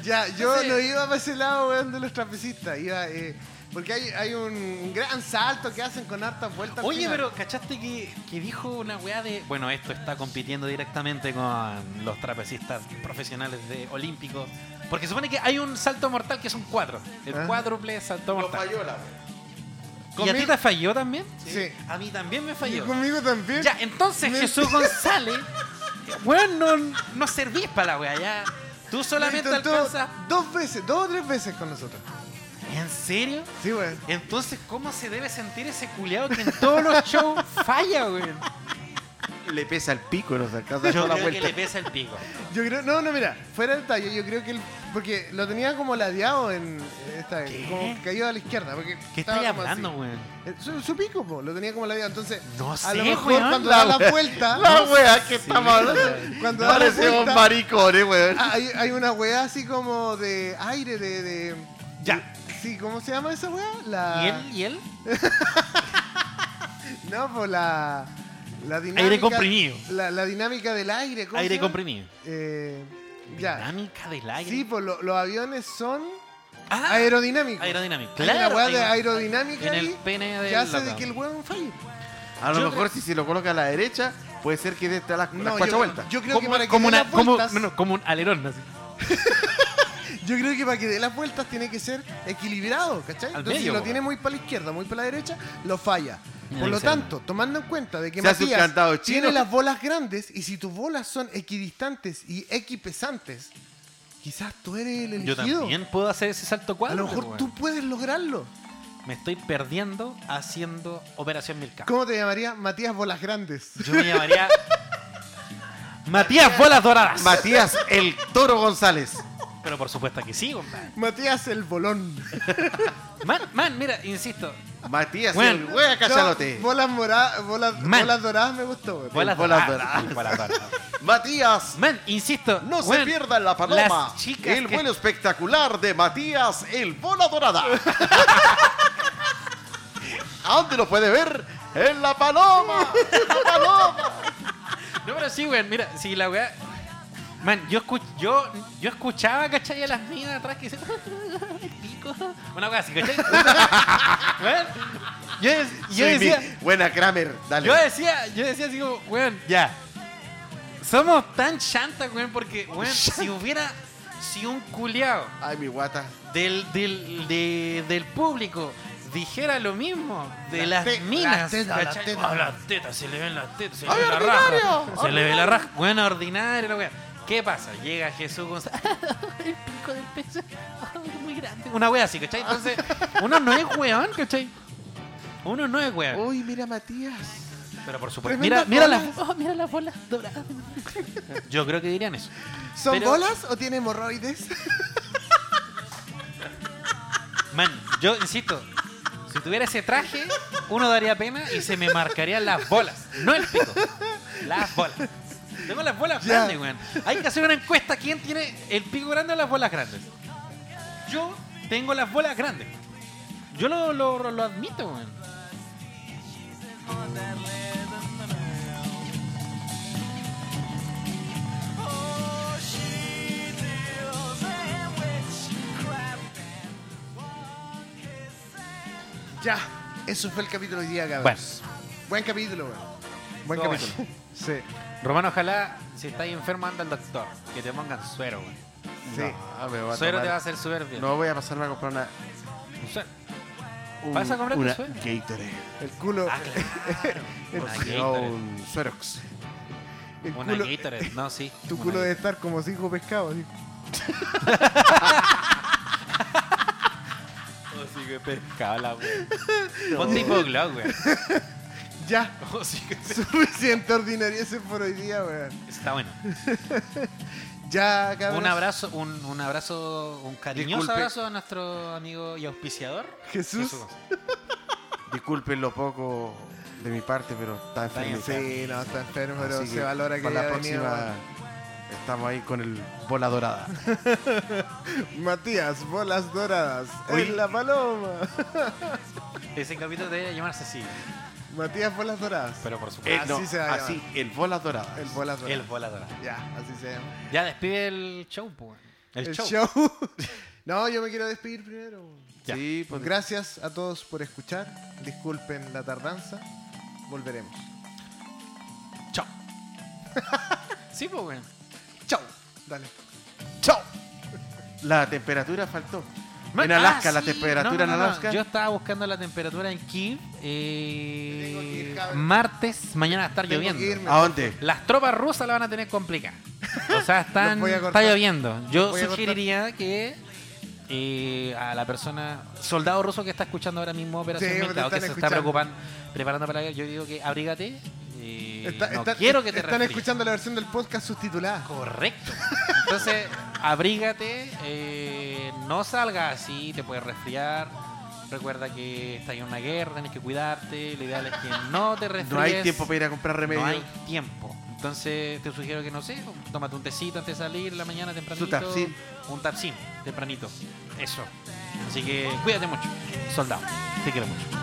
[SPEAKER 1] Ya, yo
[SPEAKER 2] Sí.
[SPEAKER 1] no iba para ese lado, weón, de los trapecistas. Iba, eh, porque hay, hay un gran salto que hacen con hartas vueltas. al
[SPEAKER 2] Oye,
[SPEAKER 1] final.
[SPEAKER 2] pero ¿cachaste que, que dijo una weá de... Bueno, esto está compitiendo directamente con los trapecistas profesionales de olímpicos. Porque supone que hay un salto mortal que son cuatro. El
[SPEAKER 1] Ah.
[SPEAKER 2] cuádruple salto mortal.
[SPEAKER 3] Payola.
[SPEAKER 2] ¿Y a ti
[SPEAKER 1] Conmigo-
[SPEAKER 2] te falló también?
[SPEAKER 1] Sí.
[SPEAKER 2] A mí también me
[SPEAKER 1] Y
[SPEAKER 2] falló.
[SPEAKER 1] conmigo también.
[SPEAKER 2] Ya, entonces
[SPEAKER 1] Me-
[SPEAKER 2] Jesús González, weón, no, no servís para la weá. Ya, tú
[SPEAKER 1] Lo
[SPEAKER 2] solamente
[SPEAKER 1] intentó
[SPEAKER 2] alcanzas...
[SPEAKER 1] Dos veces, dos o tres veces con nosotros.
[SPEAKER 2] ¿En serio?
[SPEAKER 1] Sí, weón.
[SPEAKER 2] Entonces, ¿cómo se debe sentir ese culiado que en todos los shows falla, weón?
[SPEAKER 3] Le pesa el pico, no se alcanza a
[SPEAKER 2] Yo
[SPEAKER 3] dar la
[SPEAKER 2] creo que
[SPEAKER 3] vuelta.
[SPEAKER 2] le pesa el pico.
[SPEAKER 1] Yo creo, no, no, mira, fuera del tallo, yo creo que él, porque lo tenía como ladeado en esta
[SPEAKER 2] ¿Qué?
[SPEAKER 1] como caído a la izquierda, porque
[SPEAKER 2] ¿Qué
[SPEAKER 1] estaba
[SPEAKER 2] estoy
[SPEAKER 1] como
[SPEAKER 2] hablando,
[SPEAKER 1] así.
[SPEAKER 2] weón?
[SPEAKER 1] Eh, Su, su pico, po, lo tenía como ladeado, entonces
[SPEAKER 2] No
[SPEAKER 1] a
[SPEAKER 2] sé,
[SPEAKER 1] lo mejor
[SPEAKER 2] weón.
[SPEAKER 1] cuando
[SPEAKER 3] La
[SPEAKER 1] da la
[SPEAKER 3] wea-
[SPEAKER 1] vuelta,
[SPEAKER 3] La wea que estamos hablando.
[SPEAKER 1] weón. cuando da la
[SPEAKER 3] Parecemos
[SPEAKER 1] vuelta,
[SPEAKER 3] maricones, eh, weón.
[SPEAKER 1] ah, hay, hay una weá así como de aire, de, de-
[SPEAKER 2] Ya.
[SPEAKER 1] sí, ¿cómo se llama esa weá?
[SPEAKER 2] ¿Y
[SPEAKER 1] La,
[SPEAKER 2] él? ¿Y él?
[SPEAKER 1] no, pues la, la dinámica,
[SPEAKER 2] comprimido.
[SPEAKER 1] la, la dinámica del aire, ¿cómo se
[SPEAKER 2] Aire
[SPEAKER 1] llama?
[SPEAKER 2] comprimido.
[SPEAKER 1] Eh, ya,
[SPEAKER 2] Dinámica del aire.
[SPEAKER 1] sí, pues lo- los aviones son
[SPEAKER 2] Ah,
[SPEAKER 1] aerodinámico.
[SPEAKER 2] aerodinámica.
[SPEAKER 1] Hay
[SPEAKER 2] Claro,
[SPEAKER 1] una weá de
[SPEAKER 2] ahí va.
[SPEAKER 1] aerodinámica
[SPEAKER 2] En el
[SPEAKER 1] ahí
[SPEAKER 2] pene del
[SPEAKER 1] que hace de
[SPEAKER 2] loco.
[SPEAKER 1] que el weón falle.
[SPEAKER 3] A lo
[SPEAKER 2] Yo
[SPEAKER 3] mejor si se lo coloca a la derecha, puede ser que dé hasta las, las
[SPEAKER 1] No,
[SPEAKER 3] cuatro
[SPEAKER 1] yo-
[SPEAKER 3] vueltas.
[SPEAKER 1] yo creo que
[SPEAKER 2] Como,
[SPEAKER 1] para que
[SPEAKER 2] como
[SPEAKER 1] dé
[SPEAKER 2] una,
[SPEAKER 1] las
[SPEAKER 2] como,
[SPEAKER 1] vueltas-
[SPEAKER 2] no, no, como un alerón. así.
[SPEAKER 1] Yo creo que para que dé las vueltas tiene que ser equilibrado, ¿cachai?
[SPEAKER 2] Al
[SPEAKER 1] Entonces, si
[SPEAKER 2] medio,
[SPEAKER 1] lo
[SPEAKER 2] po.
[SPEAKER 1] tiene muy para la izquierda, muy para la derecha, lo falla.
[SPEAKER 2] En
[SPEAKER 1] Por
[SPEAKER 2] el
[SPEAKER 1] lo
[SPEAKER 2] Excel.
[SPEAKER 1] tanto, tomando en cuenta de que
[SPEAKER 3] Se hace un
[SPEAKER 1] Matías
[SPEAKER 3] cantado chino.
[SPEAKER 1] tiene las bolas grandes y si tus bolas son equidistantes y equipesantes, quizás tú eres el
[SPEAKER 2] Yo
[SPEAKER 1] elegido.
[SPEAKER 2] también puedo hacer ese salto
[SPEAKER 1] A
[SPEAKER 2] cuádruple.
[SPEAKER 1] lo mejor
[SPEAKER 2] weón.
[SPEAKER 1] tú puedes lograrlo.
[SPEAKER 2] Me estoy perdiendo haciendo Operación Milka.
[SPEAKER 1] ¿Cómo te llamaría Matías Bolas Grandes? [laughs]
[SPEAKER 2] Yo me llamaría Matías Bolas Doradas.
[SPEAKER 3] Matías el Toro González.
[SPEAKER 2] Pero por supuesto que sí, compadre.
[SPEAKER 1] Matías el Bolón.
[SPEAKER 2] Man, man, mira, insisto.
[SPEAKER 3] Matías
[SPEAKER 2] Bueno.
[SPEAKER 3] el Wea Cachalote.
[SPEAKER 1] No, bolas moradas, bolas,
[SPEAKER 2] Man.
[SPEAKER 1] bolas doradas me gustó. güey.
[SPEAKER 2] Bolas,
[SPEAKER 3] Bolas
[SPEAKER 2] doradas.
[SPEAKER 3] Doradas.
[SPEAKER 2] Bolas doradas.
[SPEAKER 3] Matías.
[SPEAKER 2] Man, insisto.
[SPEAKER 3] No se
[SPEAKER 2] weón,
[SPEAKER 3] pierdan la paloma.
[SPEAKER 2] Las chicas
[SPEAKER 3] el
[SPEAKER 2] que-
[SPEAKER 3] vuelo espectacular de Matías el
[SPEAKER 2] [laughs]
[SPEAKER 3] Bola Dorada. ¿A dónde lo puede ver? En la paloma. La paloma.
[SPEAKER 2] No, pero sí, weón, mira, si la weá. Man, yo, escu- yo, yo escuchaba, ¿cachai? A las minas atrás que dicen. ah, "El pico. Una weá así, ¿cachai? [laughs] Weón, yo, dec- yo
[SPEAKER 3] Sí,
[SPEAKER 2] decía.
[SPEAKER 3] mi- Buena Kramer. Dale.
[SPEAKER 2] Yo decía, yo decía así como, weón, ya. Somos tan chantas, weón, porque,
[SPEAKER 3] [laughs]
[SPEAKER 2] weón, si hubiera. Si un culiao
[SPEAKER 3] Ay, mi guata.
[SPEAKER 2] del, del, de- del público dijera lo mismo de
[SPEAKER 1] Las
[SPEAKER 2] las,
[SPEAKER 1] te- las
[SPEAKER 2] minas.
[SPEAKER 1] tetas,
[SPEAKER 2] ¿cachai?
[SPEAKER 1] las
[SPEAKER 2] Oh,
[SPEAKER 1] tetas.
[SPEAKER 2] tetas, se le ven las tetas, se le
[SPEAKER 3] ¡Ay,
[SPEAKER 2] ve la
[SPEAKER 3] ordinario!
[SPEAKER 2] raja. Se le ve la
[SPEAKER 3] ¡Ordinario!
[SPEAKER 2] raja. Bueno, ordinario, la wea. ¿Qué pasa? Llega Jesús González.
[SPEAKER 4] El pico del peso es muy grande.
[SPEAKER 2] Una wea así, ¿cachai? Entonces, uno no es weón, ¿cachai? Uno no es weón.
[SPEAKER 3] Uy, mira Matías.
[SPEAKER 2] Pero por supuesto.
[SPEAKER 1] Uh, Tremenda
[SPEAKER 2] Mira, mira
[SPEAKER 1] cola.
[SPEAKER 2] las.
[SPEAKER 4] Oh, mira las bolas doradas.
[SPEAKER 2] Yo creo que dirían eso.
[SPEAKER 1] ¿Son
[SPEAKER 2] Pero-
[SPEAKER 1] bolas o tiene hemorroides?
[SPEAKER 2] Man, yo insisto, si tuviera ese traje, uno daría pena y se me marcarían las bolas. No el pico. Las bolas. Tengo las bolas
[SPEAKER 1] Ya.
[SPEAKER 2] grandes, weón. Hay que hacer una encuesta. ¿Quién tiene el pico grande o las bolas grandes? Yo tengo las bolas grandes. Yo lo, lo, lo admito, weón.
[SPEAKER 1] ya, eso fue el capítulo de hoy día,
[SPEAKER 2] Bueno,
[SPEAKER 1] cabros. Buen capítulo, güey. Buen
[SPEAKER 2] Todo
[SPEAKER 1] capítulo. [laughs] Sí,
[SPEAKER 2] Romano, ojalá si estáis enfermo anda al doctor. Que te pongan suero, weón.
[SPEAKER 1] sí.
[SPEAKER 3] No, ah, me va a
[SPEAKER 2] Suero
[SPEAKER 3] tomar-
[SPEAKER 2] te va a hacer súper bien.
[SPEAKER 3] No voy a pasarme a comprar una.
[SPEAKER 2] Un suero.
[SPEAKER 3] un-
[SPEAKER 2] ¿Vas a comprar tu
[SPEAKER 3] una
[SPEAKER 2] suero?
[SPEAKER 3] Gatorade.
[SPEAKER 1] El culo.
[SPEAKER 2] Ah, claro. Una
[SPEAKER 3] Porque no,
[SPEAKER 2] Gatorade.
[SPEAKER 3] un Suerox.
[SPEAKER 1] el
[SPEAKER 2] Una
[SPEAKER 1] culo-
[SPEAKER 2] Gatorade, no, sí.
[SPEAKER 1] Tu
[SPEAKER 2] una
[SPEAKER 1] culo debe estar como cinco pescados. así.
[SPEAKER 2] Así que pescala, weón. Ponte hipoglow, weón.
[SPEAKER 1] Ya, [laughs]
[SPEAKER 2] Así que-
[SPEAKER 1] suficiente ordinaria ese por hoy día, weón.
[SPEAKER 2] Está bueno.
[SPEAKER 1] Ya, cabros.
[SPEAKER 2] Un abrazo, un, un abrazo, un cariñoso
[SPEAKER 3] Disculpe.
[SPEAKER 2] abrazo a nuestro amigo y auspiciador.
[SPEAKER 1] Jesús.
[SPEAKER 3] Disculpen lo poco de mi parte, pero está
[SPEAKER 2] Está
[SPEAKER 3] enfermo.
[SPEAKER 1] Sí, no, está enfermo, pero
[SPEAKER 3] Así
[SPEAKER 1] se valora que
[SPEAKER 3] para la
[SPEAKER 1] haya
[SPEAKER 3] próxima
[SPEAKER 1] venido,
[SPEAKER 3] estamos ahí con el bola dorada.
[SPEAKER 1] weón. [laughs] Matías, bolas doradas.
[SPEAKER 2] Uy.
[SPEAKER 1] En la paloma. [laughs]
[SPEAKER 2] Ese capítulo debería llamarse así,
[SPEAKER 1] Matías, bolas doradas.
[SPEAKER 2] pero por
[SPEAKER 3] Eh,
[SPEAKER 2] supuesto.
[SPEAKER 1] Así se va a
[SPEAKER 3] así, el bola dorada.
[SPEAKER 1] El bolas
[SPEAKER 2] El
[SPEAKER 1] doradas.
[SPEAKER 2] volador.
[SPEAKER 1] Ya, así se llama.
[SPEAKER 2] Ya despide el show, pues. El,
[SPEAKER 1] el
[SPEAKER 2] show.
[SPEAKER 1] show. [laughs] no, yo me quiero despedir primero.
[SPEAKER 2] Ya.
[SPEAKER 3] Sí,
[SPEAKER 1] Pues
[SPEAKER 3] pues
[SPEAKER 1] gracias a todos por escuchar. Disculpen la tardanza. Volveremos.
[SPEAKER 2] Chao. [laughs] sí, pues, weón.
[SPEAKER 1] Chau. Dale.
[SPEAKER 3] ¡Chao! La temperatura faltó.
[SPEAKER 2] Man,
[SPEAKER 3] en Alaska,
[SPEAKER 2] ah,
[SPEAKER 3] la
[SPEAKER 2] sí.
[SPEAKER 3] temperatura
[SPEAKER 2] No, no,
[SPEAKER 3] en
[SPEAKER 2] no, no.
[SPEAKER 3] Alaska.
[SPEAKER 2] Yo estaba buscando la temperatura en Kiev. eh,
[SPEAKER 1] Tengo que ir, cabrón.
[SPEAKER 2] martes, mañana va a estar
[SPEAKER 1] Tengo
[SPEAKER 2] lloviendo.
[SPEAKER 1] que irme.
[SPEAKER 3] ¿A dónde?
[SPEAKER 2] Las tropas rusas la van a tener complicada. O
[SPEAKER 1] [laughs]
[SPEAKER 2] sea,
[SPEAKER 1] Los
[SPEAKER 2] están,
[SPEAKER 1] voy a
[SPEAKER 2] está
[SPEAKER 1] cortar.
[SPEAKER 2] lloviendo. Yo
[SPEAKER 1] Voy a
[SPEAKER 2] sugeriría que eh, a la persona, soldado ruso que está escuchando ahora mismo Operación
[SPEAKER 1] Sí,
[SPEAKER 2] Milka,
[SPEAKER 1] porque
[SPEAKER 2] o que
[SPEAKER 1] están
[SPEAKER 2] se está
[SPEAKER 1] escuchando.
[SPEAKER 2] preocupando, preparando para la guerra, yo digo que abrígate. eh,
[SPEAKER 1] Está-
[SPEAKER 2] no
[SPEAKER 1] está-
[SPEAKER 2] quiero que te
[SPEAKER 1] están
[SPEAKER 2] resfríes.
[SPEAKER 1] escuchando la versión del podcast subtitulada. [laughs]
[SPEAKER 2] Correcto. Entonces, abrígate, eh, no salgas así, te puedes resfriar. Recuerda que estás en una guerra, tienes que cuidarte. Lo ideal es que no te resfríes.
[SPEAKER 3] No hay tiempo para ir a comprar remedio.
[SPEAKER 2] No hay tiempo. Entonces te sugiero que no sé, tómate un tecito antes de salir en la mañana tempranito.
[SPEAKER 3] Su Tapsin.
[SPEAKER 2] Un tapsin tempranito. Eso. Así que cuídate mucho, soldado. Te quiero mucho.